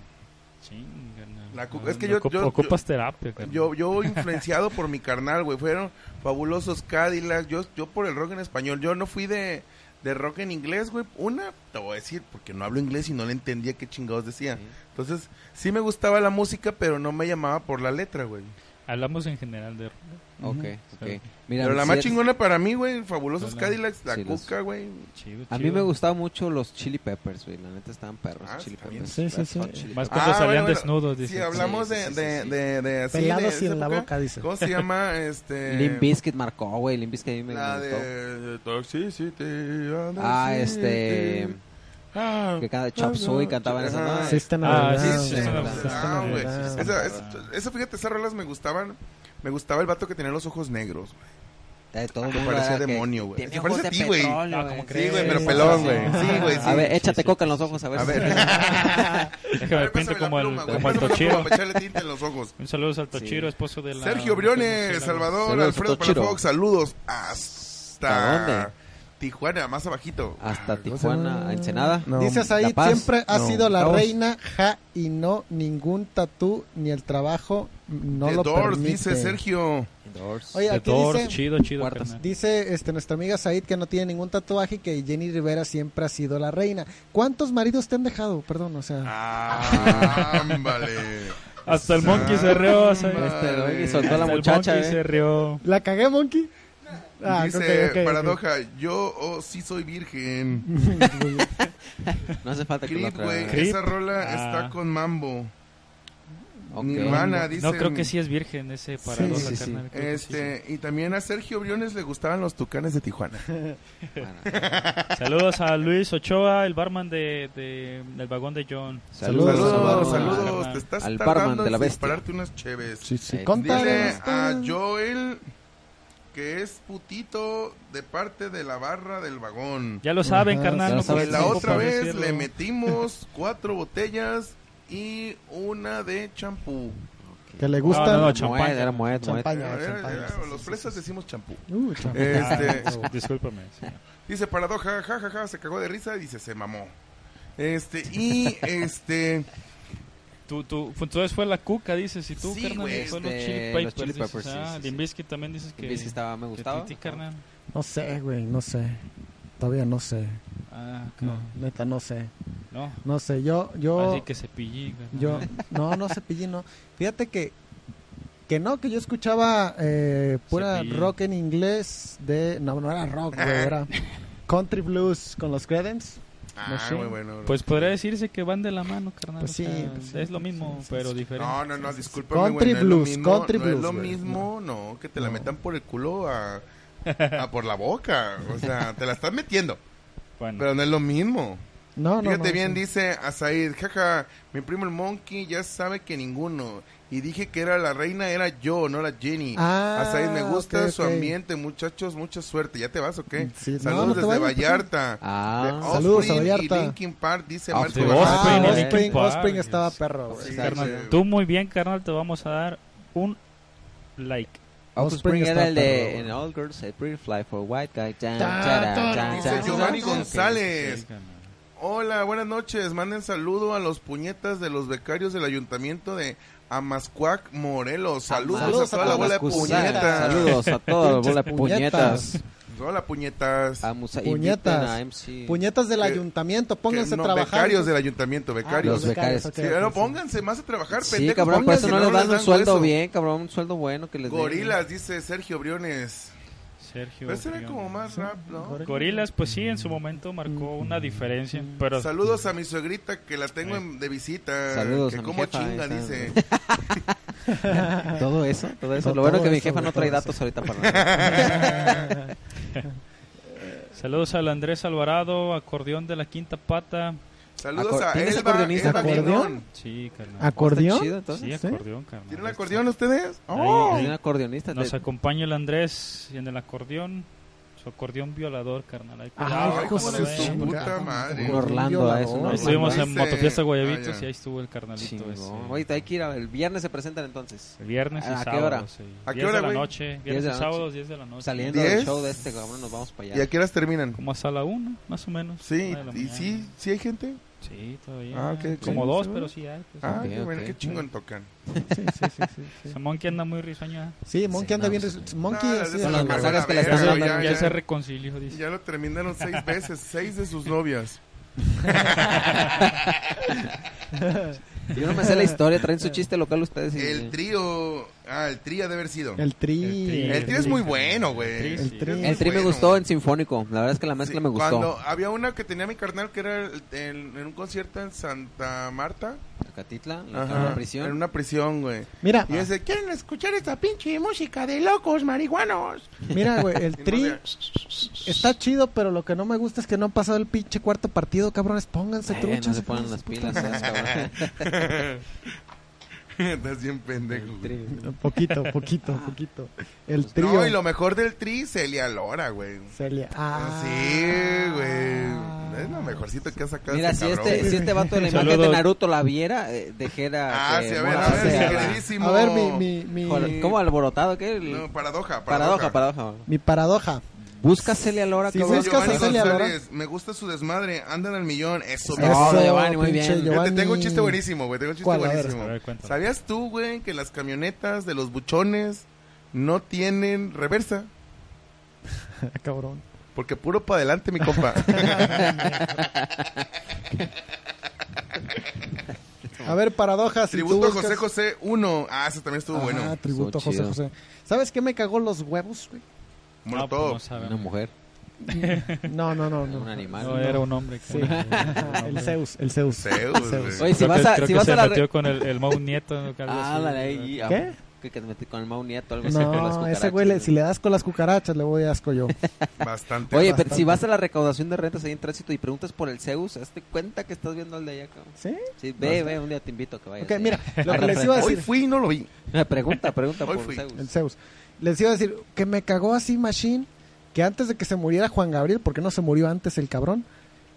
[SPEAKER 5] Ching, carnal.
[SPEAKER 1] La cu- es que
[SPEAKER 5] No,
[SPEAKER 1] yo-
[SPEAKER 5] ocup-
[SPEAKER 1] yo-
[SPEAKER 5] ocupas terapia, carnal.
[SPEAKER 1] Yo, yo influenciado por mi carnal, güey. Fueron fabulosos Cadillacs. Yo, yo por el rock en español. Yo no fui de, de rock en inglés, güey. Una, te voy a decir, porque no hablo inglés y no le entendía qué chingados decía. Entonces, sí me gustaba la música, pero no me llamaba por la letra, güey.
[SPEAKER 5] Hablamos en general de rock.
[SPEAKER 4] Ok, ok. Mira,
[SPEAKER 1] pero la
[SPEAKER 4] sí,
[SPEAKER 1] más chingona para mí, güey, fabulosos
[SPEAKER 5] Hola.
[SPEAKER 1] Cadillacs, la
[SPEAKER 4] Sí, los-
[SPEAKER 1] cuca, güey.
[SPEAKER 5] Chido,
[SPEAKER 4] A mí
[SPEAKER 5] chido.
[SPEAKER 4] me gustaban mucho los Chili Peppers, güey. La neta estaban perros.
[SPEAKER 1] Ah,
[SPEAKER 4] chili
[SPEAKER 1] está bien.
[SPEAKER 4] Peppers.
[SPEAKER 2] Sí, sí,
[SPEAKER 4] Red
[SPEAKER 2] sí.
[SPEAKER 4] Hot Chili Peppers.
[SPEAKER 5] Más cuando
[SPEAKER 1] Ah,
[SPEAKER 5] salían
[SPEAKER 1] bueno, bueno.
[SPEAKER 5] desnudos,
[SPEAKER 1] Si
[SPEAKER 5] dice.
[SPEAKER 1] hablamos
[SPEAKER 4] Sí,
[SPEAKER 1] de,
[SPEAKER 4] sí,
[SPEAKER 1] de,
[SPEAKER 4] sí,
[SPEAKER 1] de, de así, de
[SPEAKER 2] Pelados
[SPEAKER 1] esa
[SPEAKER 2] y en la
[SPEAKER 1] época.
[SPEAKER 2] boca, dice.
[SPEAKER 1] ¿Cómo se llama? Este.
[SPEAKER 4] Limp Bizkit marcó, güey. Limp Bizkit a mí me
[SPEAKER 1] La
[SPEAKER 4] gustó.
[SPEAKER 1] de Toxicity.
[SPEAKER 4] Ah, este...
[SPEAKER 1] Ah,
[SPEAKER 4] Que cada Chop Suey cantaba en esa
[SPEAKER 1] Ajá.
[SPEAKER 4] madre.
[SPEAKER 2] System of
[SPEAKER 5] Ah,
[SPEAKER 2] a
[SPEAKER 5] sí,
[SPEAKER 2] Down,
[SPEAKER 5] sí,
[SPEAKER 2] güey.
[SPEAKER 5] sí,
[SPEAKER 1] Ah,
[SPEAKER 5] sí,
[SPEAKER 2] System of a
[SPEAKER 1] güey.
[SPEAKER 2] Down.
[SPEAKER 5] sí.
[SPEAKER 1] Esa, esa- esa, fíjate, esas rolas me gustaban. Me gustaba el vato que tenía los ojos negros.
[SPEAKER 4] Eh, todo
[SPEAKER 1] Que
[SPEAKER 4] mundo
[SPEAKER 1] parecía
[SPEAKER 4] era que
[SPEAKER 1] demonio, güey.
[SPEAKER 4] tiene
[SPEAKER 1] Se parece
[SPEAKER 4] ojos
[SPEAKER 1] a
[SPEAKER 4] de
[SPEAKER 1] ti, güey.
[SPEAKER 4] petróleo,
[SPEAKER 2] Ah,
[SPEAKER 5] No, ¿cómo
[SPEAKER 4] Sí,
[SPEAKER 5] crees?
[SPEAKER 1] güey, pero
[SPEAKER 4] sí,
[SPEAKER 1] pelón,
[SPEAKER 4] sí,
[SPEAKER 1] güey. Sí, güey, sí.
[SPEAKER 4] A ver, échate
[SPEAKER 5] Sí,
[SPEAKER 4] coca en los ojos, a ver.
[SPEAKER 1] A
[SPEAKER 4] si-
[SPEAKER 1] ver.
[SPEAKER 5] Déjame
[SPEAKER 1] Pásame
[SPEAKER 5] pinto
[SPEAKER 1] la
[SPEAKER 5] como el,
[SPEAKER 1] pluma, güey, <laughs>
[SPEAKER 5] como
[SPEAKER 1] pásame
[SPEAKER 5] el
[SPEAKER 1] la pluma
[SPEAKER 5] tochiro.
[SPEAKER 1] para echarle tinta en los ojos.
[SPEAKER 5] Un saludo al tochiro, esposo de <laughs> la...
[SPEAKER 1] Sergio Briones, Salvador,
[SPEAKER 4] Saludos,
[SPEAKER 1] Alfredo
[SPEAKER 4] Tochiro.
[SPEAKER 1] Palafox, saludos.
[SPEAKER 4] ¿Hasta
[SPEAKER 1] Hasta
[SPEAKER 4] dónde?
[SPEAKER 1] Tijuana, más abajito.
[SPEAKER 4] Hasta
[SPEAKER 1] Ah, ¿cómo se
[SPEAKER 4] Tijuana, a Ensenada.
[SPEAKER 1] No.
[SPEAKER 2] Dices ahí,
[SPEAKER 4] La Paz.
[SPEAKER 2] siempre ha
[SPEAKER 1] No.
[SPEAKER 2] sido la
[SPEAKER 1] Vamos.
[SPEAKER 2] reina, ja, y no, ningún tatú, ni el trabajo, mm, no
[SPEAKER 1] The
[SPEAKER 2] lo
[SPEAKER 1] Doors,
[SPEAKER 2] permite.
[SPEAKER 1] dice Sergio.
[SPEAKER 4] Indoors.
[SPEAKER 2] Oye,
[SPEAKER 5] The
[SPEAKER 2] aquí
[SPEAKER 5] Doors,
[SPEAKER 2] dice,
[SPEAKER 5] chido, chido.
[SPEAKER 4] Cuartos.
[SPEAKER 5] carnal.
[SPEAKER 2] dice este, nuestra amiga Said que no tiene ningún tatuaje y que Jenny Rivera siempre ha sido la reina. ¿Cuántos maridos te han dejado? Perdón, o sea...
[SPEAKER 1] Ah, ámbale.
[SPEAKER 5] <laughs> Hasta el monkey se rió. hasta-
[SPEAKER 1] Ámbale.
[SPEAKER 4] Este, güey, y soltó
[SPEAKER 5] Hasta
[SPEAKER 4] a la
[SPEAKER 5] el
[SPEAKER 4] muchacha,
[SPEAKER 5] monkey
[SPEAKER 4] eh.
[SPEAKER 5] se rió.
[SPEAKER 2] ¿La cagué, Monkey? Ah,
[SPEAKER 4] Ah,
[SPEAKER 1] Dice,
[SPEAKER 2] ok, ok, ok. <laughs>
[SPEAKER 1] paradoja, yo oh, sí soy virgen.
[SPEAKER 4] No hace falta que lo
[SPEAKER 1] Creep, güey.
[SPEAKER 4] traigan.
[SPEAKER 5] Creep.
[SPEAKER 1] Esa rola
[SPEAKER 5] Ah.
[SPEAKER 1] está con mambo.
[SPEAKER 4] Ok.
[SPEAKER 1] Mi hermana dice.
[SPEAKER 5] No, creo que sí es virgen ese paradoja,
[SPEAKER 4] sí, sí.
[SPEAKER 5] carnal. creo que sí,
[SPEAKER 1] Este, y también a Sergio Briones le gustaban los tucanes de Tijuana.
[SPEAKER 4] Bueno,
[SPEAKER 5] sí. Saludos a Luis Ochoa, el barman de, de- del vagón de John.
[SPEAKER 4] Saludos,
[SPEAKER 1] saludos,
[SPEAKER 4] saludos,
[SPEAKER 1] saludos.
[SPEAKER 5] al-
[SPEAKER 1] Te estás
[SPEAKER 4] al barman
[SPEAKER 1] tardando
[SPEAKER 4] de la
[SPEAKER 1] en
[SPEAKER 4] bestia.
[SPEAKER 2] Eh,
[SPEAKER 1] dispararte unas cheves.
[SPEAKER 2] Sí, sí.
[SPEAKER 4] Eh,
[SPEAKER 1] Dile
[SPEAKER 2] Contanos,
[SPEAKER 1] a
[SPEAKER 2] contanos.
[SPEAKER 1] Joel que es putito de parte de la barra del vagón.
[SPEAKER 5] Ya lo saben,
[SPEAKER 2] Ajá,
[SPEAKER 5] carnal.
[SPEAKER 2] ya
[SPEAKER 5] no
[SPEAKER 2] lo saben.
[SPEAKER 1] Pues
[SPEAKER 5] cuesta
[SPEAKER 1] la
[SPEAKER 5] tampoco
[SPEAKER 1] otra
[SPEAKER 5] para
[SPEAKER 1] vez
[SPEAKER 5] decirlo.
[SPEAKER 1] le metimos cuatro botellas y una de champú.
[SPEAKER 2] Que le gusta.
[SPEAKER 5] No, no, no,
[SPEAKER 4] Moet,
[SPEAKER 5] champaña.
[SPEAKER 4] era Moet, Moet.
[SPEAKER 2] Champaña.
[SPEAKER 1] Era- era-
[SPEAKER 2] champán,
[SPEAKER 1] era-
[SPEAKER 2] sí, sí,
[SPEAKER 1] los
[SPEAKER 2] sí,
[SPEAKER 1] fresas
[SPEAKER 2] sí, sí.
[SPEAKER 1] decimos champú.
[SPEAKER 2] Uh, champán.
[SPEAKER 1] Este,
[SPEAKER 5] <laughs> Discúlpame. sí.
[SPEAKER 1] Dice paradoja, jajaja, se cagó de risa y dice se mamó. Este,
[SPEAKER 2] <laughs>
[SPEAKER 1] y este,
[SPEAKER 5] Tú, tú, fue- entonces fue la cuca, dices, y tú,
[SPEAKER 1] Sí,
[SPEAKER 5] carnal,
[SPEAKER 1] güey,
[SPEAKER 5] fue
[SPEAKER 4] este,
[SPEAKER 5] los
[SPEAKER 4] los Chili
[SPEAKER 5] Chili Peppers.
[SPEAKER 4] Peppers,
[SPEAKER 5] dices,
[SPEAKER 4] sí,
[SPEAKER 5] ah,
[SPEAKER 4] sí, sí.
[SPEAKER 5] Limp Bizkit también dices que...
[SPEAKER 4] Limp Bizkit estaba- me
[SPEAKER 5] que
[SPEAKER 4] gustaba.
[SPEAKER 5] Titi, carnal.
[SPEAKER 2] No sé, güey, no sé. Todavía no sé.
[SPEAKER 5] Ah,
[SPEAKER 2] No,
[SPEAKER 5] cabrón.
[SPEAKER 2] neta, no sé.
[SPEAKER 5] No.
[SPEAKER 2] No sé, yo. yo
[SPEAKER 5] Así que cepillí, carnal.
[SPEAKER 2] Yo, no, no, Cepillín, no. Fíjate que, que no, que yo escuchaba eh, pura
[SPEAKER 5] Cepillín.
[SPEAKER 2] rock en inglés de, no, no era rock, güey, era country blues con los Credence.
[SPEAKER 1] ah,
[SPEAKER 2] sé.
[SPEAKER 1] muy bueno.
[SPEAKER 5] Pues podría decirse que van de la mano, carnal.
[SPEAKER 2] Pues
[SPEAKER 5] o
[SPEAKER 2] sí,
[SPEAKER 5] sea,
[SPEAKER 2] pues
[SPEAKER 5] es
[SPEAKER 2] sí,
[SPEAKER 5] lo
[SPEAKER 2] sí,
[SPEAKER 5] mismo,
[SPEAKER 2] sí, sí,
[SPEAKER 5] pero
[SPEAKER 2] sí.
[SPEAKER 5] diferente.
[SPEAKER 1] No, no, no, discúlpame,
[SPEAKER 2] Country
[SPEAKER 1] güey, no es
[SPEAKER 2] blues,
[SPEAKER 1] lo mismo,
[SPEAKER 2] country
[SPEAKER 1] no
[SPEAKER 2] blues,
[SPEAKER 1] es lo
[SPEAKER 2] güey,
[SPEAKER 1] mismo, no, que te la
[SPEAKER 2] No.
[SPEAKER 1] metan por el culo
[SPEAKER 2] <laughs>
[SPEAKER 1] a, a por la boca, o sea, te la estás metiendo,
[SPEAKER 5] Bueno,
[SPEAKER 1] pero no es lo mismo.
[SPEAKER 2] Oh, No, no,
[SPEAKER 1] Fíjate
[SPEAKER 2] no,
[SPEAKER 1] bien,
[SPEAKER 2] sí.
[SPEAKER 1] dice Asaid, jaja, mi primo el Monkey ya sabe que ninguno. Y dije que era la reina, era yo, no la Jenny.
[SPEAKER 2] Ah,
[SPEAKER 1] Asaid, me gusta
[SPEAKER 2] ok,
[SPEAKER 1] su
[SPEAKER 2] ok.
[SPEAKER 1] ambiente, muchachos, mucha suerte. ¿Ya te vas o qué?
[SPEAKER 2] Sí, no,
[SPEAKER 1] Saludos
[SPEAKER 2] no te
[SPEAKER 1] desde
[SPEAKER 2] vayas, pues,
[SPEAKER 1] Vallarta. De
[SPEAKER 4] Ah,
[SPEAKER 1] Offspring
[SPEAKER 2] Saludos a
[SPEAKER 1] Y
[SPEAKER 2] Vallarta.
[SPEAKER 1] Linkin Park, dice
[SPEAKER 4] Ah,
[SPEAKER 1] Marco
[SPEAKER 5] de
[SPEAKER 1] Barrera.
[SPEAKER 5] Offspring,
[SPEAKER 2] Ah, pues,
[SPEAKER 5] Linkin
[SPEAKER 2] Offspring,
[SPEAKER 5] Park.
[SPEAKER 2] Offspring estaba perro, güey.
[SPEAKER 1] Sí,
[SPEAKER 4] carnal.
[SPEAKER 1] sí.
[SPEAKER 5] tú muy bien, carnal, te vamos a dar un like.
[SPEAKER 4] Offspring
[SPEAKER 2] Offspring
[SPEAKER 4] era
[SPEAKER 2] está
[SPEAKER 4] el
[SPEAKER 2] perro.
[SPEAKER 4] de En All Girls I Pretty Fly for White Guy. Chan,
[SPEAKER 2] Tan,
[SPEAKER 4] chara,
[SPEAKER 2] tan,
[SPEAKER 4] chan,
[SPEAKER 1] dice
[SPEAKER 4] chan.
[SPEAKER 1] Giovanni
[SPEAKER 4] Ok,
[SPEAKER 1] González.
[SPEAKER 5] Sí, carnal.
[SPEAKER 1] Hola, buenas noches. Manden saludo a los puñetas de los becarios del ayuntamiento de Amascuac, Morelos. Saludos,
[SPEAKER 2] Saludos
[SPEAKER 1] a toda
[SPEAKER 2] a
[SPEAKER 1] la
[SPEAKER 2] todas
[SPEAKER 1] bola de
[SPEAKER 2] las
[SPEAKER 4] Amascusa.
[SPEAKER 1] puñetas.
[SPEAKER 4] Saludos a toda la bola de
[SPEAKER 2] Puñetas.
[SPEAKER 4] puñetas.
[SPEAKER 1] Toda la puñetas.
[SPEAKER 4] A Musa-
[SPEAKER 2] Puñetas.
[SPEAKER 4] invitan a MC.
[SPEAKER 2] Puñetas del
[SPEAKER 1] Que-
[SPEAKER 2] ayuntamiento, pónganse
[SPEAKER 1] Que
[SPEAKER 2] a
[SPEAKER 1] no,
[SPEAKER 2] trabajar.
[SPEAKER 1] Becarios del ayuntamiento, becarios.
[SPEAKER 4] los becarios.
[SPEAKER 2] ok,
[SPEAKER 1] Sí,
[SPEAKER 2] ok,
[SPEAKER 1] pero
[SPEAKER 2] sí.
[SPEAKER 1] pónganse más a trabajar,
[SPEAKER 4] Sí,
[SPEAKER 1] pendejos,
[SPEAKER 4] cabrón, por
[SPEAKER 1] pónganse,
[SPEAKER 4] eso no les dan un sueldo
[SPEAKER 1] hueso.
[SPEAKER 4] bien, cabrón, un sueldo bueno que les den.
[SPEAKER 1] Gorilas, dice Sergio Briones.
[SPEAKER 5] Sergio.
[SPEAKER 1] Pero ese era
[SPEAKER 5] Brión.
[SPEAKER 1] como más rap, ¿no?
[SPEAKER 5] Gorilas, pues sí, en su momento marcó
[SPEAKER 2] Mm.
[SPEAKER 5] una diferencia, pero...
[SPEAKER 1] Saludos a mi suegrita que la tengo en- de visita.
[SPEAKER 4] Saludos
[SPEAKER 1] que
[SPEAKER 4] a mi
[SPEAKER 1] como
[SPEAKER 4] jefa,
[SPEAKER 1] chinga,
[SPEAKER 4] esa.
[SPEAKER 1] dice.
[SPEAKER 2] <laughs>
[SPEAKER 4] Todo eso, todo eso.
[SPEAKER 2] Todo
[SPEAKER 4] Lo bueno que mi
[SPEAKER 2] eso,
[SPEAKER 4] jefa
[SPEAKER 2] güey,
[SPEAKER 4] no trae
[SPEAKER 2] todo
[SPEAKER 4] datos
[SPEAKER 1] <laughs>
[SPEAKER 4] ahorita para nada.
[SPEAKER 5] Saludos al Andrés Alvarado, acordeón de la quinta pata.
[SPEAKER 1] <laughs> Saludos
[SPEAKER 4] Acor-
[SPEAKER 1] a
[SPEAKER 4] ¿Tienes
[SPEAKER 1] Elba,
[SPEAKER 4] acordeonista?
[SPEAKER 1] Elba
[SPEAKER 2] ¿Acordeón?
[SPEAKER 1] Guiñón.
[SPEAKER 5] Sí, carnal.
[SPEAKER 4] Está
[SPEAKER 2] ¿Acordeón?
[SPEAKER 4] chido, entonces.
[SPEAKER 5] Sí,
[SPEAKER 2] ¿sí?
[SPEAKER 5] acordeón, carnal. Este
[SPEAKER 1] ¿Tienen acordeón ustedes?
[SPEAKER 5] Ahí,
[SPEAKER 1] ¡Oh!
[SPEAKER 4] Hay un acordeonista.
[SPEAKER 5] Nos
[SPEAKER 4] de-
[SPEAKER 5] acompaña el Andrés en el acordeón. Su acordeón violador, carnal. Ahí,
[SPEAKER 2] Ay,
[SPEAKER 5] cuidado,
[SPEAKER 1] Ay,
[SPEAKER 2] hijo
[SPEAKER 5] cómo
[SPEAKER 1] de
[SPEAKER 5] lo
[SPEAKER 2] su
[SPEAKER 5] ven.
[SPEAKER 1] su puta
[SPEAKER 2] chingada.
[SPEAKER 1] madre.
[SPEAKER 4] Un Orlando a
[SPEAKER 2] Ahí
[SPEAKER 4] eso. ¿no?
[SPEAKER 5] Ahí
[SPEAKER 2] Orlando.
[SPEAKER 5] estuvimos en
[SPEAKER 1] Dice-
[SPEAKER 5] Motofiesta Guayabitos
[SPEAKER 1] Ah, ya.
[SPEAKER 5] y ahí estuvo el carnalito
[SPEAKER 4] Chingón.
[SPEAKER 5] ese.
[SPEAKER 4] Oye, hay que ir a- el viernes se presentan entonces.
[SPEAKER 5] El viernes y
[SPEAKER 4] ¿A qué
[SPEAKER 5] sábado.
[SPEAKER 4] hora?
[SPEAKER 5] sí.
[SPEAKER 1] ¿A qué
[SPEAKER 5] 10
[SPEAKER 1] hora,
[SPEAKER 5] de la
[SPEAKER 1] güey?
[SPEAKER 5] noche. Viernes
[SPEAKER 4] de la
[SPEAKER 5] y
[SPEAKER 4] noche.
[SPEAKER 5] sábado, 10 de la noche.
[SPEAKER 4] Saliendo
[SPEAKER 1] ¿Diez?
[SPEAKER 4] del show de este cabrón nos vamos para
[SPEAKER 1] ¿Y
[SPEAKER 4] allá.
[SPEAKER 1] a qué horas terminan?
[SPEAKER 5] Como hasta la una, más o menos.
[SPEAKER 1] Sí,
[SPEAKER 5] Una de la
[SPEAKER 1] y
[SPEAKER 5] mañana.
[SPEAKER 1] sí, sí hay gente.
[SPEAKER 5] Sí, todavía.
[SPEAKER 1] Ah, ok,
[SPEAKER 5] Como
[SPEAKER 1] ok.
[SPEAKER 5] dos, pero sí hay. pues.
[SPEAKER 1] Ah,
[SPEAKER 4] Ok,
[SPEAKER 1] qué bueno,
[SPEAKER 4] ok.
[SPEAKER 1] qué chingón tocan.
[SPEAKER 2] Sí, sí, sí, sí, sí.
[SPEAKER 5] Ese monkey anda muy risueño. ¿eh?
[SPEAKER 2] Sí, Monkey
[SPEAKER 4] Sí,
[SPEAKER 2] anda
[SPEAKER 4] no,
[SPEAKER 2] bien.
[SPEAKER 4] sí.
[SPEAKER 2] res- Monkey
[SPEAKER 1] Nah,
[SPEAKER 2] así
[SPEAKER 1] les
[SPEAKER 2] es-
[SPEAKER 4] Con las
[SPEAKER 1] vale
[SPEAKER 4] mensadas que le
[SPEAKER 1] verga,
[SPEAKER 5] Ya,
[SPEAKER 4] están
[SPEAKER 1] ya,
[SPEAKER 5] se-
[SPEAKER 4] dando.
[SPEAKER 1] ya,
[SPEAKER 5] ya
[SPEAKER 1] ya.
[SPEAKER 5] se reconcilió, dice.
[SPEAKER 1] Ya lo terminaron seis veces, seis de sus novias.
[SPEAKER 4] Yo no
[SPEAKER 2] <laughs>
[SPEAKER 4] me sé la historia, traen su chiste local ustedes. y-
[SPEAKER 1] El trío. Ah, el trío ha de haber sido.
[SPEAKER 2] El tri.
[SPEAKER 5] El tri.
[SPEAKER 1] El tri es muy bueno, güey.
[SPEAKER 5] El
[SPEAKER 2] tri.
[SPEAKER 1] Es muy
[SPEAKER 4] El tri me
[SPEAKER 1] bueno.
[SPEAKER 4] gustó en Sinfónico. La verdad es que la mezcla
[SPEAKER 1] Sí,
[SPEAKER 4] me gustó.
[SPEAKER 1] Cuando había una que tenía mi carnal que era el- en, en un concierto en Santa Marta.
[SPEAKER 4] Acatitla, en
[SPEAKER 1] Ajá,
[SPEAKER 4] la prisión.
[SPEAKER 1] En una prisión, güey.
[SPEAKER 2] Mira,
[SPEAKER 1] Y dice, ¿quieren escuchar esta pinche música de locos marihuanos? <laughs>
[SPEAKER 2] mira, güey, el
[SPEAKER 1] Y no
[SPEAKER 2] tri
[SPEAKER 1] había-
[SPEAKER 2] está chido, pero lo que no me gusta es que no han pasado el pinche cuarto partido, cabrones. Pónganse
[SPEAKER 4] Eh,
[SPEAKER 2] truchas.
[SPEAKER 4] no se ponen las pilas, ¿sabes,
[SPEAKER 1] <laughs>
[SPEAKER 2] <laughs>
[SPEAKER 4] cabrón?
[SPEAKER 1] Estás bien pendejo,
[SPEAKER 4] El
[SPEAKER 1] güey.
[SPEAKER 4] tri.
[SPEAKER 2] Poquito,
[SPEAKER 4] <laughs>
[SPEAKER 2] poquito, poquito. El trío.
[SPEAKER 1] Pues No, y lo mejor del tri, Celia Lora, güey.
[SPEAKER 2] Celia. Ah.
[SPEAKER 1] Sí, güey. Es lo mejorcito que ha sacado
[SPEAKER 4] Mira,
[SPEAKER 1] este
[SPEAKER 4] si
[SPEAKER 1] cabrón,
[SPEAKER 4] este,
[SPEAKER 1] güey.
[SPEAKER 4] si este vato de la
[SPEAKER 5] Saludos.
[SPEAKER 4] imagen de Naruto la viera, eh, dijera.
[SPEAKER 1] Ah,
[SPEAKER 4] que
[SPEAKER 1] sí, a ver,
[SPEAKER 4] Mona
[SPEAKER 1] a ver,
[SPEAKER 4] sea
[SPEAKER 1] mi
[SPEAKER 4] la-
[SPEAKER 1] queridísimo.
[SPEAKER 2] A ver, mi, mi, mi,
[SPEAKER 4] Joder, ¿Cómo alborotado? ¿Qué? El-
[SPEAKER 1] No, paradoja,
[SPEAKER 4] paradoja,
[SPEAKER 1] paradoja.
[SPEAKER 4] paradoja.
[SPEAKER 2] mi paradoja.
[SPEAKER 4] Busca Celia Lora,
[SPEAKER 2] Sí,
[SPEAKER 4] cabrón.
[SPEAKER 2] busca
[SPEAKER 1] Giovanni
[SPEAKER 2] a Celia Lora.
[SPEAKER 1] González, me gusta su desmadre, andan al millón, eso,
[SPEAKER 4] No, Eso, no, Giovanni, muy
[SPEAKER 2] pinche
[SPEAKER 4] bien. Yo
[SPEAKER 1] Yo
[SPEAKER 2] Giovanni.
[SPEAKER 1] te tengo un chiste buenísimo, güey. Tengo un chiste
[SPEAKER 2] ¿Cuál? A ver,
[SPEAKER 1] buenísimo.
[SPEAKER 5] a ver, cuéntame.
[SPEAKER 1] ¿Sabías tú, güey, que las camionetas de los buchones no tienen reversa?
[SPEAKER 2] Ah, <laughs> Cabrón.
[SPEAKER 1] Porque puro para adelante, mi
[SPEAKER 2] <laughs>
[SPEAKER 1] compa.
[SPEAKER 2] A ver, paradoja. Si
[SPEAKER 1] Tributo
[SPEAKER 2] tú
[SPEAKER 1] a
[SPEAKER 2] buscas-
[SPEAKER 1] José José 1. Ah, ese también estuvo
[SPEAKER 2] Ajá,
[SPEAKER 1] bueno.
[SPEAKER 2] tributo a
[SPEAKER 4] Estuvo
[SPEAKER 2] José
[SPEAKER 4] chido.
[SPEAKER 2] José. ¿Sabes qué me cagó los huevos,
[SPEAKER 4] <laughs>
[SPEAKER 2] güey?
[SPEAKER 5] No,
[SPEAKER 1] Molotov.
[SPEAKER 5] pues no
[SPEAKER 4] Una
[SPEAKER 5] sabemos.
[SPEAKER 4] mujer,
[SPEAKER 2] No, no, no. no.
[SPEAKER 4] un animal.
[SPEAKER 5] No, era un hombre.
[SPEAKER 2] Sí.
[SPEAKER 5] carnal.
[SPEAKER 2] Ajá, <laughs> el Zeus, el Zeus.
[SPEAKER 1] Zeus, güey.
[SPEAKER 4] Oye, si
[SPEAKER 5] Creo
[SPEAKER 4] vas
[SPEAKER 5] que-
[SPEAKER 4] a,
[SPEAKER 5] creo
[SPEAKER 4] si
[SPEAKER 5] que
[SPEAKER 4] vas
[SPEAKER 5] se
[SPEAKER 4] a la.
[SPEAKER 5] metió con el, el Mau Nieto. algo
[SPEAKER 4] Ah,
[SPEAKER 5] así.
[SPEAKER 4] la ley. ah,
[SPEAKER 2] ¿Qué?
[SPEAKER 4] Que, que te metí con el Mau Nieto, algo así. con las
[SPEAKER 2] No, ese
[SPEAKER 4] cucarachas,
[SPEAKER 2] güey, le- si le das con las cucarachas, le voy a asco yo.
[SPEAKER 1] Bastante.
[SPEAKER 4] Oye, pero
[SPEAKER 2] bastante.
[SPEAKER 4] si vas a la recaudación de rentas ahí en tránsito y preguntas por el Zeus, hazte cuenta que estás viendo al de allá, cabrón.
[SPEAKER 2] ¿Sí?
[SPEAKER 4] Sí, ve, ve, un día te invito a que vayas. <laughs>
[SPEAKER 2] Ok,
[SPEAKER 4] ahí.
[SPEAKER 2] mira, lo
[SPEAKER 4] Al
[SPEAKER 2] que les iba a
[SPEAKER 4] referente.
[SPEAKER 1] Hoy
[SPEAKER 2] decir.
[SPEAKER 1] fui y no lo vi.
[SPEAKER 4] Pregunta, pregunta
[SPEAKER 1] Hoy
[SPEAKER 4] por
[SPEAKER 1] fui.
[SPEAKER 4] Zeus.
[SPEAKER 2] El Zeus. les iba a decir que me cagó así Machine, que antes de que se muriera Juan Gabriel, porque no se murió antes el cabrón,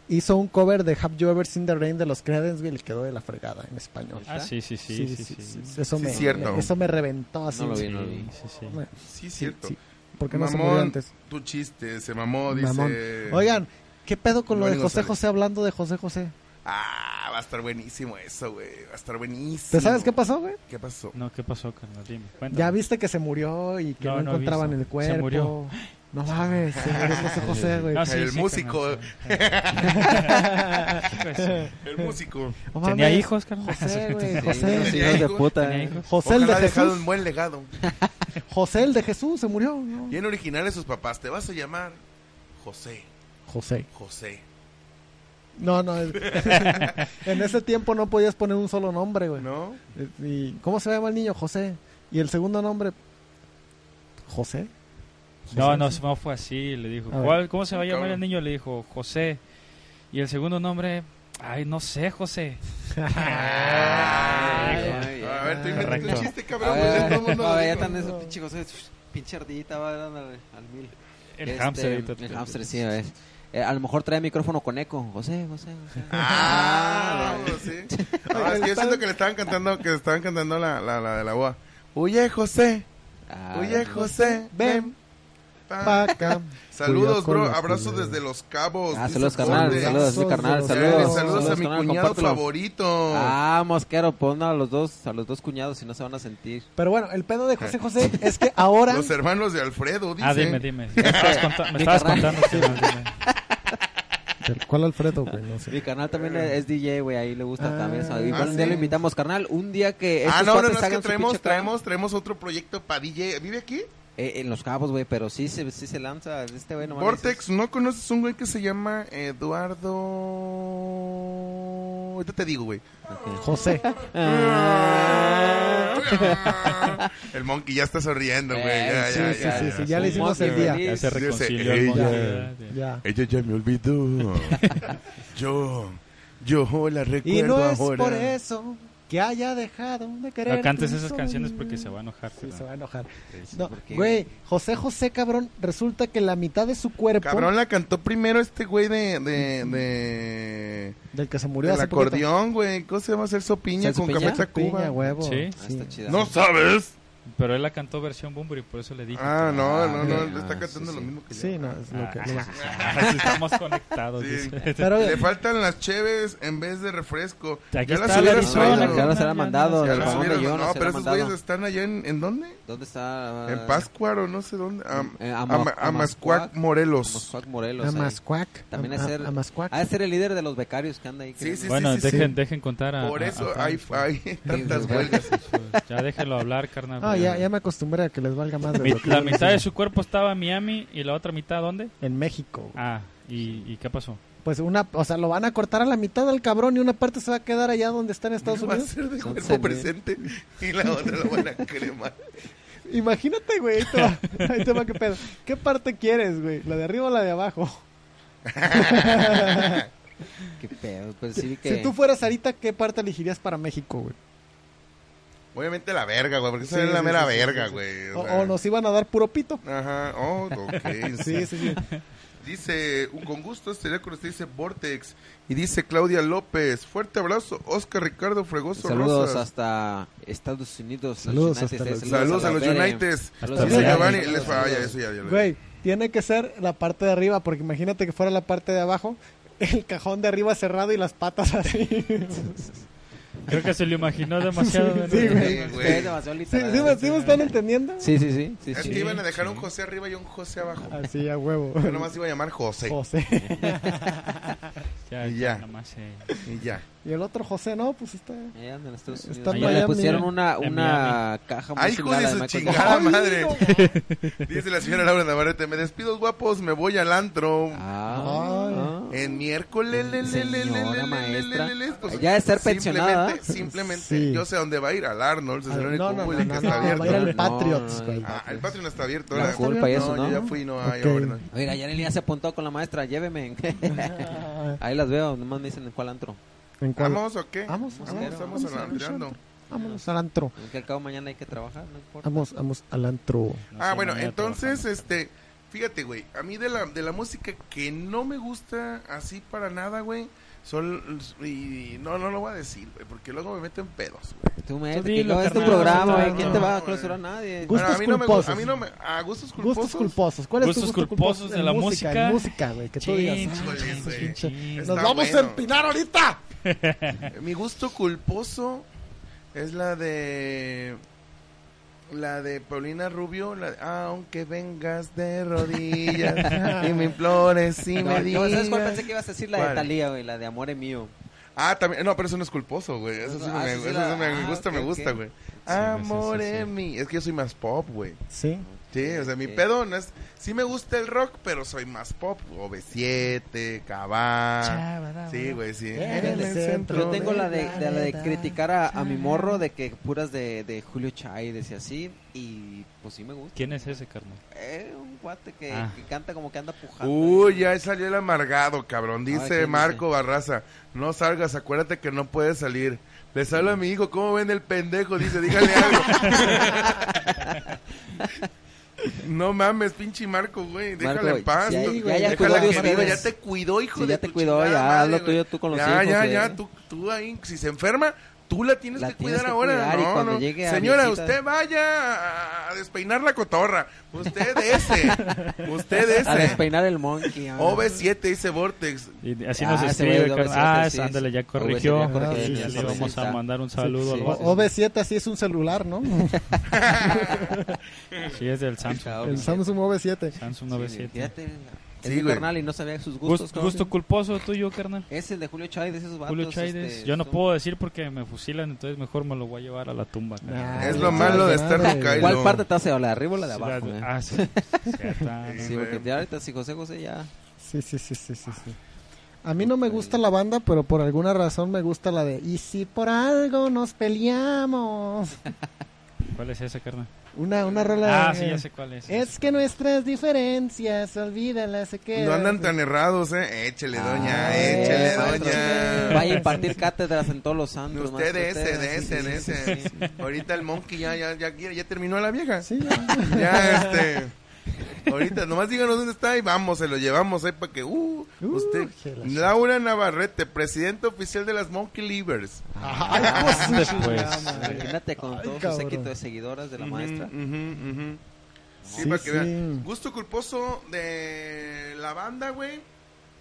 [SPEAKER 2] hizo un cover de Have You Ever Seen the Rain de los Creedence y le quedó de la fregada en español.
[SPEAKER 5] Ah, sí, sí, sí. sí, sí,
[SPEAKER 2] Eso,
[SPEAKER 1] Sí,
[SPEAKER 2] me,
[SPEAKER 1] cierto.
[SPEAKER 2] me- eso me reventó así.
[SPEAKER 4] No lo vi, no lo
[SPEAKER 5] Sí,
[SPEAKER 4] vi.
[SPEAKER 5] sí, sí.
[SPEAKER 2] Me-
[SPEAKER 1] Sí, cierto.
[SPEAKER 2] sí, porque no se murió
[SPEAKER 1] Mamón, eh,
[SPEAKER 2] antes.
[SPEAKER 1] tu chiste, se mamó, dice.
[SPEAKER 2] Mamón. Oigan, ¿qué pedo con lo
[SPEAKER 1] Manuel
[SPEAKER 2] de José
[SPEAKER 1] González.
[SPEAKER 2] José hablando de José José?
[SPEAKER 1] Ah, va a estar buenísimo eso, güey. Va a estar buenísimo.
[SPEAKER 2] ¿Te sabes qué pasó, güey?
[SPEAKER 1] ¿Qué pasó?
[SPEAKER 5] No, ¿qué pasó, carnal? Dime, cuéntame.
[SPEAKER 2] Ya viste que se murió y que
[SPEAKER 5] No,
[SPEAKER 2] no,
[SPEAKER 5] no he
[SPEAKER 2] encontraban
[SPEAKER 5] visto.
[SPEAKER 2] el cuerpo.
[SPEAKER 5] Se murió.
[SPEAKER 2] No
[SPEAKER 5] <laughs>
[SPEAKER 2] mames, se murió José José, güey.
[SPEAKER 5] Ah, sí,
[SPEAKER 1] El
[SPEAKER 5] sí,
[SPEAKER 1] músico.
[SPEAKER 5] carnal, sí. Pues, sí.
[SPEAKER 1] El músico.
[SPEAKER 2] No mames,
[SPEAKER 5] ¿Tenía hijos, carnal? <laughs>
[SPEAKER 2] José, güey,
[SPEAKER 4] Sí,
[SPEAKER 2] José.
[SPEAKER 4] unos hijos de puta.
[SPEAKER 5] ¿Tenía
[SPEAKER 4] eh.
[SPEAKER 5] hijos?
[SPEAKER 2] José el de
[SPEAKER 1] Ojalá ha dejado
[SPEAKER 2] Jesús.
[SPEAKER 1] un buen legado.
[SPEAKER 2] José el de Jesús se murió. ¿no?
[SPEAKER 1] Bien originales sus papás. Te vas a llamar José.
[SPEAKER 2] José.
[SPEAKER 1] José.
[SPEAKER 2] No, no.
[SPEAKER 5] <laughs>
[SPEAKER 2] es- en ese tiempo no podías poner un solo nombre, güey.
[SPEAKER 1] ¿No?
[SPEAKER 2] Eh, ¿Y ¿Cómo se llama el niño? José. ¿Y el segundo nombre? José.
[SPEAKER 5] No, no, no fue así. Le dijo,
[SPEAKER 2] A ver.
[SPEAKER 5] "¿Cuál- ¿cómo se va a llamar
[SPEAKER 1] Cabrón.
[SPEAKER 5] el niño? Le dijo, José. Y el segundo nombre, ay, no sé, José.
[SPEAKER 4] Ay,
[SPEAKER 1] a ver, tú inventas
[SPEAKER 5] Correcto.
[SPEAKER 1] un chiste,
[SPEAKER 4] A
[SPEAKER 1] cabrón. pues, ya
[SPEAKER 4] ver,
[SPEAKER 1] todo el mundo
[SPEAKER 4] a
[SPEAKER 1] lo
[SPEAKER 4] ver, Ah, ya
[SPEAKER 1] dijo.
[SPEAKER 4] tan eso, pinche José, pinche ardillita va dando al, al mil.
[SPEAKER 5] El
[SPEAKER 4] Este,
[SPEAKER 5] hamster. ahorita te-
[SPEAKER 4] El hamster, sí, a ver. Eh, a lo mejor trae micrófono con eco. José, José, José.
[SPEAKER 1] Ah, sí. Ah, es que yo siento que le estaban cantando, que le estaban cantando la, la, la de la boa. Huye, José.
[SPEAKER 4] Ah,
[SPEAKER 1] Huye, José. Ven. pa.
[SPEAKER 2] Paca.
[SPEAKER 1] Saludos,
[SPEAKER 2] Cuidado con
[SPEAKER 1] bro.
[SPEAKER 2] los
[SPEAKER 1] Abrazos
[SPEAKER 2] culeros.
[SPEAKER 1] desde Los Cabos.
[SPEAKER 4] Ah,
[SPEAKER 1] dice
[SPEAKER 4] saludos,
[SPEAKER 1] Jorge.
[SPEAKER 4] carnal.
[SPEAKER 2] Saludos,
[SPEAKER 4] Saludos, sí, carnal.
[SPEAKER 2] saludos.
[SPEAKER 4] Saludos.
[SPEAKER 1] pues, Eh, Saludos, a mi
[SPEAKER 4] carnal,
[SPEAKER 1] cuñado
[SPEAKER 4] compártelo.
[SPEAKER 1] favorito.
[SPEAKER 4] Ah, mosquero, pues no, a los dos, a los dos cuñados, si no se van a sentir.
[SPEAKER 2] Pero bueno, el pedo de José José es
[SPEAKER 1] <laughs>
[SPEAKER 2] que ahora.
[SPEAKER 1] Los hermanos de Alfredo, dice.
[SPEAKER 5] Ah, dime, dime. Me estabas,
[SPEAKER 4] <laughs>
[SPEAKER 5] conta- me estabas
[SPEAKER 4] carnal.
[SPEAKER 5] contando. carnal, dime.
[SPEAKER 2] ¿Cuál Alfredo, güey? No sé.
[SPEAKER 4] Mi canal también es es DJ, güey, ahí le gusta
[SPEAKER 2] Ah,
[SPEAKER 4] también. eso.
[SPEAKER 1] Eh. ah,
[SPEAKER 4] Igual un día
[SPEAKER 1] sí.
[SPEAKER 4] lo invitamos, carnal. Un día que.
[SPEAKER 1] Ah,
[SPEAKER 4] estos
[SPEAKER 1] no, no, no,
[SPEAKER 4] cuates
[SPEAKER 1] es que
[SPEAKER 4] hagan su
[SPEAKER 1] traemos,
[SPEAKER 4] pinche plan,
[SPEAKER 1] traemos, traemos otro proyecto para DJ. ¿Vive aquí?
[SPEAKER 4] eh, en los cabos, güey, pero sí se, sí se lanza. Este güey nomás.
[SPEAKER 1] Vortex, ¿no conoces un güey que se llama Eduardo? Ahorita te digo, güey.
[SPEAKER 2] José.
[SPEAKER 1] Ah. El monkey ya está sonriendo, güey.
[SPEAKER 4] Eh,
[SPEAKER 1] Ya,
[SPEAKER 4] sí,
[SPEAKER 1] ya,
[SPEAKER 2] sí,
[SPEAKER 1] ya,
[SPEAKER 2] sí,
[SPEAKER 1] ya.
[SPEAKER 2] sí, ya le hicimos el día.
[SPEAKER 5] Ya se
[SPEAKER 1] Yo sé,
[SPEAKER 5] reconcilió el
[SPEAKER 1] ella.
[SPEAKER 5] monstruo.
[SPEAKER 2] Ya.
[SPEAKER 1] Ella ya me
[SPEAKER 2] <laughs>
[SPEAKER 1] olvidó. yo, yo la recuerdo
[SPEAKER 2] Y no es
[SPEAKER 1] ahora.
[SPEAKER 2] por eso que haya dejado de querer.
[SPEAKER 5] No cantes esas canciones porque se va a enojar.
[SPEAKER 2] Sí,
[SPEAKER 5] carnal.
[SPEAKER 2] se va a enojar.
[SPEAKER 4] Sí,
[SPEAKER 2] No,
[SPEAKER 4] porque-
[SPEAKER 2] güey, José José, cabrón, resulta que la mitad de su cuerpo.
[SPEAKER 1] Cabrón, la cantó primero este güey de, de, de,
[SPEAKER 2] Del que se murió
[SPEAKER 1] del
[SPEAKER 2] hace poquito.
[SPEAKER 1] acordeón, güey. ¿Cómo se llama? Celso Piña
[SPEAKER 4] Celso
[SPEAKER 1] con
[SPEAKER 4] Piña.
[SPEAKER 1] Café Tacuba.
[SPEAKER 2] Piña, huevo.
[SPEAKER 5] Sí.
[SPEAKER 4] Ah,
[SPEAKER 2] sí.
[SPEAKER 4] está chida.
[SPEAKER 1] ¿No sabes?
[SPEAKER 5] Pero él la cantó versión Bumburi, por eso le dije.
[SPEAKER 1] Ah, no,
[SPEAKER 4] Ah,
[SPEAKER 1] no, no,
[SPEAKER 4] ah,
[SPEAKER 1] le está
[SPEAKER 4] sí,
[SPEAKER 1] cantando
[SPEAKER 4] sí.
[SPEAKER 1] lo mismo que yo.
[SPEAKER 2] Sí, no, es lo que.
[SPEAKER 5] Ah,
[SPEAKER 2] lo-
[SPEAKER 5] sí, Estamos conectados.
[SPEAKER 1] Sí.
[SPEAKER 5] dice.
[SPEAKER 2] Pero, eh,
[SPEAKER 1] Le faltan las cheves en vez de refresco.
[SPEAKER 5] Aquí
[SPEAKER 1] ya las
[SPEAKER 5] está la
[SPEAKER 1] hubieras
[SPEAKER 5] Arizona,
[SPEAKER 1] traído.
[SPEAKER 5] carnal,
[SPEAKER 4] Ya las era
[SPEAKER 5] ya
[SPEAKER 4] mandado,
[SPEAKER 5] no-
[SPEAKER 1] Ya
[SPEAKER 4] del
[SPEAKER 1] las
[SPEAKER 4] fogón de
[SPEAKER 1] hubieras-
[SPEAKER 4] Jonas,
[SPEAKER 1] No,
[SPEAKER 4] se
[SPEAKER 1] pero
[SPEAKER 4] la
[SPEAKER 1] esos
[SPEAKER 4] mandado.
[SPEAKER 1] güeyes están allá en, ¿en dónde?
[SPEAKER 4] ¿Dónde está? ah,
[SPEAKER 1] En Páscuaro, no sé dónde. Am-
[SPEAKER 4] Eh, Ama-
[SPEAKER 1] Ama- Amascuac,
[SPEAKER 4] Amascuac,
[SPEAKER 1] Morelos.
[SPEAKER 4] Amascuac Morelos. ahí.
[SPEAKER 2] Amascuac.
[SPEAKER 4] También
[SPEAKER 2] Am-
[SPEAKER 4] es
[SPEAKER 2] am-
[SPEAKER 4] ser-
[SPEAKER 2] Amascuac.
[SPEAKER 4] Ha de ser el líder de los becarios que anda ahí.
[SPEAKER 1] Sí, sí,
[SPEAKER 5] Bueno,
[SPEAKER 1] sí, sí,
[SPEAKER 5] dejen,
[SPEAKER 1] sí.
[SPEAKER 5] dejen contar a.
[SPEAKER 1] Por
[SPEAKER 5] a-
[SPEAKER 1] eso
[SPEAKER 5] a
[SPEAKER 1] hay,
[SPEAKER 5] Frank.
[SPEAKER 1] hay tantas
[SPEAKER 4] sí,
[SPEAKER 1] huelgas.
[SPEAKER 5] Ya déjelo hablar, carnal.
[SPEAKER 2] Ah, ya, ya me acostumbré a que les valga más de
[SPEAKER 5] Mi-
[SPEAKER 2] lo que
[SPEAKER 5] la
[SPEAKER 2] yo les
[SPEAKER 5] mitad de
[SPEAKER 2] digo.
[SPEAKER 5] su cuerpo estaba en Miami y la otra mitad, ¿dónde?
[SPEAKER 2] En México. güey.
[SPEAKER 5] Ah, ¿y, y qué pasó?
[SPEAKER 2] Pues una. O sea, lo van a cortar a la mitad al cabrón y una parte se va a quedar allá donde está en Estados
[SPEAKER 1] Uno va a
[SPEAKER 2] Unidos.
[SPEAKER 1] ser de
[SPEAKER 4] Entonces,
[SPEAKER 1] cuerpo
[SPEAKER 4] bien.
[SPEAKER 1] presente y la otra la van a cremar.
[SPEAKER 2] Imagínate, güey. Ahí
[SPEAKER 1] <laughs>
[SPEAKER 2] te va. Ahí te va, qué pedo. ¿Qué parte quieres, güey? ¿La de arriba o la de abajo?
[SPEAKER 4] Qué pedo. Pues sí, que.
[SPEAKER 2] Si tú fueras Sarita, ¿qué parte elegirías para México, güey?
[SPEAKER 1] Obviamente la verga, güey, porque
[SPEAKER 2] Sí,
[SPEAKER 1] esa es la
[SPEAKER 2] sí,
[SPEAKER 1] mera
[SPEAKER 2] sí, sí,
[SPEAKER 1] verga,
[SPEAKER 2] sí, sí.
[SPEAKER 1] güey.
[SPEAKER 2] O,
[SPEAKER 1] sea.
[SPEAKER 2] o nos iban a dar puro pito.
[SPEAKER 1] Ajá, oh, ok. <laughs>
[SPEAKER 2] Sí, sí, sí.
[SPEAKER 1] Dice, un- con gusto estaría con usted, dice Vortex. Y dice Claudia López, fuerte abrazo, Oscar Ricardo Fregoso
[SPEAKER 4] Saludos
[SPEAKER 1] Rosas.
[SPEAKER 4] hasta Estados Unidos.
[SPEAKER 2] Saludos
[SPEAKER 4] los United
[SPEAKER 2] hasta
[SPEAKER 4] States,
[SPEAKER 2] los-
[SPEAKER 1] Saludos a los
[SPEAKER 4] Beren.
[SPEAKER 1] Uniteds.
[SPEAKER 5] Hasta
[SPEAKER 4] Saludos a
[SPEAKER 1] Dice
[SPEAKER 5] Miami.
[SPEAKER 1] Giovanni,
[SPEAKER 4] Saludos.
[SPEAKER 1] les falla, eso ya, ya lo
[SPEAKER 2] Güey, tiene que ser la parte de arriba, porque imagínate que fuera la parte de abajo, el cajón de arriba cerrado y las patas
[SPEAKER 4] <laughs>
[SPEAKER 2] así.
[SPEAKER 5] Creo que se lo imaginó demasiado. ¿no?
[SPEAKER 2] sí, güey.
[SPEAKER 1] Sí, güey.
[SPEAKER 4] Ustedes demasiado
[SPEAKER 2] ¿Sí, sí,
[SPEAKER 4] literal.
[SPEAKER 2] me- sí me están entendiendo?
[SPEAKER 4] Sí, sí, sí. sí,
[SPEAKER 1] Es
[SPEAKER 4] sí.
[SPEAKER 1] que iban a dejar
[SPEAKER 5] sí.
[SPEAKER 1] un José arriba y un José abajo.
[SPEAKER 2] Así, a huevo.
[SPEAKER 1] Yo nomás iba a llamar José.
[SPEAKER 2] Ah. José.
[SPEAKER 5] Ya,
[SPEAKER 1] Y
[SPEAKER 5] ya.
[SPEAKER 1] ya.
[SPEAKER 5] nada más, eh.
[SPEAKER 1] Y ya.
[SPEAKER 2] Y el otro José, no, pues está...
[SPEAKER 4] Allá en Estados Unidos.
[SPEAKER 2] Está en
[SPEAKER 4] Allá
[SPEAKER 2] Miami.
[SPEAKER 4] le pusieron una,
[SPEAKER 5] En
[SPEAKER 4] una caja muy
[SPEAKER 1] Ay, hijo
[SPEAKER 4] chingada
[SPEAKER 1] de
[SPEAKER 4] de
[SPEAKER 1] su
[SPEAKER 4] Michael
[SPEAKER 1] chingada
[SPEAKER 4] Jackson.
[SPEAKER 1] madre. Dice la señora Laura Navarrete, me despido guapos, me voy al antro.
[SPEAKER 4] Ah, ah.
[SPEAKER 1] En miércoles, le, le, le, le,
[SPEAKER 4] Señora
[SPEAKER 1] le, le,
[SPEAKER 4] maestra.
[SPEAKER 1] le, le, le, pues,
[SPEAKER 4] Ya de ser pensionada.
[SPEAKER 1] Simplemente, simplemente
[SPEAKER 2] Sí.
[SPEAKER 1] yo sé a dónde va a ir, al Arnold, es el
[SPEAKER 2] Al-
[SPEAKER 1] único
[SPEAKER 2] no, no,
[SPEAKER 1] bullying
[SPEAKER 2] no,
[SPEAKER 1] que
[SPEAKER 2] no,
[SPEAKER 1] está
[SPEAKER 2] no, va a ir
[SPEAKER 1] abierto.
[SPEAKER 2] al
[SPEAKER 4] No,
[SPEAKER 2] Patriots,
[SPEAKER 4] no,
[SPEAKER 2] güey.
[SPEAKER 4] no,
[SPEAKER 1] Ah, el Patreon está abierto.
[SPEAKER 4] La
[SPEAKER 1] ahora.
[SPEAKER 4] culpa y eso,
[SPEAKER 1] no, yo
[SPEAKER 4] ¿no?
[SPEAKER 1] ya fui, no, ay,
[SPEAKER 2] Ok.
[SPEAKER 1] ahora no.
[SPEAKER 4] Oiga, ya Nelly ya se apuntó con la maestra, lléveme. <laughs>
[SPEAKER 1] Ah.
[SPEAKER 4] Ahí las veo, nomás me dicen en cuál antro.
[SPEAKER 2] ¿En cuál?
[SPEAKER 1] ¿Vamos o qué?
[SPEAKER 2] Vamos,
[SPEAKER 1] vamos,
[SPEAKER 4] vamos,
[SPEAKER 1] estamos
[SPEAKER 2] vamos,
[SPEAKER 1] alardeando.
[SPEAKER 2] Vámonos al antro.
[SPEAKER 4] Porque al cabo mañana hay que trabajar, no importa.
[SPEAKER 2] Vamos, vamos al antro.
[SPEAKER 5] No
[SPEAKER 1] Ah,
[SPEAKER 5] sé,
[SPEAKER 1] bueno,
[SPEAKER 5] mañana
[SPEAKER 1] entonces,
[SPEAKER 5] trabajamos.
[SPEAKER 1] este, fíjate, güey, a mí de la, de la música que no me gusta así para nada, güey, son, y no, no lo voy a decir, güey, porque luego me meto en pedos, güey.
[SPEAKER 4] Ah, Tú, me
[SPEAKER 5] Tú
[SPEAKER 4] que
[SPEAKER 5] dilo,
[SPEAKER 4] no es tu
[SPEAKER 5] carnal,
[SPEAKER 4] programa,
[SPEAKER 5] no,
[SPEAKER 4] güey. ¿Quién
[SPEAKER 1] no,
[SPEAKER 4] te va a
[SPEAKER 1] güey.
[SPEAKER 4] clausurar? Nadie.
[SPEAKER 2] Gustos
[SPEAKER 1] Bueno, a mí no me,
[SPEAKER 2] culposos.
[SPEAKER 1] a mí no me, a gustos culposos.
[SPEAKER 2] Gustos culposos. ¿Cuál es tu
[SPEAKER 5] Gustos
[SPEAKER 2] gusto
[SPEAKER 5] culposos
[SPEAKER 2] culposo?
[SPEAKER 5] de
[SPEAKER 2] En
[SPEAKER 5] la música.
[SPEAKER 2] En música, güey. Que tú
[SPEAKER 5] Chin,
[SPEAKER 2] digas.
[SPEAKER 5] chin,
[SPEAKER 2] "Ah,
[SPEAKER 1] chin,
[SPEAKER 2] pinche,
[SPEAKER 1] chin,
[SPEAKER 2] pinche,
[SPEAKER 5] chin.
[SPEAKER 2] ¡Nos
[SPEAKER 1] Está
[SPEAKER 2] vamos a
[SPEAKER 1] bueno.
[SPEAKER 2] empinar ahorita!
[SPEAKER 1] Mi gusto culposo es la de. La de Paulina Rubio, la de, aunque vengas de
[SPEAKER 4] <laughs>
[SPEAKER 1] rodillas y me implores y
[SPEAKER 4] No,
[SPEAKER 1] me
[SPEAKER 4] no, ¿Sabes cuál
[SPEAKER 1] digas.
[SPEAKER 4] pensé que ibas a decir? La de
[SPEAKER 1] ¿Cuál?
[SPEAKER 4] Talía, güey. La de Amor es mío.
[SPEAKER 1] Ah, también, no, pero eso no es culposo, güey. Eso sí
[SPEAKER 4] Ah,
[SPEAKER 1] me,
[SPEAKER 4] eso sí
[SPEAKER 1] eso
[SPEAKER 4] la-
[SPEAKER 1] sí me
[SPEAKER 4] ah,
[SPEAKER 1] gusta,
[SPEAKER 4] ok,
[SPEAKER 1] me
[SPEAKER 4] ok.
[SPEAKER 1] gusta, güey.
[SPEAKER 5] sí,
[SPEAKER 1] Amor
[SPEAKER 5] sí, sí.
[SPEAKER 1] en mí. Es que yo soy más pop, güey.
[SPEAKER 2] Sí.
[SPEAKER 1] Sí, o sea, mi
[SPEAKER 4] Ok.
[SPEAKER 1] pedo no es. Sí me gusta el rock, pero soy más pop. OV7, Cabá. Sí, güey, sí.
[SPEAKER 2] En el centro
[SPEAKER 4] Yo tengo la de,
[SPEAKER 2] del
[SPEAKER 4] de la de
[SPEAKER 2] planeta.
[SPEAKER 4] criticar a, a mi morro de que puras de, de Julio Chávez y así. Y pues sí me gusta.
[SPEAKER 5] ¿Quién es ese, carnal?
[SPEAKER 4] Eh, un guate que,
[SPEAKER 5] Ah.
[SPEAKER 4] que canta como que anda pujando.
[SPEAKER 1] Uy, ya salió el amargado, cabrón.
[SPEAKER 4] Ay, ¿quién
[SPEAKER 1] Dice
[SPEAKER 4] dice?
[SPEAKER 1] Marco Barraza, no salgas, acuérdate que no puedes salir. Les hablo a mi hijo, ¿cómo ven el pendejo? Dice, dígale
[SPEAKER 4] <laughs>
[SPEAKER 1] algo. no mames, pinche Marco, güey. Déjala
[SPEAKER 4] Marco,
[SPEAKER 1] en paz.
[SPEAKER 4] ya-
[SPEAKER 1] tú-
[SPEAKER 4] ya- ya
[SPEAKER 1] déjala
[SPEAKER 4] cuidó de
[SPEAKER 1] que viva,
[SPEAKER 4] ustedes.
[SPEAKER 1] ya te cuidó, hijo
[SPEAKER 4] Sí,
[SPEAKER 1] de
[SPEAKER 4] ya te
[SPEAKER 1] tu
[SPEAKER 4] cuidó,
[SPEAKER 1] chingada
[SPEAKER 4] ya,
[SPEAKER 1] madre,
[SPEAKER 4] lo
[SPEAKER 1] güey.
[SPEAKER 4] tuyo tú con los
[SPEAKER 1] ya,
[SPEAKER 4] hijos,
[SPEAKER 1] Ya,
[SPEAKER 4] eh.
[SPEAKER 1] ya, tú, tú ahí, si se enferma, tú la tienes
[SPEAKER 4] La
[SPEAKER 1] que
[SPEAKER 4] tienes
[SPEAKER 1] cuidar
[SPEAKER 4] que
[SPEAKER 1] ahora.
[SPEAKER 4] cuidar y
[SPEAKER 1] no,
[SPEAKER 4] cuando
[SPEAKER 1] no.
[SPEAKER 4] llegue a
[SPEAKER 1] Señora,
[SPEAKER 4] viejita-
[SPEAKER 1] usted vaya a- a despeinar la cotorra. Usted ese.
[SPEAKER 4] <laughs>
[SPEAKER 1] usted ese.
[SPEAKER 4] A despeinar el monkey. ah.
[SPEAKER 1] OV7 dice Vortex.
[SPEAKER 5] Y así
[SPEAKER 4] Ah,
[SPEAKER 5] nos
[SPEAKER 4] ese
[SPEAKER 5] escribe,
[SPEAKER 4] güey de
[SPEAKER 5] carnal.
[SPEAKER 4] OV7,
[SPEAKER 5] Ah,
[SPEAKER 4] sí,
[SPEAKER 5] es- ándale, ya
[SPEAKER 4] sí.
[SPEAKER 5] corrigió.
[SPEAKER 4] OV7 ya
[SPEAKER 5] Y
[SPEAKER 4] corrigió,
[SPEAKER 5] le
[SPEAKER 4] sí,
[SPEAKER 5] vamos
[SPEAKER 4] sí,
[SPEAKER 5] a
[SPEAKER 4] está.
[SPEAKER 5] mandar un saludo
[SPEAKER 4] Sí,
[SPEAKER 5] al
[SPEAKER 4] sí,
[SPEAKER 5] vato.
[SPEAKER 4] sí.
[SPEAKER 2] OV7 así es un celular,
[SPEAKER 5] <laughs>
[SPEAKER 2] ¿no?
[SPEAKER 5] Oh, Sí, es del Samsung.
[SPEAKER 2] El Samsung OV7.
[SPEAKER 5] Samsung
[SPEAKER 4] Sí,
[SPEAKER 5] 97.
[SPEAKER 4] Fíjate.
[SPEAKER 1] Sí,
[SPEAKER 4] Es mi
[SPEAKER 1] güey.
[SPEAKER 4] carnal y no sabía sus gustos.
[SPEAKER 5] Gusto,
[SPEAKER 4] cabrón.
[SPEAKER 5] gusto culposo tuyo, carnal.
[SPEAKER 4] Es el de Julio Chávez, de esos vatos.
[SPEAKER 5] Julio Chaides.
[SPEAKER 4] este,
[SPEAKER 5] Yo no
[SPEAKER 4] son-
[SPEAKER 5] puedo decir porque me fusilan, entonces mejor me lo voy a llevar a la tumba. carnal.
[SPEAKER 2] Nah,
[SPEAKER 1] Es
[SPEAKER 2] Ay,
[SPEAKER 1] lo
[SPEAKER 2] sí,
[SPEAKER 1] malo de
[SPEAKER 2] madre.
[SPEAKER 1] estar de Kylo.
[SPEAKER 4] ¿Cuál parte te hace hablar? ¿La de arriba o la de
[SPEAKER 5] Sí,
[SPEAKER 4] abajo?
[SPEAKER 5] la-
[SPEAKER 4] güey?
[SPEAKER 5] Ah, sí. Cierto.
[SPEAKER 4] Sí, porque ya ahorita si José José ya...
[SPEAKER 2] Sí, sí, sí, sí, sí, sí. A mí no me gusta la banda, pero por alguna razón me gusta la de Y si por algo nos peleamos.
[SPEAKER 5] ¿Cuál es ese, carnal?
[SPEAKER 2] Una, una rola.
[SPEAKER 5] Ah,
[SPEAKER 2] de-
[SPEAKER 5] sí, ya sé cuál es.
[SPEAKER 2] Es que nuestras diferencias, olvídalas, se quedan.
[SPEAKER 1] No andan tan errados, ¿eh? Échele, doña,
[SPEAKER 4] Ah,
[SPEAKER 1] échele,
[SPEAKER 4] eh, maestro.
[SPEAKER 1] doña.
[SPEAKER 4] Vaya
[SPEAKER 1] <laughs>
[SPEAKER 4] a impartir cátedras en todos los santos.
[SPEAKER 1] Usted de ese, de ese, de
[SPEAKER 4] sí, sí, sí.
[SPEAKER 1] ese. Ahorita el monkey ya, ya, ya, quiere- ya terminó a la vieja.
[SPEAKER 2] Sí,
[SPEAKER 5] <laughs>
[SPEAKER 2] ya.
[SPEAKER 1] Ya, este. Ahorita, nomás díganos dónde está y vamos, se lo llevamos ahí para que. Uh,
[SPEAKER 2] Uh,
[SPEAKER 1] usted.
[SPEAKER 2] que la-
[SPEAKER 1] Laura Navarrete, presidente oficial de las Monkey Livers.
[SPEAKER 2] Ay,
[SPEAKER 4] Ah,
[SPEAKER 2] pues,
[SPEAKER 5] después.
[SPEAKER 2] chingada
[SPEAKER 5] pues, eh,
[SPEAKER 2] madre.
[SPEAKER 4] Imagínate con
[SPEAKER 2] Ay,
[SPEAKER 4] todo su
[SPEAKER 2] cabrón.
[SPEAKER 4] séquito de seguidoras de la
[SPEAKER 1] Ujú,
[SPEAKER 4] maestra.
[SPEAKER 1] ujú, ujú. Sí,
[SPEAKER 2] Sí,
[SPEAKER 1] para que
[SPEAKER 2] sí.
[SPEAKER 1] vean. Gusto culposo de la banda, güey.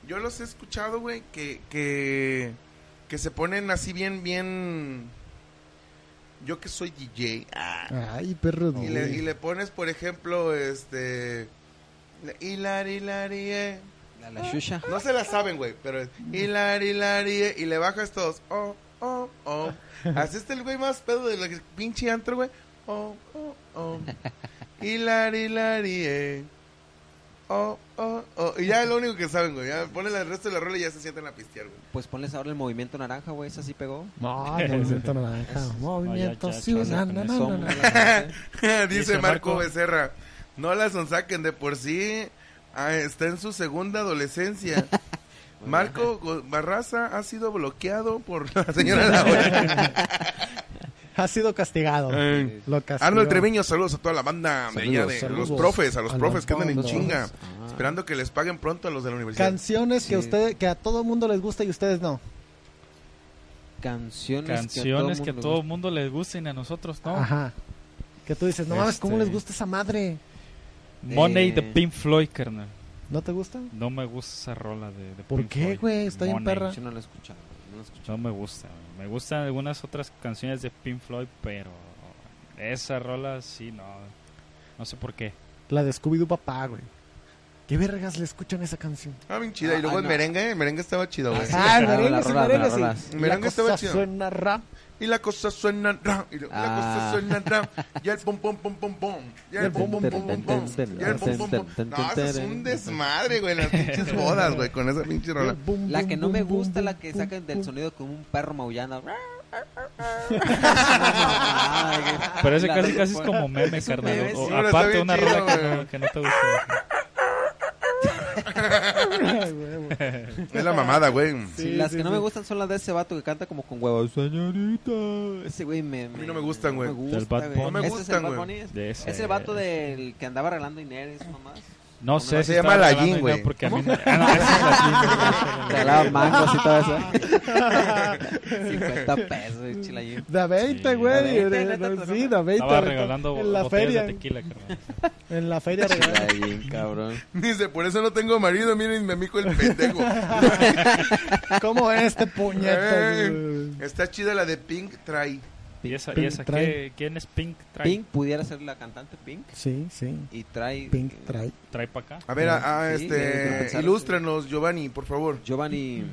[SPEAKER 1] Yo los he escuchado, güey, que, que, que se ponen así bien, bien... Yo que soy DJ. ah,
[SPEAKER 2] Ay, perro.
[SPEAKER 1] y,
[SPEAKER 2] Dios.
[SPEAKER 1] le, y le pones, por ejemplo, este... la- Hilari, hilari, eh.
[SPEAKER 4] La, la Xuxa.
[SPEAKER 1] No se la saben, güey, pero es... Hilari, hilari, eh, y le bajas todos. Oh, oh, oh. Así está el güey más pedo de la pinche antro, güey. Oh, oh, oh. Hilari, hilari, eh. Oh, oh, oh. Y ya es lo único que saben, güey. Ya ponen el resto de la rola y ya se sientan a pistear, güey.
[SPEAKER 4] Pues ponles ahora el movimiento naranja, güey. Esa sí pegó.
[SPEAKER 2] No, <laughs> movimiento naranja. Movimiento
[SPEAKER 5] ya, ya,
[SPEAKER 2] ciudadano.
[SPEAKER 5] ya, ya,
[SPEAKER 2] na,
[SPEAKER 4] Somos
[SPEAKER 2] na, na.
[SPEAKER 4] la
[SPEAKER 1] <laughs> Dice
[SPEAKER 4] gente.
[SPEAKER 5] Dice
[SPEAKER 1] Marco
[SPEAKER 5] Marco.
[SPEAKER 1] Becerra. No las sonsaquen de por sí. ah, está en su segunda adolescencia. Marco Go- Barraza ha sido bloqueado por la señora Laura.
[SPEAKER 2] Ha sido castigado.
[SPEAKER 1] Eh,
[SPEAKER 2] Lo castigó.
[SPEAKER 1] Arnold Treviño, saludos a toda la banda de allá
[SPEAKER 2] Saludos,
[SPEAKER 1] de
[SPEAKER 2] saludos
[SPEAKER 1] los profes, a los
[SPEAKER 2] a la
[SPEAKER 1] profes que andan en
[SPEAKER 2] banda.
[SPEAKER 1] chinga,
[SPEAKER 4] Ah.
[SPEAKER 1] esperando que les paguen pronto a los de la universidad.
[SPEAKER 2] Canciones
[SPEAKER 4] Sí.
[SPEAKER 2] que, ustedes, que a todo mundo les gusta y ustedes no.
[SPEAKER 4] Canciones,
[SPEAKER 5] Canciones que a todo
[SPEAKER 4] mundo
[SPEAKER 5] el mundo les gusten y a nosotros no.
[SPEAKER 2] Ajá. Que tú dices, no mames, ¿cómo
[SPEAKER 5] Este.
[SPEAKER 2] les gusta esa madre?
[SPEAKER 5] Money de
[SPEAKER 4] Eh.
[SPEAKER 5] Pink Floyd, carnal.
[SPEAKER 2] ¿No te gusta?
[SPEAKER 5] No me gusta esa rola de, de
[SPEAKER 2] ¿Por
[SPEAKER 5] Pink
[SPEAKER 2] qué,
[SPEAKER 5] Floyd.
[SPEAKER 2] güey? Está bien
[SPEAKER 5] Money.
[SPEAKER 2] perra.
[SPEAKER 4] Yo no la he escuchado. No la he escuchado.
[SPEAKER 5] No me gusta. güey. Me gustan algunas otras canciones de Pink Floyd, pero esa rola sí, no. No sé por qué.
[SPEAKER 2] La de Scooby-Doo Papá, güey. ¿Qué vergas le escuchan a esa canción?
[SPEAKER 1] Ah, bien chida. Y luego
[SPEAKER 4] Ah,
[SPEAKER 1] el
[SPEAKER 4] no.
[SPEAKER 1] merengue, el merengue estaba chido, güey.
[SPEAKER 2] Ah, el
[SPEAKER 4] Ah,
[SPEAKER 2] merengue,
[SPEAKER 4] la
[SPEAKER 2] sí,
[SPEAKER 4] rola,
[SPEAKER 2] merengue,
[SPEAKER 4] la rola.
[SPEAKER 2] sí.
[SPEAKER 1] El merengue
[SPEAKER 2] La
[SPEAKER 1] estaba
[SPEAKER 2] cosa
[SPEAKER 1] chido.
[SPEAKER 2] suena rap.
[SPEAKER 1] Y la cosa suena ra, y lo- la cosa
[SPEAKER 4] Ah.
[SPEAKER 1] suena ra, y el pum pum pum pum pum, y el pum pum pum pum pum, y el pum pum pum. No, eso es un desmadre, güey, las pinches bodas, güey, con esa pinche rola.
[SPEAKER 2] Bum,
[SPEAKER 4] La
[SPEAKER 2] bum,
[SPEAKER 4] que no
[SPEAKER 2] bum,
[SPEAKER 4] me
[SPEAKER 2] bum,
[SPEAKER 4] gusta,
[SPEAKER 2] bum,
[SPEAKER 4] la que
[SPEAKER 2] bum,
[SPEAKER 4] sacan del
[SPEAKER 2] bum.
[SPEAKER 4] sonido como un
[SPEAKER 2] <laughs>
[SPEAKER 4] perro maullando.
[SPEAKER 5] Pero
[SPEAKER 1] Ah,
[SPEAKER 5] ese casi casi es como meme, carnal.
[SPEAKER 4] meme,
[SPEAKER 5] o- o
[SPEAKER 1] sí. Pero está
[SPEAKER 5] aparte
[SPEAKER 1] bien
[SPEAKER 5] una
[SPEAKER 1] chido,
[SPEAKER 5] rola que
[SPEAKER 1] güey.
[SPEAKER 5] no, que no te gusta.
[SPEAKER 1] Es la mamada, güey.
[SPEAKER 4] Sí,
[SPEAKER 2] Sí,
[SPEAKER 4] las
[SPEAKER 2] sí,
[SPEAKER 4] que no
[SPEAKER 2] sí.
[SPEAKER 4] me gustan son las de ese vato que canta como con huevos. Señorita. Ese güey me,
[SPEAKER 1] mí no me gustan, güey.
[SPEAKER 4] No me
[SPEAKER 5] Del Bad
[SPEAKER 4] gusta, güey.
[SPEAKER 5] Bunny. No
[SPEAKER 1] me
[SPEAKER 4] Ese es el
[SPEAKER 1] gustan,
[SPEAKER 4] Bad
[SPEAKER 1] güey.
[SPEAKER 4] Bunny.
[SPEAKER 5] De
[SPEAKER 4] Es
[SPEAKER 5] ese.
[SPEAKER 4] el vato del que andaba regalando dinero, y eso
[SPEAKER 5] <laughs>
[SPEAKER 4] nomás.
[SPEAKER 5] No sé
[SPEAKER 1] Se
[SPEAKER 5] si
[SPEAKER 1] llama
[SPEAKER 5] estaba
[SPEAKER 1] Laín,
[SPEAKER 5] regalando
[SPEAKER 1] güey.
[SPEAKER 5] dinero porque a mí no- Ah, no, ese es Laín,
[SPEAKER 1] <laughs>
[SPEAKER 5] güey.
[SPEAKER 4] Regalaba mangos y todo eso.
[SPEAKER 5] Ah.
[SPEAKER 4] <laughs> 50 pesos, güey, chilayo.
[SPEAKER 2] Da 20,
[SPEAKER 5] Sí,
[SPEAKER 2] güey.
[SPEAKER 4] da 20,
[SPEAKER 2] de-
[SPEAKER 4] neta,
[SPEAKER 2] de-
[SPEAKER 4] te lo
[SPEAKER 2] Sí,
[SPEAKER 4] juro.
[SPEAKER 2] da 20.
[SPEAKER 5] Estaba
[SPEAKER 2] de-
[SPEAKER 5] regalando
[SPEAKER 2] en la
[SPEAKER 5] botellas
[SPEAKER 2] feria.
[SPEAKER 5] de tequila, carnal.
[SPEAKER 2] En la feria regalaba.
[SPEAKER 4] Chilayo, cabrón.
[SPEAKER 1] Dice, por eso no tengo marido, miren, me amigo el pendejo.
[SPEAKER 2] <laughs> ¿Cómo este
[SPEAKER 1] <laughs>
[SPEAKER 2] puñetas?
[SPEAKER 1] Ey, Está chida la de Pink, trae.
[SPEAKER 5] ¿Y esa, y
[SPEAKER 2] Pink
[SPEAKER 5] esa
[SPEAKER 2] trae.
[SPEAKER 5] qué- quién es Pink? Trae,
[SPEAKER 4] Pink pudiera ser la cantante Pink.
[SPEAKER 2] Sí, sí.
[SPEAKER 4] Y trae.
[SPEAKER 2] Pink
[SPEAKER 4] eh,
[SPEAKER 2] trae.
[SPEAKER 5] trae para acá.
[SPEAKER 1] A ver, a, a,
[SPEAKER 4] Sí, hay que
[SPEAKER 1] este,
[SPEAKER 4] pensar.
[SPEAKER 1] ilústranos, Giovanni, por favor.
[SPEAKER 4] Giovanni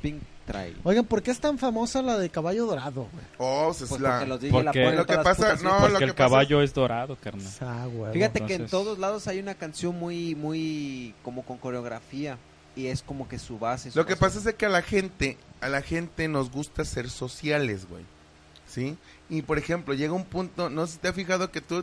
[SPEAKER 4] Pink trae.
[SPEAKER 2] Oigan, ¿por qué es tan famosa la de caballo dorado? güey?
[SPEAKER 1] Oh, se es
[SPEAKER 4] Pues
[SPEAKER 1] la...
[SPEAKER 4] porque los DJ la
[SPEAKER 5] Porque-
[SPEAKER 4] ponen en
[SPEAKER 1] Lo que
[SPEAKER 4] todas las
[SPEAKER 1] pasa-
[SPEAKER 4] putas
[SPEAKER 1] no,
[SPEAKER 4] fiestas.
[SPEAKER 5] Porque
[SPEAKER 1] Ah, lo que
[SPEAKER 5] el
[SPEAKER 1] pasa-
[SPEAKER 5] caballo es dorado, carnal.
[SPEAKER 2] Ah, güey.
[SPEAKER 4] Fíjate que en
[SPEAKER 5] Entonces-
[SPEAKER 4] todos lados hay una canción muy, muy, como con coreografía. Y es como que su base. su
[SPEAKER 1] Lo que
[SPEAKER 4] base.
[SPEAKER 1] pasa es de que a la gente, a la gente nos gusta ser sociales, güey. ¿Sí? Y por ejemplo, llega un punto, no sé si te has fijado que tú,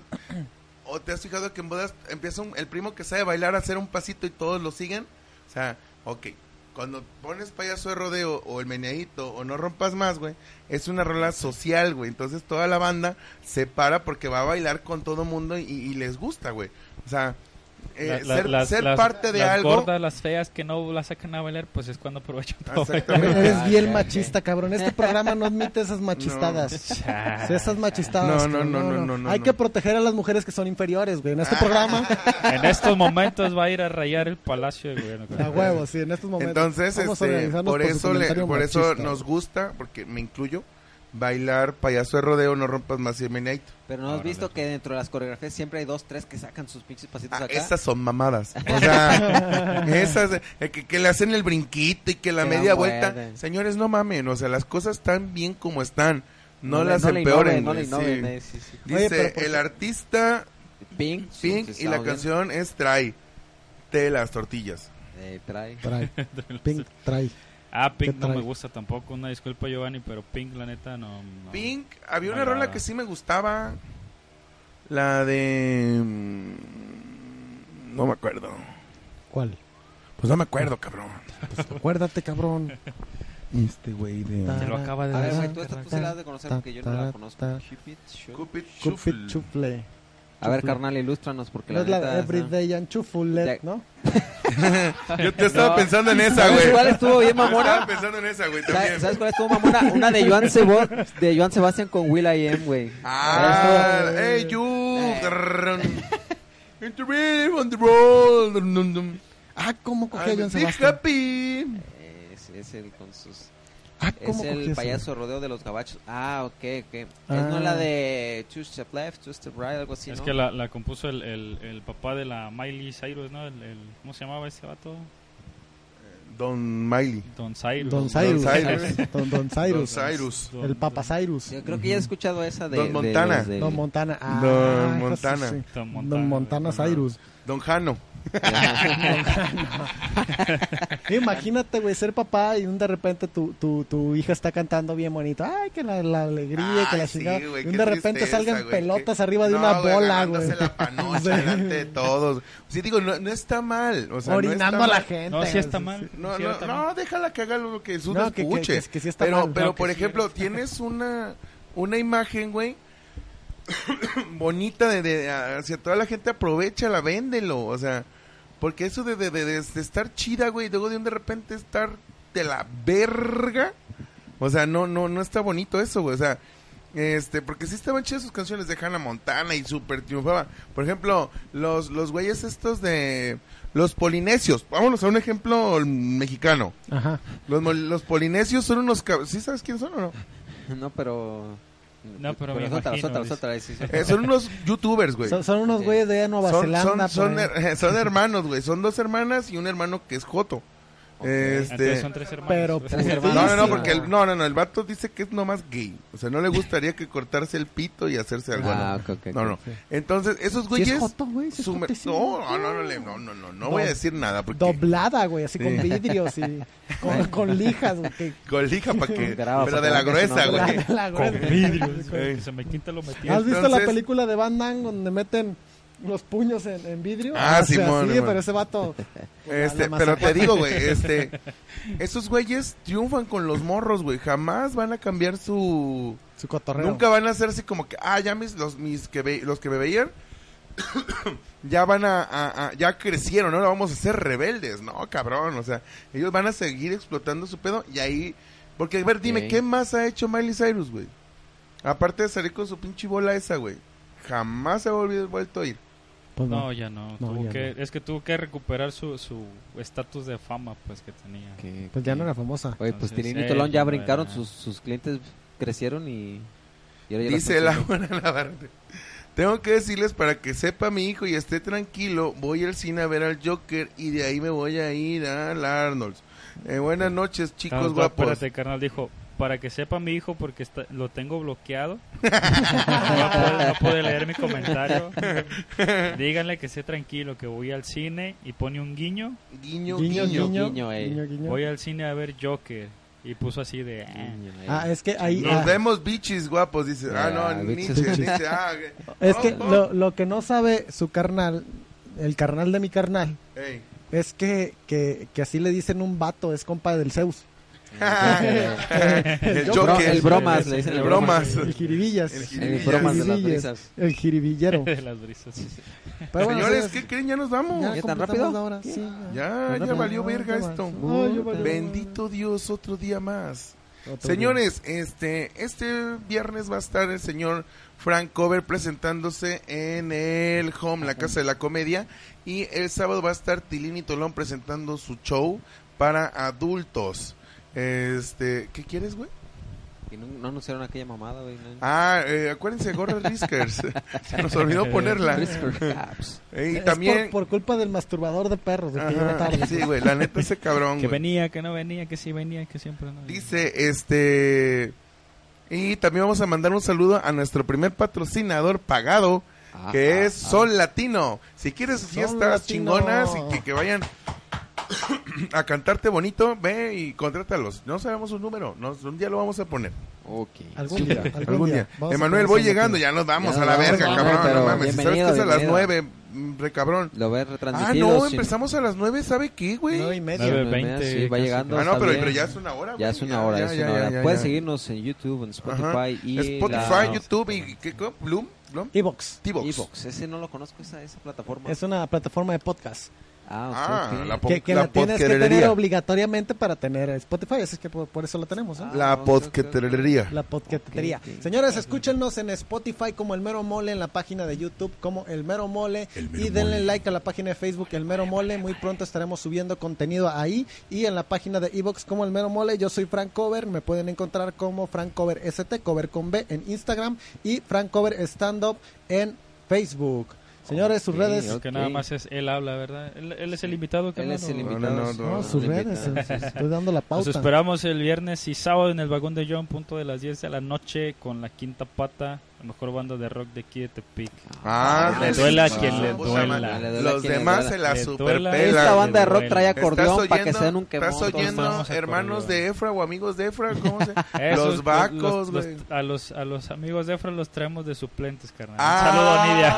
[SPEAKER 1] o te has fijado que en bodas empieza un- el primo que sabe bailar a hacer un pasito y todos lo siguen. O sea, ok. Cuando pones payaso de rodeo o el meneadito o no rompas más, güey, es una rola social, güey. Entonces toda la banda se para porque va a bailar con todo mundo y, y les gusta, güey. O sea, eh,
[SPEAKER 5] La- la-
[SPEAKER 1] ser,
[SPEAKER 5] las-
[SPEAKER 1] ser
[SPEAKER 5] las-
[SPEAKER 1] parte de
[SPEAKER 5] las
[SPEAKER 1] algo.
[SPEAKER 5] gordas, las feas que no las sacan a bailar, pues es
[SPEAKER 1] <laughs>
[SPEAKER 5] cuando aprovechan todo.
[SPEAKER 1] Exactamente.
[SPEAKER 2] Eres
[SPEAKER 4] Ah,
[SPEAKER 2] bien
[SPEAKER 4] ya,
[SPEAKER 2] machista, cabrón. Este programa no admite esas machistadas.
[SPEAKER 5] <laughs> Chas.
[SPEAKER 2] Sí, esas machistadas.
[SPEAKER 1] No, no,
[SPEAKER 2] cabrón,
[SPEAKER 1] no, no, no, no,
[SPEAKER 2] Hay
[SPEAKER 1] no.
[SPEAKER 2] que proteger a las mujeres que son inferiores, güey. En este programa,
[SPEAKER 5] En estos momentos va a ir a rayar el palacio de gobierno.
[SPEAKER 2] a huevo, sí, en estos momentos.
[SPEAKER 1] Entonces,
[SPEAKER 2] Vamos a
[SPEAKER 1] este,
[SPEAKER 2] organizarnos
[SPEAKER 1] por
[SPEAKER 2] su
[SPEAKER 1] eso, le-
[SPEAKER 2] comentario
[SPEAKER 1] por eso
[SPEAKER 2] machista.
[SPEAKER 1] nos gusta, porque me incluyo, bailar payaso de rodeo, no rompas más y Meneito.
[SPEAKER 4] Pero no has visto que dentro de las coreografías siempre hay dos, tres que sacan sus pinches pasitos
[SPEAKER 1] Ah,
[SPEAKER 4] acá.
[SPEAKER 1] esas son
[SPEAKER 4] <laughs>
[SPEAKER 1] mamadas. O sea, esas eh, que, que le hacen el brinquito y que la
[SPEAKER 4] Que la
[SPEAKER 1] media vuelta.
[SPEAKER 4] muerden.
[SPEAKER 1] Señores, no mamen, o sea, las cosas están bien como están. No,
[SPEAKER 4] le-
[SPEAKER 1] las
[SPEAKER 4] le
[SPEAKER 1] empeoren.
[SPEAKER 4] innoven, No le
[SPEAKER 1] güey,
[SPEAKER 4] innoven,
[SPEAKER 1] sí.
[SPEAKER 4] eh, sí, sí.
[SPEAKER 1] Dice,
[SPEAKER 2] Oye, pero ¿por
[SPEAKER 1] el
[SPEAKER 2] qué?
[SPEAKER 1] artista
[SPEAKER 4] Pink,
[SPEAKER 1] Pink
[SPEAKER 4] sí, sí,
[SPEAKER 1] y la
[SPEAKER 4] estamos bien.
[SPEAKER 1] canción es Trae, de las tortillas.
[SPEAKER 4] Eh, trae.
[SPEAKER 2] Trae. Pink trae.
[SPEAKER 5] Ah, Pink
[SPEAKER 2] ¿Qué
[SPEAKER 5] no
[SPEAKER 2] trae?
[SPEAKER 5] me gusta tampoco. Una disculpa, Giovanni, pero Pink, la neta, no. no.
[SPEAKER 1] Pink, había
[SPEAKER 5] No
[SPEAKER 1] una rola
[SPEAKER 5] agrada.
[SPEAKER 1] que sí me
[SPEAKER 4] <laughs>
[SPEAKER 1] gustaba. La de. mm, No me acuerdo.
[SPEAKER 2] ¿Cuál?
[SPEAKER 1] Pues no me acuerdo, cabrón.
[SPEAKER 2] Pues acuérdate, cabrón.
[SPEAKER 1] Este güey
[SPEAKER 5] Se
[SPEAKER 2] Ah,
[SPEAKER 5] lo acaba de
[SPEAKER 4] A ver,
[SPEAKER 5] dar.
[SPEAKER 4] güey, tú esta tú se la has de conocer porque yo no la conozco. Cupid Shuffle.
[SPEAKER 1] Cupid
[SPEAKER 2] Cupid
[SPEAKER 1] Shuffle.
[SPEAKER 2] chufle.
[SPEAKER 4] A ver,
[SPEAKER 2] Shuffle.
[SPEAKER 4] carnal, ilústranos porque
[SPEAKER 2] No
[SPEAKER 4] la
[SPEAKER 2] es la de
[SPEAKER 4] neta...
[SPEAKER 2] Everyday and Chufulet,
[SPEAKER 4] Ya-
[SPEAKER 2] ¿no?
[SPEAKER 1] Yo te estaba pensando en
[SPEAKER 4] <laughs>
[SPEAKER 1] esa,
[SPEAKER 4] ¿Sabes
[SPEAKER 1] güey.
[SPEAKER 4] cuál estuvo bien
[SPEAKER 1] Estaba <laughs>
[SPEAKER 4] mamona?
[SPEAKER 1] pensando en esa, güey,
[SPEAKER 4] ¿Sabes
[SPEAKER 1] también.
[SPEAKER 4] sabes cuál estuvo mamona? Una de Joan, Sebo de Joan Sebastián con Will I Am, güey.
[SPEAKER 1] Ah,
[SPEAKER 2] Eso.
[SPEAKER 1] hey, you.
[SPEAKER 2] Eh. <laughs>
[SPEAKER 1] And to be on the road.
[SPEAKER 2] Ah, ¿cómo cogió a
[SPEAKER 1] I'm
[SPEAKER 2] John
[SPEAKER 1] six
[SPEAKER 2] Sebastián?
[SPEAKER 1] happy.
[SPEAKER 4] Es, es el con sus...
[SPEAKER 2] Ah,
[SPEAKER 4] Es
[SPEAKER 2] ¿cómo cogió
[SPEAKER 4] el
[SPEAKER 2] ese?
[SPEAKER 4] payaso rodeo de los gabachos. Ah, ok, ok. Es
[SPEAKER 2] Ah.
[SPEAKER 4] no la de Two Step Left, Two Step Right, algo así,
[SPEAKER 5] es
[SPEAKER 4] ¿no?
[SPEAKER 5] que la, la compuso el, el, el papá de la Miley Cyrus, ¿no? El, el- ¿Cómo se llamaba ese vato?
[SPEAKER 1] Don Miley.
[SPEAKER 5] Don Cyrus.
[SPEAKER 2] Don Cyrus.
[SPEAKER 1] Don Cyrus.
[SPEAKER 2] Don Cyrus. Don,
[SPEAKER 1] Don
[SPEAKER 2] Cyrus.
[SPEAKER 1] Cyrus.
[SPEAKER 5] Don-
[SPEAKER 2] El Papa Cyrus.
[SPEAKER 4] Yo creo que ya he escuchado esa de...
[SPEAKER 1] Don
[SPEAKER 4] de
[SPEAKER 1] Montana.
[SPEAKER 4] los del-
[SPEAKER 2] Don Montana. Ah,
[SPEAKER 1] Don
[SPEAKER 2] hijo de
[SPEAKER 1] Montana.
[SPEAKER 2] su-
[SPEAKER 5] Don Montana.
[SPEAKER 2] Don Montana
[SPEAKER 5] <laughs>
[SPEAKER 2] Cyrus.
[SPEAKER 1] Don Jano.
[SPEAKER 4] <laughs>
[SPEAKER 2] Imagínate, güey, ser papá y un de repente tu, tu, tu hija está cantando bien bonito. Ay, que la, la alegría, que la
[SPEAKER 1] Ay, sí,
[SPEAKER 2] chingada.
[SPEAKER 1] güey,
[SPEAKER 2] y un
[SPEAKER 1] qué
[SPEAKER 2] de repente
[SPEAKER 1] tristeza,
[SPEAKER 2] salgan
[SPEAKER 1] güey,
[SPEAKER 2] pelotas
[SPEAKER 1] que-
[SPEAKER 2] arriba de
[SPEAKER 1] No,
[SPEAKER 2] una
[SPEAKER 1] güey,
[SPEAKER 2] bola,
[SPEAKER 1] agarrándose
[SPEAKER 2] güey.
[SPEAKER 1] la panocha
[SPEAKER 2] <laughs> Sí.
[SPEAKER 1] delante de todos. Sí, digo, no, no está mal. O sea, no está
[SPEAKER 2] Orinando a la
[SPEAKER 1] mal.
[SPEAKER 2] gente.
[SPEAKER 5] No, sí
[SPEAKER 2] güey.
[SPEAKER 5] está mal.
[SPEAKER 1] No,
[SPEAKER 5] Sí,
[SPEAKER 1] no,
[SPEAKER 5] está mal.
[SPEAKER 1] no, déjala que haga lo que su
[SPEAKER 2] No, que- que-
[SPEAKER 1] escuche.
[SPEAKER 2] que- que sí está
[SPEAKER 1] pero,
[SPEAKER 2] mal.
[SPEAKER 1] pero
[SPEAKER 2] No, que
[SPEAKER 1] por
[SPEAKER 2] sí <laughs>
[SPEAKER 1] ejemplo, tienes una, una imagen, güey, bonita de, de- hacia toda la gente, aprovechala, véndelo. O sea, porque eso de, de, de- de- de estar chida, güey, y luego de un de repente estar de la verga. O sea, no, no, no está bonito eso, güey. O sea, este, porque sí estaban chidas sus canciones de Hannah Montana y súper triunfaba. Por ejemplo, los, los güeyes estos de los polinesios. Vámonos a un ejemplo mexicano.
[SPEAKER 2] Ajá.
[SPEAKER 1] Los, mo- los polinesios son unos... cab- ¿Sí sabes quiénes son o no?
[SPEAKER 4] No, pero...
[SPEAKER 5] No, pero me
[SPEAKER 4] Suéltala,
[SPEAKER 5] imagino,
[SPEAKER 4] suéltala,
[SPEAKER 5] dice.
[SPEAKER 4] suéltala, sí,
[SPEAKER 1] Eh,
[SPEAKER 4] suéltala.
[SPEAKER 1] son unos youtubers, güey.
[SPEAKER 2] Son, son unos
[SPEAKER 4] Sí.
[SPEAKER 2] güeyes de Nueva
[SPEAKER 1] son,
[SPEAKER 2] Zelanda.
[SPEAKER 1] son, son,
[SPEAKER 2] por ahí.
[SPEAKER 1] her- eh, son hermanos, güey. Son dos hermanas y un hermano que es Joto.
[SPEAKER 5] Entonces
[SPEAKER 1] Este...
[SPEAKER 5] son tres hermanos.
[SPEAKER 2] Pero
[SPEAKER 4] Tres
[SPEAKER 1] No,
[SPEAKER 4] hermanos.
[SPEAKER 1] no, no,
[SPEAKER 4] Sí.
[SPEAKER 1] porque el, no, no, no, el vato dice que es nomás gay. O sea, no le gustaría que cortarse el pito y hacerse algo.
[SPEAKER 4] Ah,
[SPEAKER 1] ¿no?
[SPEAKER 4] ok, ok,
[SPEAKER 1] No, no.
[SPEAKER 4] ok.
[SPEAKER 1] Entonces, esos
[SPEAKER 2] Sí
[SPEAKER 1] güeyes...
[SPEAKER 2] es joto, güey. sí es
[SPEAKER 1] Sume-
[SPEAKER 2] jotecillo.
[SPEAKER 1] no, no, no, no, le- no, no, no, no voy a
[SPEAKER 2] Dob-
[SPEAKER 1] decir nada porque
[SPEAKER 2] Doblada, güey, así
[SPEAKER 1] Sí.
[SPEAKER 2] con vidrios y
[SPEAKER 1] <laughs>
[SPEAKER 2] con, con lijas, güey. que-
[SPEAKER 1] colija para que,
[SPEAKER 4] Graba,
[SPEAKER 1] pero de la
[SPEAKER 4] porque no es
[SPEAKER 1] gruesa,
[SPEAKER 4] una
[SPEAKER 1] Ah, güey.
[SPEAKER 2] la- la-
[SPEAKER 5] <laughs> Con vidrios,
[SPEAKER 2] <laughs>
[SPEAKER 5] güey,
[SPEAKER 1] Eh.
[SPEAKER 5] que se me quita lo metido.
[SPEAKER 2] ¿Has visto la
[SPEAKER 1] Entonces-
[SPEAKER 2] película de Van Damme donde meten los puños en, en vidrio.
[SPEAKER 1] Ah,
[SPEAKER 2] o sea,
[SPEAKER 1] Simón,
[SPEAKER 2] sí,
[SPEAKER 1] Simón.
[SPEAKER 2] pero ese vato. pues, la-
[SPEAKER 1] Este,
[SPEAKER 2] la
[SPEAKER 1] pero te
[SPEAKER 2] mazacuata.
[SPEAKER 1] digo, güey, este, esos güeyes triunfan con los morros, güey. Jamás van a cambiar su,
[SPEAKER 2] Su cotorreo.
[SPEAKER 1] Nunca van a hacerse como que, ah, ya mis, los, mis que ve- los que me veían, <coughs> ya van a, a- a- ya crecieron, ¿no? Ahora vamos a ser rebeldes, ¿no? Cabrón, o sea, ellos van a seguir explotando su pedo y ahí, porque, a ver, dime,
[SPEAKER 4] Ok.
[SPEAKER 1] ¿qué más ha hecho Miley Cyrus, güey? Aparte de salir con su pinche bola esa, güey. Jamás se ha volvido- vuelto a ir.
[SPEAKER 2] Pues no.
[SPEAKER 5] No, ya no.
[SPEAKER 2] No,
[SPEAKER 5] tuvo
[SPEAKER 2] ya
[SPEAKER 5] que, Es que tuvo que recuperar su su estatus de fama pues que tenía.
[SPEAKER 4] Que-
[SPEAKER 2] Pues ya
[SPEAKER 4] que-
[SPEAKER 2] no era famosa.
[SPEAKER 4] Oye, pues
[SPEAKER 5] Entonces,
[SPEAKER 4] Tinino y
[SPEAKER 5] eh,
[SPEAKER 4] Tolón ya
[SPEAKER 5] no
[SPEAKER 4] brincaron,
[SPEAKER 5] era.
[SPEAKER 4] sus, sus clientes crecieron y... y ahora ya las
[SPEAKER 1] Dice
[SPEAKER 4] están
[SPEAKER 1] la
[SPEAKER 4] haciendo.
[SPEAKER 1] buena <laughs> Navarrete. Tengo que decirles para que sepa mi hijo y esté tranquilo, voy al cine a ver al Joker y de ahí me voy a ir a la Arnold's. Eh, buenas noches, chicos
[SPEAKER 5] Tanto,
[SPEAKER 1] guapos.
[SPEAKER 5] Ah, Espérate, carnal, dijo, para que sepa mi hijo porque está- lo
[SPEAKER 1] <laughs>
[SPEAKER 5] tengo bloqueado. no, va a poder, no puede leer mi comentario. Díganle que esté tranquilo, que voy al cine y pone un guiño.
[SPEAKER 1] Guiño, guiño.
[SPEAKER 2] Guiño, guiño.
[SPEAKER 4] guiño, eh.
[SPEAKER 2] guiño, guiño.
[SPEAKER 5] Voy al cine a ver Joker. Y puso así de... "Ah".
[SPEAKER 4] Niño, eh.
[SPEAKER 2] Ah, es que ahí.
[SPEAKER 1] Nos
[SPEAKER 2] ah,
[SPEAKER 1] vemos bichis guapos, dice. Ah,
[SPEAKER 4] Ah,
[SPEAKER 1] no,
[SPEAKER 4] bichis.
[SPEAKER 1] Nietzsche, Nietzsche. Ah, ok.
[SPEAKER 2] <laughs> Es que
[SPEAKER 1] Oh, oh.
[SPEAKER 2] lo, lo que no sabe su carnal, el carnal de mi carnal,
[SPEAKER 1] Ey.
[SPEAKER 2] es que, que, que así le dicen un vato, es compa del
[SPEAKER 1] <laughs>
[SPEAKER 2] Zeus.
[SPEAKER 1] el
[SPEAKER 4] Bro-
[SPEAKER 1] Joker.
[SPEAKER 4] el bromas, le dicen
[SPEAKER 1] El
[SPEAKER 4] el
[SPEAKER 1] bromas.
[SPEAKER 4] bromas.
[SPEAKER 2] El jiribillas.
[SPEAKER 1] El
[SPEAKER 4] El
[SPEAKER 1] jiribillas.
[SPEAKER 4] bromas de las
[SPEAKER 2] Jiribillas.
[SPEAKER 4] brisas.
[SPEAKER 2] El jiribillero.
[SPEAKER 5] "Ah", <laughs> de las brisas.
[SPEAKER 2] Pero bueno,
[SPEAKER 1] <laughs> Señores,
[SPEAKER 2] sí,
[SPEAKER 1] ¿qué creen? Ya nos vamos.
[SPEAKER 4] ¿Ya tan
[SPEAKER 2] completamos
[SPEAKER 4] rápido?
[SPEAKER 2] la hora, sí,
[SPEAKER 1] Ya, ya valió verga
[SPEAKER 2] ya
[SPEAKER 1] esto.
[SPEAKER 2] avanzó. Ay, ya valió
[SPEAKER 1] Bendito Dios, otro día más.
[SPEAKER 2] verga. Otro
[SPEAKER 1] Señores, este este viernes va a estar el señor Frank Cover presentándose en el Home, la Casa de la Comedia. Y el sábado va a estar Tilín y Tolón presentando su show para adultos. Este, ¿qué quieres, güey?
[SPEAKER 4] Y no, no anunciaron aquella mamada, güey. no.
[SPEAKER 1] Ah, eh, acuérdense, gorras
[SPEAKER 2] <laughs>
[SPEAKER 1] Riskers. Se nos olvidó ponerla.
[SPEAKER 4] Christopher <laughs> Caps.
[SPEAKER 1] Eh,
[SPEAKER 2] día.
[SPEAKER 1] Y
[SPEAKER 2] Es
[SPEAKER 1] también...
[SPEAKER 2] por, por culpa del masturbador de perros. de que llegó
[SPEAKER 1] Ajá,
[SPEAKER 2] tarde.
[SPEAKER 1] sí, güey, la neta ese cabrón.
[SPEAKER 5] Que
[SPEAKER 1] güey.
[SPEAKER 5] venía, que no venía, que sí venía, que siempre no venía.
[SPEAKER 1] Dice, este... Y también vamos a mandar un saludo a nuestro primer patrocinador pagado,
[SPEAKER 4] Ah,
[SPEAKER 1] que
[SPEAKER 4] ah,
[SPEAKER 1] es
[SPEAKER 4] ah.
[SPEAKER 1] Sol Latino. Si quieres fiestas
[SPEAKER 2] Latino.
[SPEAKER 1] chingonas y que, que vayan <coughs> a cantarte bonito, ve y contrátalos. No sabemos un número, nos- un día lo vamos a poner.
[SPEAKER 4] ah, Ok.
[SPEAKER 2] Algún día. Algún,
[SPEAKER 1] Algún día.
[SPEAKER 2] Vamos a
[SPEAKER 1] Emanuel,
[SPEAKER 2] poner
[SPEAKER 1] voy
[SPEAKER 2] esa
[SPEAKER 1] llegando,
[SPEAKER 2] nota.
[SPEAKER 1] ya nos vamos
[SPEAKER 4] Ya
[SPEAKER 1] a la
[SPEAKER 4] nos vamos,
[SPEAKER 1] verga,
[SPEAKER 4] vamos,
[SPEAKER 1] cabrón. No
[SPEAKER 4] pero
[SPEAKER 1] mames, si sabes que
[SPEAKER 4] bienvenido,
[SPEAKER 1] es a las
[SPEAKER 4] bienvenido.
[SPEAKER 1] nueve, mm, re cabrón.
[SPEAKER 4] Lo ves
[SPEAKER 1] Ah,
[SPEAKER 4] retransmitido.
[SPEAKER 1] no,
[SPEAKER 4] sin-
[SPEAKER 1] empezamos a las nueve, ¿sabe qué, güey?
[SPEAKER 2] Nueve y media.
[SPEAKER 5] Nueve.
[SPEAKER 4] sin- sí, va
[SPEAKER 5] casi.
[SPEAKER 4] llegando.
[SPEAKER 1] ah, no,
[SPEAKER 4] está
[SPEAKER 1] pero,
[SPEAKER 4] bien.
[SPEAKER 1] pero ya es una hora,
[SPEAKER 4] Ya
[SPEAKER 1] güey,
[SPEAKER 4] es una hora,
[SPEAKER 1] ya,
[SPEAKER 4] es
[SPEAKER 1] ya,
[SPEAKER 4] una
[SPEAKER 1] ya,
[SPEAKER 4] hora.
[SPEAKER 1] ya,
[SPEAKER 4] Puedes
[SPEAKER 1] ya.
[SPEAKER 4] seguirnos en YouTube, en Spotify
[SPEAKER 1] Ajá.
[SPEAKER 4] y.
[SPEAKER 1] Spotify,
[SPEAKER 4] la-
[SPEAKER 1] YouTube y ¿qué? co- Bloom, Bloom,
[SPEAKER 2] Evox.
[SPEAKER 1] T-Box.
[SPEAKER 4] Evox. Ah, Ese no lo conozco, esa, esa plataforma.
[SPEAKER 2] Es una plataforma de podcast.
[SPEAKER 4] Ah,
[SPEAKER 1] Ah,
[SPEAKER 4] ok, ok.
[SPEAKER 1] la, po-
[SPEAKER 2] que, que la,
[SPEAKER 1] la,
[SPEAKER 2] tienes que tener
[SPEAKER 1] podquerería.
[SPEAKER 2] obligatoriamente para tener eh, Spotify, así es que por, por eso lo tenemos. ¿eh?
[SPEAKER 4] Ah.
[SPEAKER 1] La podqueterería.
[SPEAKER 2] La podcastería.
[SPEAKER 4] Ok, ok.
[SPEAKER 2] Señores, escúchenos en Spotify como El Mero Mole, en la página de YouTube como El Mero Mole y denle like a la página de Facebook El Mero Mole. Muy pronto estaremos subiendo contenido ahí y en la página de Evox como El Mero Mole. Yo soy Frank Cover, me pueden encontrar como Frank Cover ST, Cover con B en Instagram y Frank Cover Stand Up en Facebook. Señores, sus
[SPEAKER 4] Ok,
[SPEAKER 2] redes
[SPEAKER 4] ok.
[SPEAKER 5] Que nada más es él habla, ¿verdad? Él, él es el invitado,
[SPEAKER 4] Él
[SPEAKER 5] carnal,
[SPEAKER 4] es el
[SPEAKER 5] ¿o?
[SPEAKER 1] invi-
[SPEAKER 4] invitado.
[SPEAKER 1] no, no, no,
[SPEAKER 2] No,
[SPEAKER 1] Nos
[SPEAKER 2] sus redes.
[SPEAKER 4] invitado.
[SPEAKER 2] Estoy dando la
[SPEAKER 5] Nos
[SPEAKER 2] pauta.
[SPEAKER 5] esperamos el viernes y sábado en el vagón de John, punto de las 10 de la noche, con la quinta pata, la mejor banda de rock de aquí de Tepic.
[SPEAKER 1] Ah,
[SPEAKER 5] Le
[SPEAKER 1] del-
[SPEAKER 5] duela a
[SPEAKER 1] ah,
[SPEAKER 5] quien le
[SPEAKER 1] ¿cómo se llama?
[SPEAKER 5] duela.
[SPEAKER 4] Le duela pues a
[SPEAKER 1] Los
[SPEAKER 4] quien le
[SPEAKER 1] demás
[SPEAKER 4] duela.
[SPEAKER 1] se la
[SPEAKER 5] Le
[SPEAKER 1] superpelan.
[SPEAKER 5] duela.
[SPEAKER 4] Esta banda de rock trae
[SPEAKER 5] Duela.
[SPEAKER 4] acordeón para que
[SPEAKER 1] oyendo-
[SPEAKER 4] se den un quemón.
[SPEAKER 1] ¿Estás
[SPEAKER 4] todos.
[SPEAKER 1] oyendo <laughs>
[SPEAKER 5] vamos a
[SPEAKER 1] hermanos
[SPEAKER 5] correr,
[SPEAKER 1] de Efra o amigos de Efra? ¿Cómo se
[SPEAKER 5] <laughs>
[SPEAKER 1] <laughs>
[SPEAKER 5] Esos,
[SPEAKER 1] Los vacos,
[SPEAKER 5] los-
[SPEAKER 1] güey.
[SPEAKER 5] A los, a los amigos de Efra los traemos de suplentes, carnal.
[SPEAKER 1] Ah.
[SPEAKER 5] Un saludo
[SPEAKER 1] <laughs>
[SPEAKER 5] a Nidia.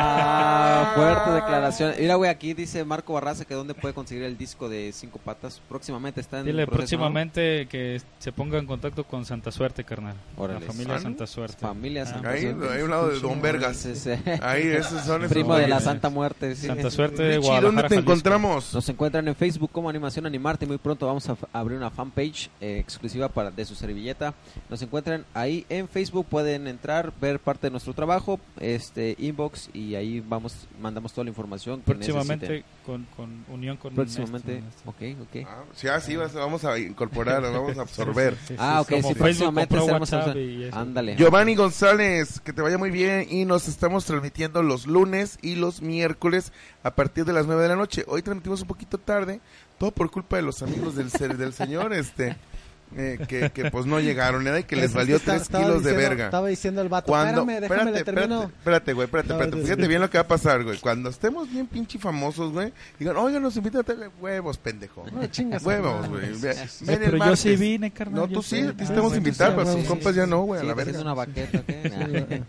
[SPEAKER 4] Ah, fuerte declaración. Mira, güey, aquí dice Marco Barraza que dónde puede conseguir el disco de Cinco Patas. Próximamente está en
[SPEAKER 5] <laughs> Dile
[SPEAKER 4] proceso, ¿no?
[SPEAKER 5] próximamente que se ponga en contacto con Santa Suerte, carnal.
[SPEAKER 4] Órale.
[SPEAKER 5] La familia
[SPEAKER 1] Ah,
[SPEAKER 5] Santa Suerte.
[SPEAKER 4] Familia Santa
[SPEAKER 1] Ahí,
[SPEAKER 4] Suerte.
[SPEAKER 1] ahí a un lado de Don Vergas. Ah,
[SPEAKER 4] Sí, sí.
[SPEAKER 1] Ahí, esos son esos.
[SPEAKER 4] Primo de la
[SPEAKER 5] güeyes.
[SPEAKER 4] Santa Muerte. sí.
[SPEAKER 5] Santa Suerte de
[SPEAKER 1] Richie,
[SPEAKER 5] Guadalajara.
[SPEAKER 1] ¿dónde te
[SPEAKER 5] Jalisco.
[SPEAKER 1] encontramos?
[SPEAKER 4] Nos encuentran en Facebook como Animación Animarte. Muy pronto vamos a f- abrir una fanpage eh, exclusiva para de su servilleta. Nos encuentran ahí en Facebook. Pueden entrar, ver parte de nuestro trabajo, este inbox y ahí vamos mandamos toda la información. que necesiten.
[SPEAKER 5] Próximamente con, con unión con
[SPEAKER 4] Próximamente.
[SPEAKER 5] Ernesto, Ernesto.
[SPEAKER 4] Ok, ok.
[SPEAKER 1] Ah, sí, ah, sí, vas- vamos a incorporar, vamos a absorber.
[SPEAKER 4] Ah, ok,
[SPEAKER 5] Como
[SPEAKER 4] sí,
[SPEAKER 5] Facebook
[SPEAKER 4] próximamente
[SPEAKER 5] compró
[SPEAKER 4] estaremos-
[SPEAKER 5] WhatsApp y eso.
[SPEAKER 2] Eh,
[SPEAKER 4] Ándale.
[SPEAKER 1] Giovanni González, que te vaya muy bien y nos estamos transmitiendo los lunes y los miércoles a partir de las 9 de la noche. Hoy transmitimos un poquito tarde, todo por culpa de los amigos del ser- del
[SPEAKER 2] <laughs>
[SPEAKER 1] señor este eh, que, que, pues no llegaron, era y que les
[SPEAKER 2] Es
[SPEAKER 1] valió
[SPEAKER 2] está-
[SPEAKER 1] 3
[SPEAKER 2] estaba
[SPEAKER 1] kilos de
[SPEAKER 2] diciendo-
[SPEAKER 1] verga.
[SPEAKER 2] Estaba diciendo el vato.
[SPEAKER 1] Cuando,
[SPEAKER 2] Espérame, déjame le termino.
[SPEAKER 1] espérate, espérate, güey, espérate,
[SPEAKER 2] No,
[SPEAKER 1] espérate.
[SPEAKER 2] no, no.
[SPEAKER 1] Fíjate bien lo que va a pasar, güey. Cuando estemos bien pinche famosos, güey, digan, oigan, nos invitan a tele, huevos, pendejo.
[SPEAKER 2] No, chingas,
[SPEAKER 1] Huevos,
[SPEAKER 2] hermano.
[SPEAKER 1] güey. Ve-
[SPEAKER 5] Eh,
[SPEAKER 1] ven el
[SPEAKER 5] pero yo
[SPEAKER 1] martes.
[SPEAKER 5] sí vine, carnal.
[SPEAKER 1] No,
[SPEAKER 5] yo
[SPEAKER 1] tú sí, a ti
[SPEAKER 5] Ah,
[SPEAKER 1] te vamos a
[SPEAKER 5] bueno,
[SPEAKER 1] invitar,
[SPEAKER 2] sí,
[SPEAKER 1] pero
[SPEAKER 2] sí,
[SPEAKER 1] tus
[SPEAKER 2] sí,
[SPEAKER 1] compas ya no, güey, a
[SPEAKER 4] Sí,
[SPEAKER 5] <laughs>
[SPEAKER 1] la
[SPEAKER 4] te haces
[SPEAKER 1] verga.
[SPEAKER 4] una baqueta, ¿ok?
[SPEAKER 2] Sí, güey.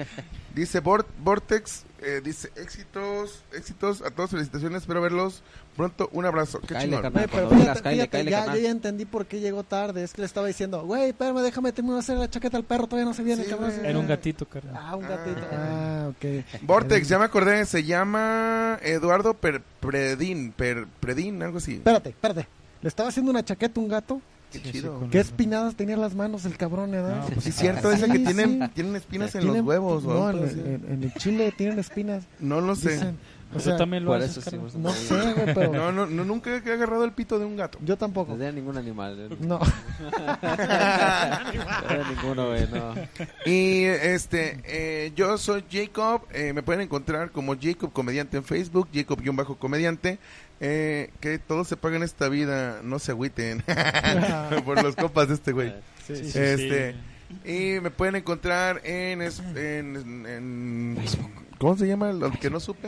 [SPEAKER 1] Dice Vor- Vortex eh, dice, éxitos, éxitos a todos, felicitaciones, espero verlos pronto, un abrazo. Qué
[SPEAKER 4] Cáele,
[SPEAKER 1] chingón.
[SPEAKER 4] carnal.
[SPEAKER 2] Güey, pero
[SPEAKER 4] cuando
[SPEAKER 2] fíjate,
[SPEAKER 4] vengas, cáele,
[SPEAKER 2] fíjate,
[SPEAKER 4] cáele,
[SPEAKER 2] ya,
[SPEAKER 4] carnal.
[SPEAKER 2] yo ya entendí por qué llegó tarde. Es que le estaba diciendo, güey, espérame, déjame terminar de hacer la chaqueta al perro, todavía no se viene,
[SPEAKER 1] Sí,
[SPEAKER 2] cabrón.
[SPEAKER 1] güey.
[SPEAKER 5] Era un gatito, carnal.
[SPEAKER 2] Ah, un gatito. Ah, ok.
[SPEAKER 1] Vortex, ya me acordé, se llama Eduardo Per- Predín, Per- Predín, algo así.
[SPEAKER 2] Espérate, espérate. Le estaba haciendo una chaqueta a un gato.
[SPEAKER 1] Qué
[SPEAKER 5] Sí,
[SPEAKER 1] chido.
[SPEAKER 5] sí, con-
[SPEAKER 2] Qué espinadas tenía las manos el cabrón, ¿verdad?
[SPEAKER 5] No,
[SPEAKER 1] Sí,
[SPEAKER 5] pues,
[SPEAKER 1] es cierto, dice
[SPEAKER 2] Sí,
[SPEAKER 1] que tienen,
[SPEAKER 2] Ah, sí.
[SPEAKER 1] tienen espinas en
[SPEAKER 2] Tienen-
[SPEAKER 1] los huevos,
[SPEAKER 2] No,
[SPEAKER 1] ¿no?
[SPEAKER 2] en, en- en el chile tienen espinas.
[SPEAKER 1] No lo sé.
[SPEAKER 2] dicen. O
[SPEAKER 5] Tú
[SPEAKER 2] sea,
[SPEAKER 5] también lo
[SPEAKER 4] Por
[SPEAKER 5] haces,
[SPEAKER 4] eso sí,
[SPEAKER 5] carnal.
[SPEAKER 4] por eso
[SPEAKER 2] No
[SPEAKER 4] te
[SPEAKER 2] sé,
[SPEAKER 4] digo.
[SPEAKER 2] güey, pero
[SPEAKER 1] No, no, no, nunca he agarrado el pito de un
[SPEAKER 2] <laughs>
[SPEAKER 1] gato.
[SPEAKER 2] yo
[SPEAKER 4] No
[SPEAKER 2] tampoco.
[SPEAKER 4] de ningún animal.
[SPEAKER 2] No.
[SPEAKER 4] No de ninguno, güey, no.
[SPEAKER 1] Y este, eh, yo soy Jacob, eh, me pueden encontrar como Jacob Comediante en Facebook, Jacob-Comediante. Eh, que todos se paguen esta vida, no se agüiten <laughs> por los copas de este güey.
[SPEAKER 5] Sí, sí, sí.
[SPEAKER 1] Este, Y me pueden encontrar en, es- en, Facebook. ¿Cómo se llama? Lo que no supe.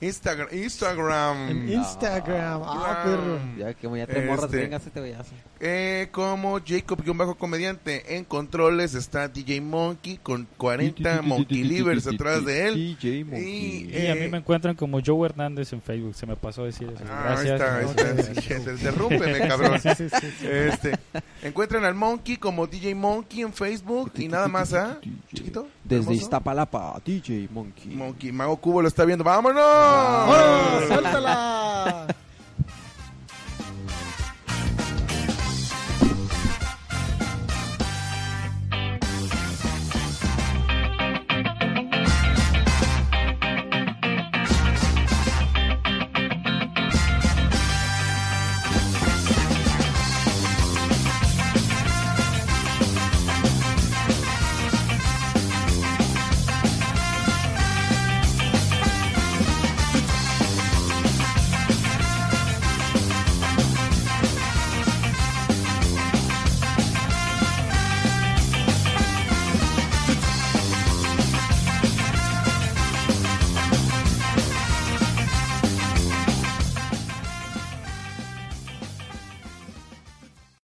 [SPEAKER 1] Instagram.
[SPEAKER 2] En
[SPEAKER 1] Instagram.
[SPEAKER 2] <laughs> Instagram. Ah, perro.
[SPEAKER 4] Ya que como ya te morras,
[SPEAKER 1] Este.
[SPEAKER 4] vengas, te veas.
[SPEAKER 1] Eh, como Jacob-Comediante. En controles está DJ Monkey con 40 Monkey Livers atrás de él.
[SPEAKER 3] DJ
[SPEAKER 1] Y,
[SPEAKER 5] Y a mí
[SPEAKER 1] eh,
[SPEAKER 5] me encuentran como Joe Hernández en Facebook. Se me pasó decir eso.
[SPEAKER 1] Ah, ahí
[SPEAKER 5] Gracias. no,
[SPEAKER 1] está, ahí
[SPEAKER 5] gracias.
[SPEAKER 1] está. Gente, Derrúmpeme, cabrón. Este, encuentran al Monkey como DJ Monkey en Facebook y nada más, ¿ah? Chiquito.
[SPEAKER 4] Desde
[SPEAKER 1] hermoso.
[SPEAKER 4] Iztapalapa, DJ Monkey.
[SPEAKER 1] Monkey, Mago Cubo lo está viendo. ¡Vámonos! Ah.
[SPEAKER 2] ¡Vámonos! ¡Suéltala!